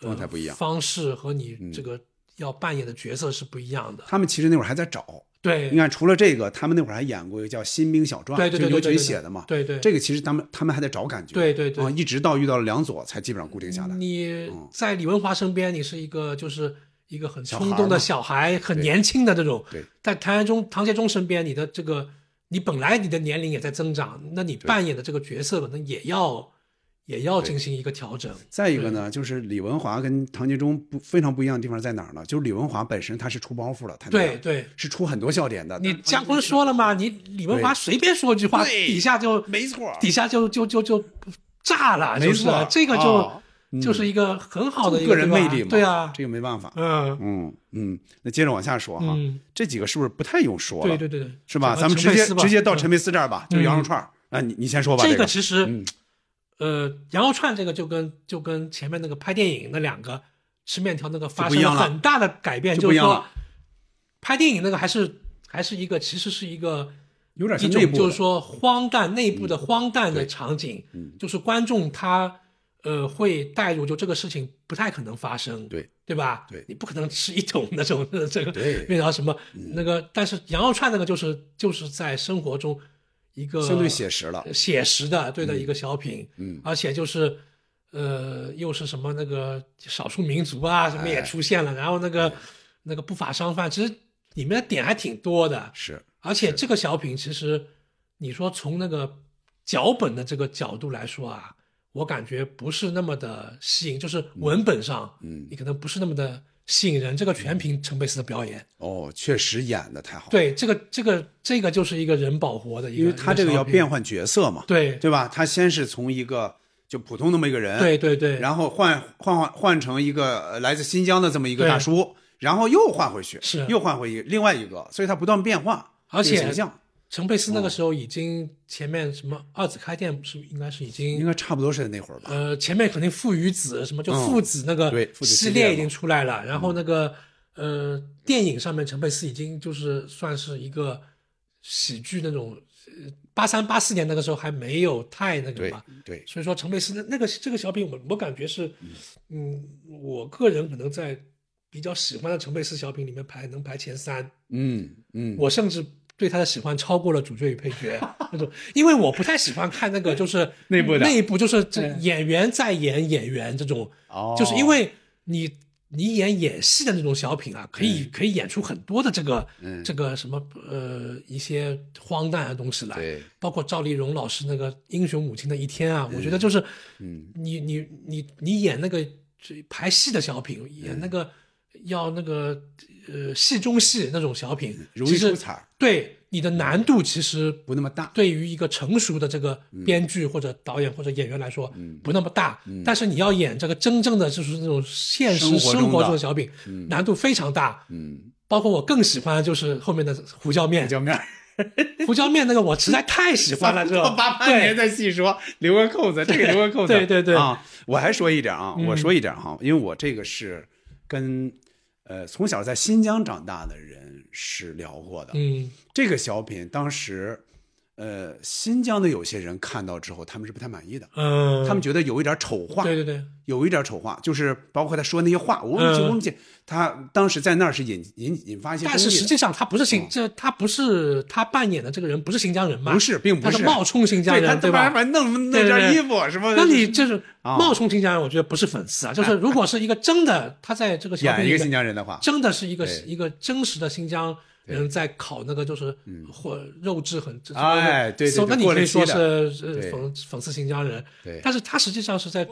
Speaker 8: 呃、
Speaker 7: 状态不一样嗯
Speaker 8: 方式和你这个要扮演的角色是不一样的。
Speaker 7: 他们其实那会儿还在找。
Speaker 8: 对
Speaker 7: 你看，除了这个，他们那会儿还演过一个叫《新兵小传》，
Speaker 8: 对对对对
Speaker 7: 就
Speaker 8: 对
Speaker 7: 牛群
Speaker 8: 对
Speaker 7: 写的嘛。
Speaker 8: 对对
Speaker 7: 这个其实他们他们还在找感觉。
Speaker 8: 对对对
Speaker 7: 啊，一直到遇到了梁左，才基本上固定下来。嗯
Speaker 8: 你在李文华身边，你是一个就是一个很
Speaker 7: 小孩
Speaker 8: 冲动的
Speaker 7: 嘛
Speaker 8: 小孩，很
Speaker 7: 对
Speaker 8: 年轻的这种。
Speaker 7: 对，
Speaker 8: 在唐杰忠唐杰忠身边，你的这个你本来你的年龄也在增长，那你扮演的这个角色可能也要也要进行一个调整。
Speaker 7: 再一个呢，就是李文华跟唐杰忠不非常不一样的地方在哪儿呢？就是李文华本身他是出包袱了，他那
Speaker 8: 对
Speaker 7: 样
Speaker 8: 对，
Speaker 7: 是出很多笑点的。
Speaker 8: 你姜昆说了嘛，你李文华随便说句话，
Speaker 7: 对
Speaker 8: 底下就
Speaker 7: 没错，
Speaker 8: 底下就就就就炸了，
Speaker 7: 没
Speaker 8: 就是
Speaker 7: 错
Speaker 8: 这个就
Speaker 7: 啊
Speaker 8: 就是一个很好的一
Speaker 7: 个人
Speaker 8: 对
Speaker 7: 魅
Speaker 8: 吧
Speaker 7: 力嘛，
Speaker 8: 对啊，
Speaker 7: 这个没办法。
Speaker 8: 嗯
Speaker 7: 嗯嗯，那接着往下说哈
Speaker 8: 嗯，
Speaker 7: 这几个是不是不太用说了？
Speaker 8: 对对对对
Speaker 7: 是吧？
Speaker 8: 什么
Speaker 7: 咱们直
Speaker 8: 陈佩
Speaker 7: 接
Speaker 8: 斯吧
Speaker 7: 直接到陈佩斯这儿吧，
Speaker 8: 嗯
Speaker 7: 就是羊肉串儿啊，你你先说吧。
Speaker 8: 这
Speaker 7: 这嗯
Speaker 8: 个其实，呃，羊肉串这个就跟就跟前面那个拍电影那两个吃面条那个
Speaker 7: 就
Speaker 8: 发
Speaker 7: 不
Speaker 8: 生
Speaker 7: 一样
Speaker 8: 了
Speaker 7: 了
Speaker 8: 很大的改变，
Speaker 7: 就
Speaker 8: 就
Speaker 7: 不一
Speaker 8: 是
Speaker 7: 样
Speaker 8: 说
Speaker 7: 了
Speaker 8: 拍电影那个还是还是一个其实是一个
Speaker 7: 有点
Speaker 8: 一
Speaker 7: 像内
Speaker 8: 种
Speaker 7: 部
Speaker 8: 就是
Speaker 7: 的嗯
Speaker 8: 说荒诞内部的荒诞的场景，就是观众他呃会带入，就这个事情不太可能发生，
Speaker 7: 对
Speaker 8: 对吧？
Speaker 7: 对
Speaker 8: 你不可能吃一桶那种这个
Speaker 7: 对嗯
Speaker 8: 面条什么那个，但是羊肉串那个就是就是在生活中一个呃
Speaker 7: 相对写实了
Speaker 8: 写实的对的
Speaker 7: 嗯
Speaker 8: 一个小品，
Speaker 7: 啊嗯
Speaker 8: 而且就是呃又是什么那个少数民族啊什么也
Speaker 7: 哎
Speaker 8: 出现了，然后那个那个不法商贩，其实里面的点还挺多的，
Speaker 7: 是
Speaker 8: 而且这个小品其实，你说从那个脚本的这个角度来说啊，我感觉不是那么的吸引，就是文本上，
Speaker 7: 嗯
Speaker 8: 你可能不是那么的吸引人。这个全凭陈佩斯的表演。
Speaker 7: 哦，确实演的太好了。
Speaker 8: 对，这个这个这个就是一个人保活的一个，
Speaker 7: 因为他这
Speaker 8: 一
Speaker 7: 个
Speaker 8: 小
Speaker 7: 要
Speaker 8: 品
Speaker 7: 变换角色嘛，
Speaker 8: 对
Speaker 7: 对吧？他先是从一个就普通那么一个人，
Speaker 8: 对对对
Speaker 7: 然后换换换换成一个呃来自新疆的这么一个
Speaker 8: 对
Speaker 7: 大叔，然后又换回去，
Speaker 8: 是
Speaker 7: 又换回一个另外一个，所以他不断变换，
Speaker 8: 而
Speaker 7: 这
Speaker 8: 且
Speaker 7: 个形象
Speaker 8: 陈佩斯
Speaker 7: 嗯
Speaker 8: 那个时候已经前面什么二子开店是应该是已经
Speaker 7: 应该差不多是那会儿吧。
Speaker 8: 呃，前面肯定父与子什么，就
Speaker 7: 嗯
Speaker 8: 父子那个
Speaker 7: 对父子
Speaker 8: 系
Speaker 7: 系列嘛
Speaker 8: 已
Speaker 7: 嗯
Speaker 8: 经出来了，然后那个呃，电影上面陈佩斯已经就是算是一个喜剧那种，八三八四年那个时候还没有太那个
Speaker 7: 对
Speaker 8: 嘛，
Speaker 7: 对，
Speaker 8: 所以说陈佩斯那那个这个小品我，我感觉是，嗯，我个人可能在比较喜欢的陈佩斯小品里面排能排前三，
Speaker 7: 嗯嗯，
Speaker 8: 我甚至对他的喜欢超过了主角与配角 那种，因为我不太喜欢看那个就是
Speaker 7: 内部的
Speaker 8: 内部就是这
Speaker 7: 嗯
Speaker 8: 演员在演演员这种，
Speaker 7: 哦
Speaker 8: 就是因为你你演演戏的那种小品啊，可以、
Speaker 7: 嗯
Speaker 8: 可以演出很多的这个、这个什么呃一些荒诞的东西来，包括赵丽蓉老师那个《英雄母亲的一天》啊，我觉得就是
Speaker 7: 嗯
Speaker 8: 你你你你演那个这排戏的小品，
Speaker 7: 嗯
Speaker 8: 演那个要那个呃戏中戏那种小品，
Speaker 7: 嗯容易
Speaker 8: 其实
Speaker 7: 出彩儿嗯
Speaker 8: 对你的难度其实
Speaker 7: 不那么大，
Speaker 8: 对于一个成熟的这个
Speaker 7: 嗯
Speaker 8: 编剧或者导演或者演员来说，不那么大。但是你要演这个真正的就是那种现实
Speaker 7: 生活中的
Speaker 8: 生活中的小品，
Speaker 7: 嗯
Speaker 8: 难度非常大。
Speaker 7: 嗯，
Speaker 8: 包括我更喜欢的就是后面的胡椒面，胡 椒
Speaker 7: 面，
Speaker 8: 胡椒面那个我实在太喜 欢了，这
Speaker 7: 八八年
Speaker 8: 对
Speaker 7: 再细说，留个扣子，这个留个扣子。
Speaker 8: 对对对
Speaker 7: 啊！我还说一点啊，
Speaker 8: 嗯
Speaker 7: 我说一点哈、因为我这个是跟呃从小在新疆长大的人是聊过的。
Speaker 8: 嗯，
Speaker 7: 这个小品当时，呃，新疆的有些人看到之后，他们是不太满意的。
Speaker 8: 嗯
Speaker 7: 他们觉得有一点丑化。
Speaker 8: 对对对，
Speaker 7: 有一点丑化，就是包括他说那些话，我们去，
Speaker 8: 嗯
Speaker 7: 我们去，他当时在那儿是引引引发一些争议
Speaker 8: 但
Speaker 7: 的。
Speaker 8: 是实际上他不是新，这他不是他扮演的这个人不是新疆人嘛？
Speaker 7: 不是，并不
Speaker 8: 他
Speaker 7: 是
Speaker 8: 是冒充新疆
Speaker 7: 对他
Speaker 8: 人，
Speaker 7: 他
Speaker 8: 对吧？
Speaker 7: 反正弄
Speaker 8: 对
Speaker 7: 弄
Speaker 8: 对
Speaker 7: 件
Speaker 8: 对
Speaker 7: 衣服什么的，
Speaker 8: 那你就是
Speaker 7: 啊哎
Speaker 8: 冒充新疆人，我觉得不是粉丝啊，就是如果是一个真的，他在这个小品
Speaker 7: 演
Speaker 8: 里
Speaker 7: 一个
Speaker 8: 面
Speaker 7: 新疆人的话
Speaker 8: 真的是一个
Speaker 7: 对
Speaker 8: 一个真实的新疆人在烤那个就是或肉质很，
Speaker 7: 嗯哎对对
Speaker 8: 所以
Speaker 7: 对
Speaker 8: 那你
Speaker 7: 过
Speaker 8: 可
Speaker 7: 滤
Speaker 8: 以
Speaker 7: 器
Speaker 8: 说
Speaker 7: 的
Speaker 8: 是呃
Speaker 7: 对
Speaker 8: 讽讽刺新疆人
Speaker 7: 对，
Speaker 8: 但是他实际上是在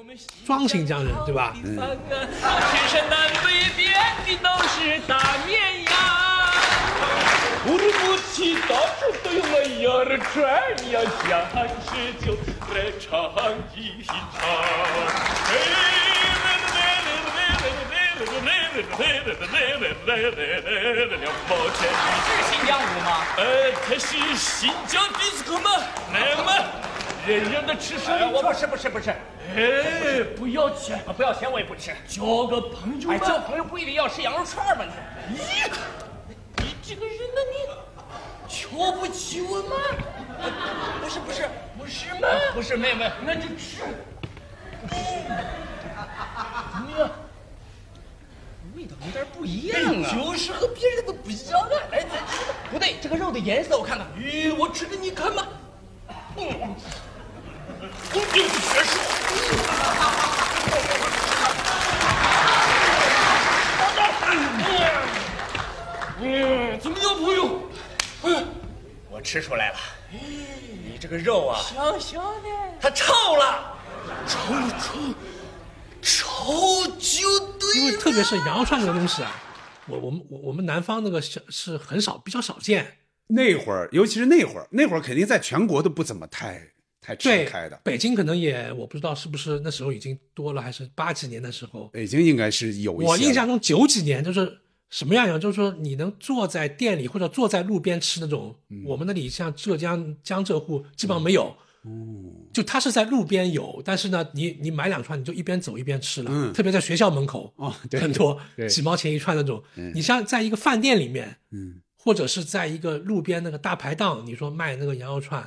Speaker 8: 装新疆人，对
Speaker 9: 哎
Speaker 8: 吧？
Speaker 9: 天山南北遍地都是大绵羊，乌鲁木齐到处都有我羊肉串，你要想吃就来尝一尝。这是新疆舞吗？呃，它是新疆迪斯科吗？来嘛，忍让他吃生
Speaker 5: 哎
Speaker 9: 我
Speaker 5: 我
Speaker 9: 不
Speaker 5: 不
Speaker 9: 是
Speaker 5: 是
Speaker 9: 不是不是，哎，
Speaker 5: 不要钱，啊不要钱我也不吃。
Speaker 9: 交个朋友吧
Speaker 5: 哎，交朋友不一定要吃羊肉串吗？你，咦，你这个人呢，你瞧不起我吗？不是不是不是吗？不是妹妹，那就吃。你呀，味道有点不一样啊，
Speaker 9: 就是
Speaker 5: 和别人的不一样啊。哎，咱吃吧不对，这个肉的颜色我看看。咦，我吃给你看吧。嗯，我就是学术。
Speaker 9: 嗯，怎么交朋友？
Speaker 5: 我吃出来了，你这个肉啊，
Speaker 9: 香香的，
Speaker 5: 它臭了，
Speaker 9: 臭臭
Speaker 5: 臭就对
Speaker 8: 因为特别是羊肉串这个东西啊，我我们我我们南方那个是是很少，比较少见。
Speaker 7: 那会儿，尤其是那会儿，那会儿肯定在全国都不怎么太太吃得
Speaker 8: 对
Speaker 7: 开的，。
Speaker 8: 北京可能也我不知道是不是那时候已经多了，还是八几年的时候。
Speaker 7: 北京应该是有一些。
Speaker 8: 我印象中九几年就是什么样样，就是说你能坐在店里或者坐在路边吃那种，
Speaker 7: 嗯
Speaker 8: 我们那里像浙江江浙沪基本上没有。
Speaker 7: 嗯
Speaker 8: 就它是在路边有，但是呢，你你买两串，你就一边走一边吃了。
Speaker 7: 嗯
Speaker 8: 特别在学校门口，
Speaker 7: 哦 对
Speaker 8: 很多
Speaker 7: 对
Speaker 8: 几毛钱一串那种。
Speaker 7: 嗯
Speaker 8: 你像在一个饭店里面，
Speaker 7: 嗯，
Speaker 8: 或者是在一个路边那个大排档，你说卖那个羊肉串，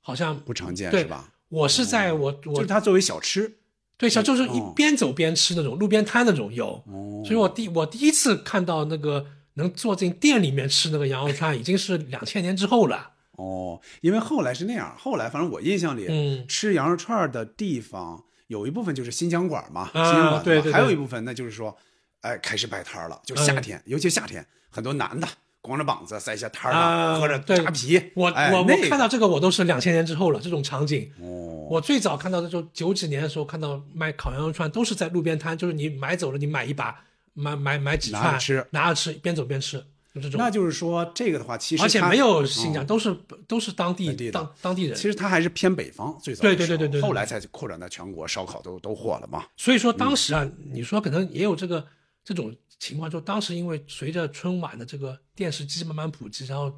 Speaker 8: 好像
Speaker 7: 不常见
Speaker 8: 对
Speaker 7: 是吧？嗯
Speaker 8: 我是在我我
Speaker 7: 就是它作为小吃，
Speaker 8: 对，小就是一
Speaker 7: 哦
Speaker 8: 边走边吃那种路边摊那种有，所以我第我第一次看到 那个能坐进店里面吃那个羊肉串，已经是两千年之后了。
Speaker 7: 哦，因为后来是那样，后来反正我印象里，
Speaker 8: 嗯
Speaker 7: 吃羊肉串儿的地方有一部分就是新疆馆嘛，
Speaker 8: 啊
Speaker 7: 新疆馆子嘛
Speaker 8: 对对对
Speaker 7: 还有一部分那就是说，哎，开始摆摊儿了，就夏
Speaker 8: 嗯
Speaker 7: 天，尤其夏天，很多男的光着膀子在一些摊儿上、
Speaker 8: 啊
Speaker 7: 喝着
Speaker 8: 对
Speaker 7: 扎啤，
Speaker 8: 我、
Speaker 7: 哎、
Speaker 8: 我
Speaker 7: 那
Speaker 8: 我
Speaker 7: 个哦
Speaker 8: 看到这个我都是两千年之后了，这种场景。我最早看到的就九几年的时候看到卖烤羊肉串都是在路边摊，就是你买走了你买一把，买买买几
Speaker 7: 拿
Speaker 8: 串
Speaker 7: 着吃，
Speaker 8: 拿着吃，边走边吃，就这种。
Speaker 7: 那就是说这个的话，其实
Speaker 8: 而且
Speaker 7: 它
Speaker 8: 没有新疆，
Speaker 7: 嗯
Speaker 8: 都是都是当地当当地人。
Speaker 7: 其实它还是偏北方最早的
Speaker 8: 对对对
Speaker 7: 时候
Speaker 8: 对对对
Speaker 7: 后来才扩展到全国，烧烤都都火了嘛。
Speaker 8: 所以说当时啊，你说可能也有这个这种情况，就当时因为随着春晚的这个电视机慢慢普及，然后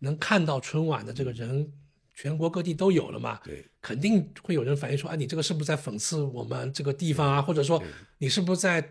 Speaker 8: 能看到春晚的这个人，全国各地都有了嘛，
Speaker 7: 对，
Speaker 8: 肯定会有人反映说，啊，你这个是不是在讽刺我们这个地方
Speaker 7: 嗯
Speaker 8: 啊，或者说你是不是在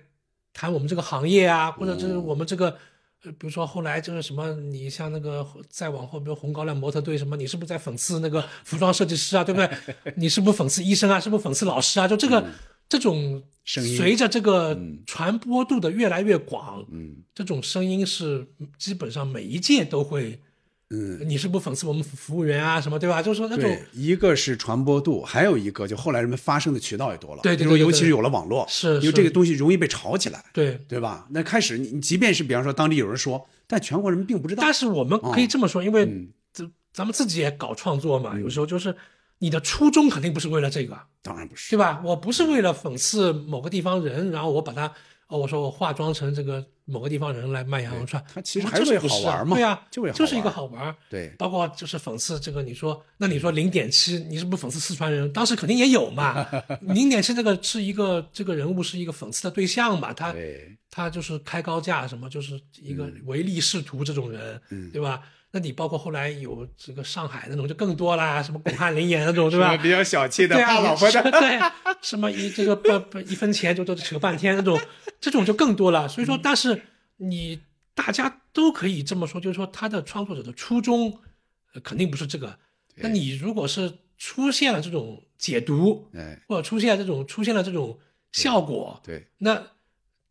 Speaker 8: 谈我们这个行业啊，
Speaker 7: 嗯
Speaker 8: 或者就是我们这个。呃比如说后来就是什么，你像那个再往后，比如红高粱模特队什么，你是不是在讽刺那个服装设计师啊，对不 对？你是不是讽刺医生啊？是不是讽刺老师啊？就这个、这种
Speaker 7: 嗯声音
Speaker 8: 随着这个传播度的越来越广，嗯，这种声音是基本上每一届都会，
Speaker 7: 嗯，
Speaker 8: 你是不是讽刺我们服务员啊什么，对吧？就是说那种
Speaker 7: 对，一个是传播度，还有一个就后来人们发声的渠道也多了，
Speaker 8: 对对
Speaker 7: 比
Speaker 8: 对
Speaker 7: 如
Speaker 8: 对
Speaker 7: 尤
Speaker 8: 对
Speaker 7: 其是有了网络，
Speaker 8: 是
Speaker 7: 因为
Speaker 8: 是
Speaker 7: 这个东西容易被炒起来，
Speaker 8: 对
Speaker 7: 对吧？那开始你你即便是比方说当地有人说，但全国人并不知道。
Speaker 8: 但是我们可以这么说，因
Speaker 7: 嗯
Speaker 8: 为咱咱们自己也搞创作嘛，有时候就是你的初衷肯定不是为了这个，
Speaker 7: 当然不是，
Speaker 8: 对吧？我不是为了讽刺某个地方人，然后我把它，哦，我说我化妆成这个某个地方人来卖羊肉串，它
Speaker 7: 其实还
Speaker 8: 就是
Speaker 7: 为
Speaker 8: 不
Speaker 7: 好
Speaker 8: 是啊
Speaker 7: 玩嘛
Speaker 8: 对呀，
Speaker 7: 就为好
Speaker 8: 就是一
Speaker 7: 玩
Speaker 8: 个好玩儿。
Speaker 7: 对，
Speaker 8: 包括就是讽刺这个，你说，那你说零点七，你是不是讽刺四川人？当时肯定也 有嘛。零点七这个是一个这个人物是一个讽刺的对象嘛，他他就是开高价什么，就是一个
Speaker 7: 嗯
Speaker 8: 唯利是图这种人，对吧？那你包括后来有这个上海那种就更多啦，什么巩汉林演那种，对吧？
Speaker 7: 什么比较小气的
Speaker 8: 对啊
Speaker 7: 怕老婆的
Speaker 8: 对，什么一这个不不一分钱就都扯半天那种，这种就更多了。所
Speaker 7: 嗯
Speaker 8: 以说，但是你大家都可以这么说，就是说他的创作者的初衷、呃肯定不是这个。那你如果是出现了这种解读，
Speaker 7: 哎，
Speaker 8: 或者出现这种出现了这种效果，
Speaker 7: 对，
Speaker 8: 那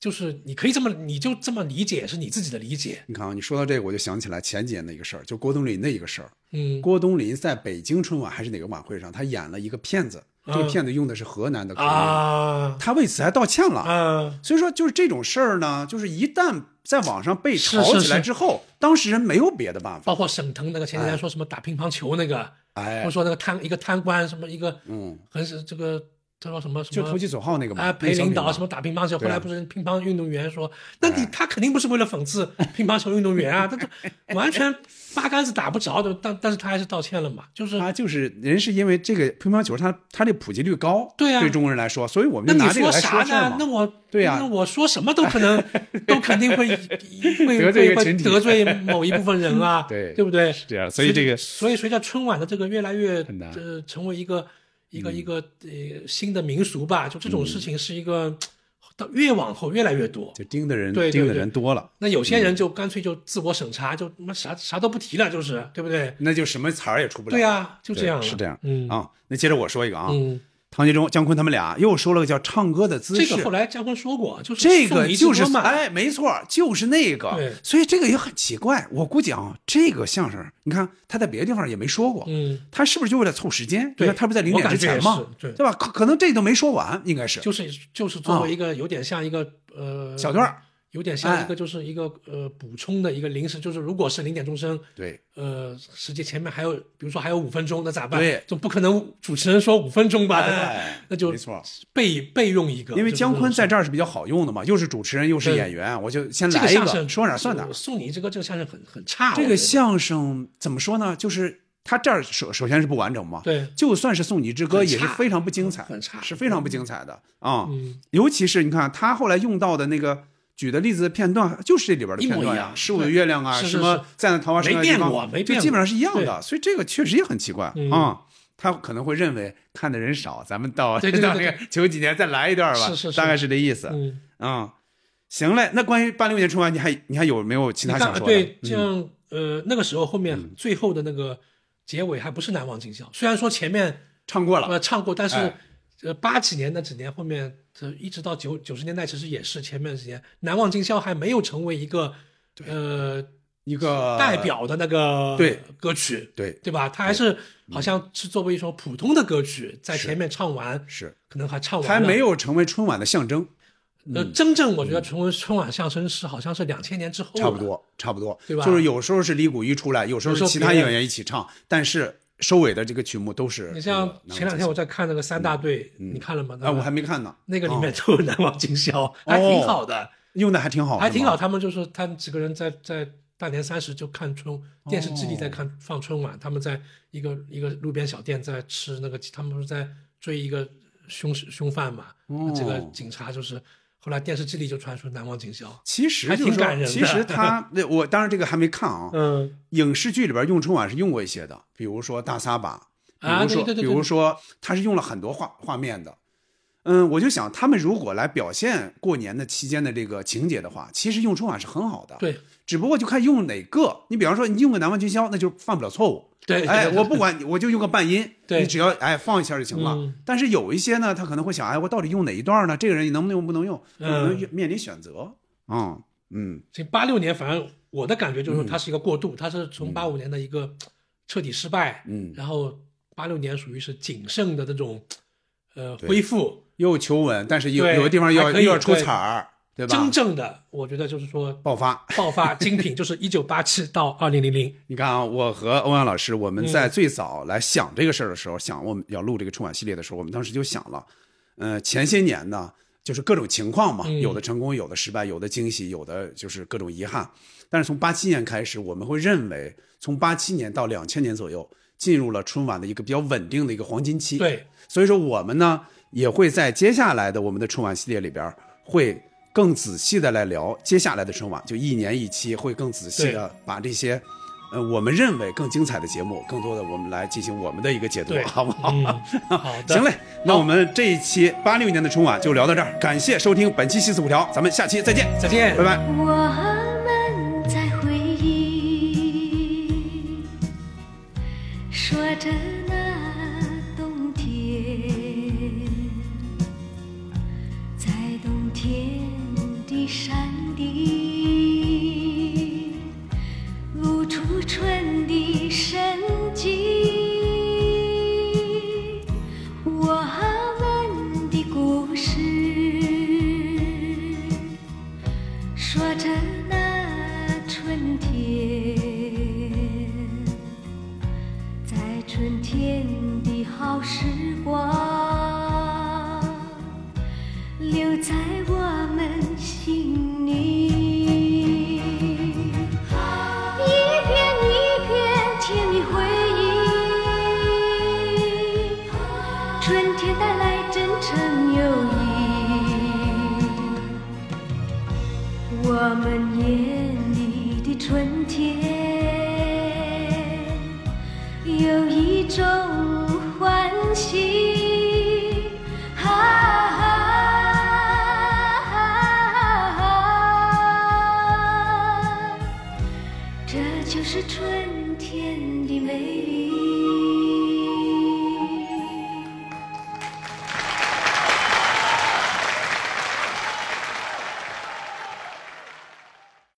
Speaker 8: 就是你可以这么你就这么理解，是你自己的理解。
Speaker 7: 你看啊，你说到这个，我就想起来前几年的一个事儿，就郭冬临的一个事儿。
Speaker 8: 嗯，
Speaker 7: 郭冬临在北京春晚还是哪个晚会上，他演了一个骗子，这个
Speaker 8: 嗯
Speaker 7: 骗子用的是河南的口音，
Speaker 8: 啊，
Speaker 7: 他为此还道歉了。
Speaker 8: 啊，
Speaker 7: 所以说就是这种事儿呢，就是一旦在网上被
Speaker 8: 是
Speaker 7: 炒
Speaker 8: 是
Speaker 7: 起来
Speaker 8: 是哦
Speaker 7: 之后，当事人没有别的办法。
Speaker 8: 包括沈腾那个前几天说什么打乒乓球那个，
Speaker 7: 哎
Speaker 8: 或者说那个贪一个贪官什么一个
Speaker 7: 嗯，
Speaker 8: 很是这个他说什么什
Speaker 7: 就
Speaker 8: 么
Speaker 7: 投其所好那个嘛
Speaker 8: 啊，陪
Speaker 7: 那个小
Speaker 8: 领
Speaker 7: 品嘛
Speaker 8: 导什么打乒乓球，后
Speaker 7: 对啊哎
Speaker 8: 来不是乒乓运动员说，那你他肯定不是为了讽刺乒乓球运动员啊，他 他完全八竿子打不着的，但但是他还是道歉了嘛，就是
Speaker 7: 他就是人是因为这个乒乓球它，它这普及率高，
Speaker 8: 对啊
Speaker 7: 对中国人来说，所以我们
Speaker 8: 那
Speaker 7: 就
Speaker 8: 你
Speaker 7: 拿这个来
Speaker 8: 啥
Speaker 7: 事儿
Speaker 8: 呢
Speaker 7: 嘛？。
Speaker 8: 那我
Speaker 7: 对呀
Speaker 8: 那我说什么都可 能都肯定会会
Speaker 7: 得罪一个
Speaker 8: 会
Speaker 7: 群体，
Speaker 8: 得罪某一部分人啊
Speaker 7: 对
Speaker 8: 对不对？
Speaker 7: 是这样所以这个
Speaker 8: 所以随着春晚的这个越来越
Speaker 7: 难嗯
Speaker 8: 呃成为一个一个一个呃新的民俗吧，就这种事情是一个到越往后越来越多。
Speaker 7: 就盯的人
Speaker 8: 对对
Speaker 7: 盯的
Speaker 8: 对
Speaker 7: 人多了，
Speaker 8: 那有些
Speaker 7: 嗯
Speaker 8: 人就干脆就自我审查，就他妈啥啥都不提了，就是对不对？
Speaker 7: 那就什么词儿也出不了。
Speaker 8: 对呀就这样了
Speaker 7: 对是这样。
Speaker 8: 嗯
Speaker 7: 啊，那接着我说一个啊，
Speaker 8: 嗯
Speaker 7: 唐杰忠、姜昆他们俩又说了个叫唱歌的姿势。
Speaker 8: 这个后来姜昆说过，就是
Speaker 7: 这
Speaker 8: 送
Speaker 7: 个
Speaker 8: 你一
Speaker 7: 就是
Speaker 8: 支歌嘛，
Speaker 7: 哎，没错，就是那
Speaker 8: 对
Speaker 7: 个，所以这个也很奇怪。我估计啊，这个相声，你看他在别的地方也没说过，
Speaker 8: 嗯，
Speaker 7: 他是不是就为了凑时间？你
Speaker 8: 对
Speaker 7: 看他不是在零点之前
Speaker 8: 我
Speaker 7: 吗
Speaker 8: 感觉也？是对
Speaker 7: 吧？可可能这都没说完，应该是
Speaker 8: 就是就是作为一个有点像一个呃
Speaker 7: 啊小段儿，
Speaker 8: 有点像
Speaker 7: 哎
Speaker 8: 一个就是一个呃补充的一个临时，就是如果是零点钟声，
Speaker 7: 对，
Speaker 8: 呃，实际前面还有比如说还有五分钟，那咋办？
Speaker 7: 对
Speaker 8: 总不可能主持人说五分钟吧？对
Speaker 7: 哎
Speaker 8: 吧？那就
Speaker 7: 没错
Speaker 8: 备备用一个，
Speaker 7: 因为
Speaker 8: 就是
Speaker 7: 姜昆在这儿是比较好用的嘛，又是主持人又是演员，我就先
Speaker 8: 这
Speaker 7: 来一
Speaker 8: 相声
Speaker 7: 个，说哪儿算哪儿。啊
Speaker 8: 送你这个这个相声很很差，
Speaker 7: 这
Speaker 8: 我觉
Speaker 7: 个
Speaker 8: 得
Speaker 7: 相声怎么说呢？就是他这儿首首先是不完整嘛，
Speaker 8: 对
Speaker 7: 就算是《送你之歌》
Speaker 8: 很
Speaker 7: 也是
Speaker 8: 差
Speaker 7: 非常不精彩，
Speaker 8: 很差
Speaker 7: 是非常不精彩的啊、
Speaker 8: 嗯
Speaker 7: 尤其是你看他后来用到的那个举的例子片段，就是这里边的
Speaker 8: 一模
Speaker 7: 片段
Speaker 8: 一
Speaker 7: 呀、
Speaker 8: 样
Speaker 7: 十五
Speaker 8: 对
Speaker 7: 的月亮啊，
Speaker 8: 是是
Speaker 7: 什么
Speaker 8: 是
Speaker 7: 站在桃花山的地方
Speaker 8: 没变过没变过
Speaker 7: 就基本上是一样的。
Speaker 8: 对
Speaker 7: 所以这个确实也很奇怪啊、
Speaker 8: 嗯
Speaker 7: 他可能会认为看的人少，咱们到
Speaker 8: 对对对对
Speaker 7: 大概九几年再来一段吧，
Speaker 8: 是是是
Speaker 7: 大概是这意思。
Speaker 8: 嗯
Speaker 7: 啊、行嘞，那关于八六年春晚，你还你还有没有其
Speaker 8: 你
Speaker 7: 他
Speaker 8: 看
Speaker 7: 想说的？
Speaker 8: 对，
Speaker 7: 嗯
Speaker 8: 这样呃，那个时候后面最后的那个结尾还不是难忘今宵，虽然说前面
Speaker 7: 唱过了，
Speaker 8: 呃，唱过，但是
Speaker 7: 哎
Speaker 8: 呃，八几年那几年后面，呃，一直到九九十年代，其实也是前面几年，难忘今宵还没有成为一个呃
Speaker 7: 一个
Speaker 8: 代表的那个
Speaker 7: 呃对
Speaker 8: 歌曲，
Speaker 7: 对嗯
Speaker 8: 对吧？它还是好像是作为一首普通的歌曲，在前面唱完
Speaker 7: 是
Speaker 8: 可能还唱完
Speaker 7: 还
Speaker 8: 了
Speaker 7: 没。有嗯成为春晚的象征，
Speaker 8: 呃，真正我觉得成为春晚相声是好像是两千年之后，
Speaker 7: 差不。多，差不多，
Speaker 8: 对吧
Speaker 7: 就是有时候是李谷一出来，有时候是其他
Speaker 8: 有时候别
Speaker 7: 演
Speaker 8: 人
Speaker 7: 员一起唱，但是收尾的这个曲目都是
Speaker 8: 你像前两天我在看那个三大队，你看了吗？那
Speaker 7: 啊，
Speaker 8: 个
Speaker 7: 我还没看呢，
Speaker 8: 那个里
Speaker 7: 哦
Speaker 8: 面都有难忘今宵，还挺好的。
Speaker 7: 用的还挺好，
Speaker 8: 还挺好。
Speaker 7: 是吗。
Speaker 8: 他们就说他们几个人在在大年三十就看春
Speaker 7: 哦
Speaker 8: 电视基地在看、放春晚，他们在一个一个路边小店在吃那个，他们不是在追一个凶凶犯嘛？
Speaker 7: 哦
Speaker 8: 这个警察就是后来电视基地就传出难忘今宵，
Speaker 7: 其实
Speaker 8: 还
Speaker 7: 就是
Speaker 8: 挺
Speaker 7: 说
Speaker 8: 感人的。
Speaker 7: 其实他那我当然这个还没看啊，
Speaker 8: 嗯，
Speaker 7: 影视剧里边用春晚是用过一些的，比如说大撒把，比
Speaker 8: 啊
Speaker 7: 如说、
Speaker 8: 对对对对
Speaker 7: 比如说他是用了很多画画面的。嗯，我就想他们如果来表现过年的期间的这个情节的话，其实用春晚是很好的。
Speaker 8: 对，
Speaker 7: 只不过就看用哪个。你比方说，你用个《难忘今宵》，那就犯不了错误。
Speaker 8: 对
Speaker 7: 哎，
Speaker 8: 对对
Speaker 7: 我不管，我就用个半音，
Speaker 8: 对
Speaker 7: 你只要哎放一下就行了。
Speaker 8: 嗯
Speaker 7: 但是有一些呢，他可能会想，哎，我到底用哪一段呢？这个人你能不能用，不能用，可能
Speaker 8: 嗯
Speaker 7: 面临选择。嗯嗯，
Speaker 8: 这八六年，反正我的感觉就是说它是一个过渡，它是从八五年的一个彻底失败，
Speaker 7: 嗯
Speaker 8: 然后八六年属于是谨慎的这种呃
Speaker 7: 对
Speaker 8: 恢复。
Speaker 7: 又求稳，但是有
Speaker 8: 对
Speaker 7: 有的地方要
Speaker 8: 还可以
Speaker 7: 又要出
Speaker 8: 对
Speaker 7: 彩儿，对吧？
Speaker 8: 真正的，我觉得就是说
Speaker 7: 爆发，
Speaker 8: 爆发精品就是一九八七到二零零零，
Speaker 7: 你看啊，我和欧阳老师，我们在
Speaker 8: 嗯
Speaker 7: 最早来想这个事儿的时候，想我们要录这个春晚系列的时候，我们当时就想了，呃，前些年呢，就是各种情况嘛，
Speaker 8: 嗯
Speaker 7: 有的成功，有的失败，有的惊喜，有的就是各种遗憾。但是从八七年开始，我们会认为，从八七年到两千年左右，进入了春晚的一个比较稳定的一个黄金期。
Speaker 8: 对，
Speaker 7: 所以说我们呢，也会在接下来的我们的春晚系列里边儿会。更仔细的来聊接下来的春晚，就一年一期，会更仔细的把这些呃，我们认为更精彩的节目，更多的我们来进行我们的一个解读
Speaker 8: 对，嗯
Speaker 7: 好不好？
Speaker 8: 好的，
Speaker 7: 行嘞，那我们这一期八六年的春晚就聊到这儿，感谢收听本期西四五条，咱们下期再见，
Speaker 8: 再见
Speaker 7: 拜拜。
Speaker 13: 我们在回忆，说着那冬天，在冬天的山地，露出春的生机。我们的故事。说着那春天，在春天的好时光，
Speaker 2: 我们眼里的春天，有一种欢喜。啊啊啊啊这就是春天的美丽。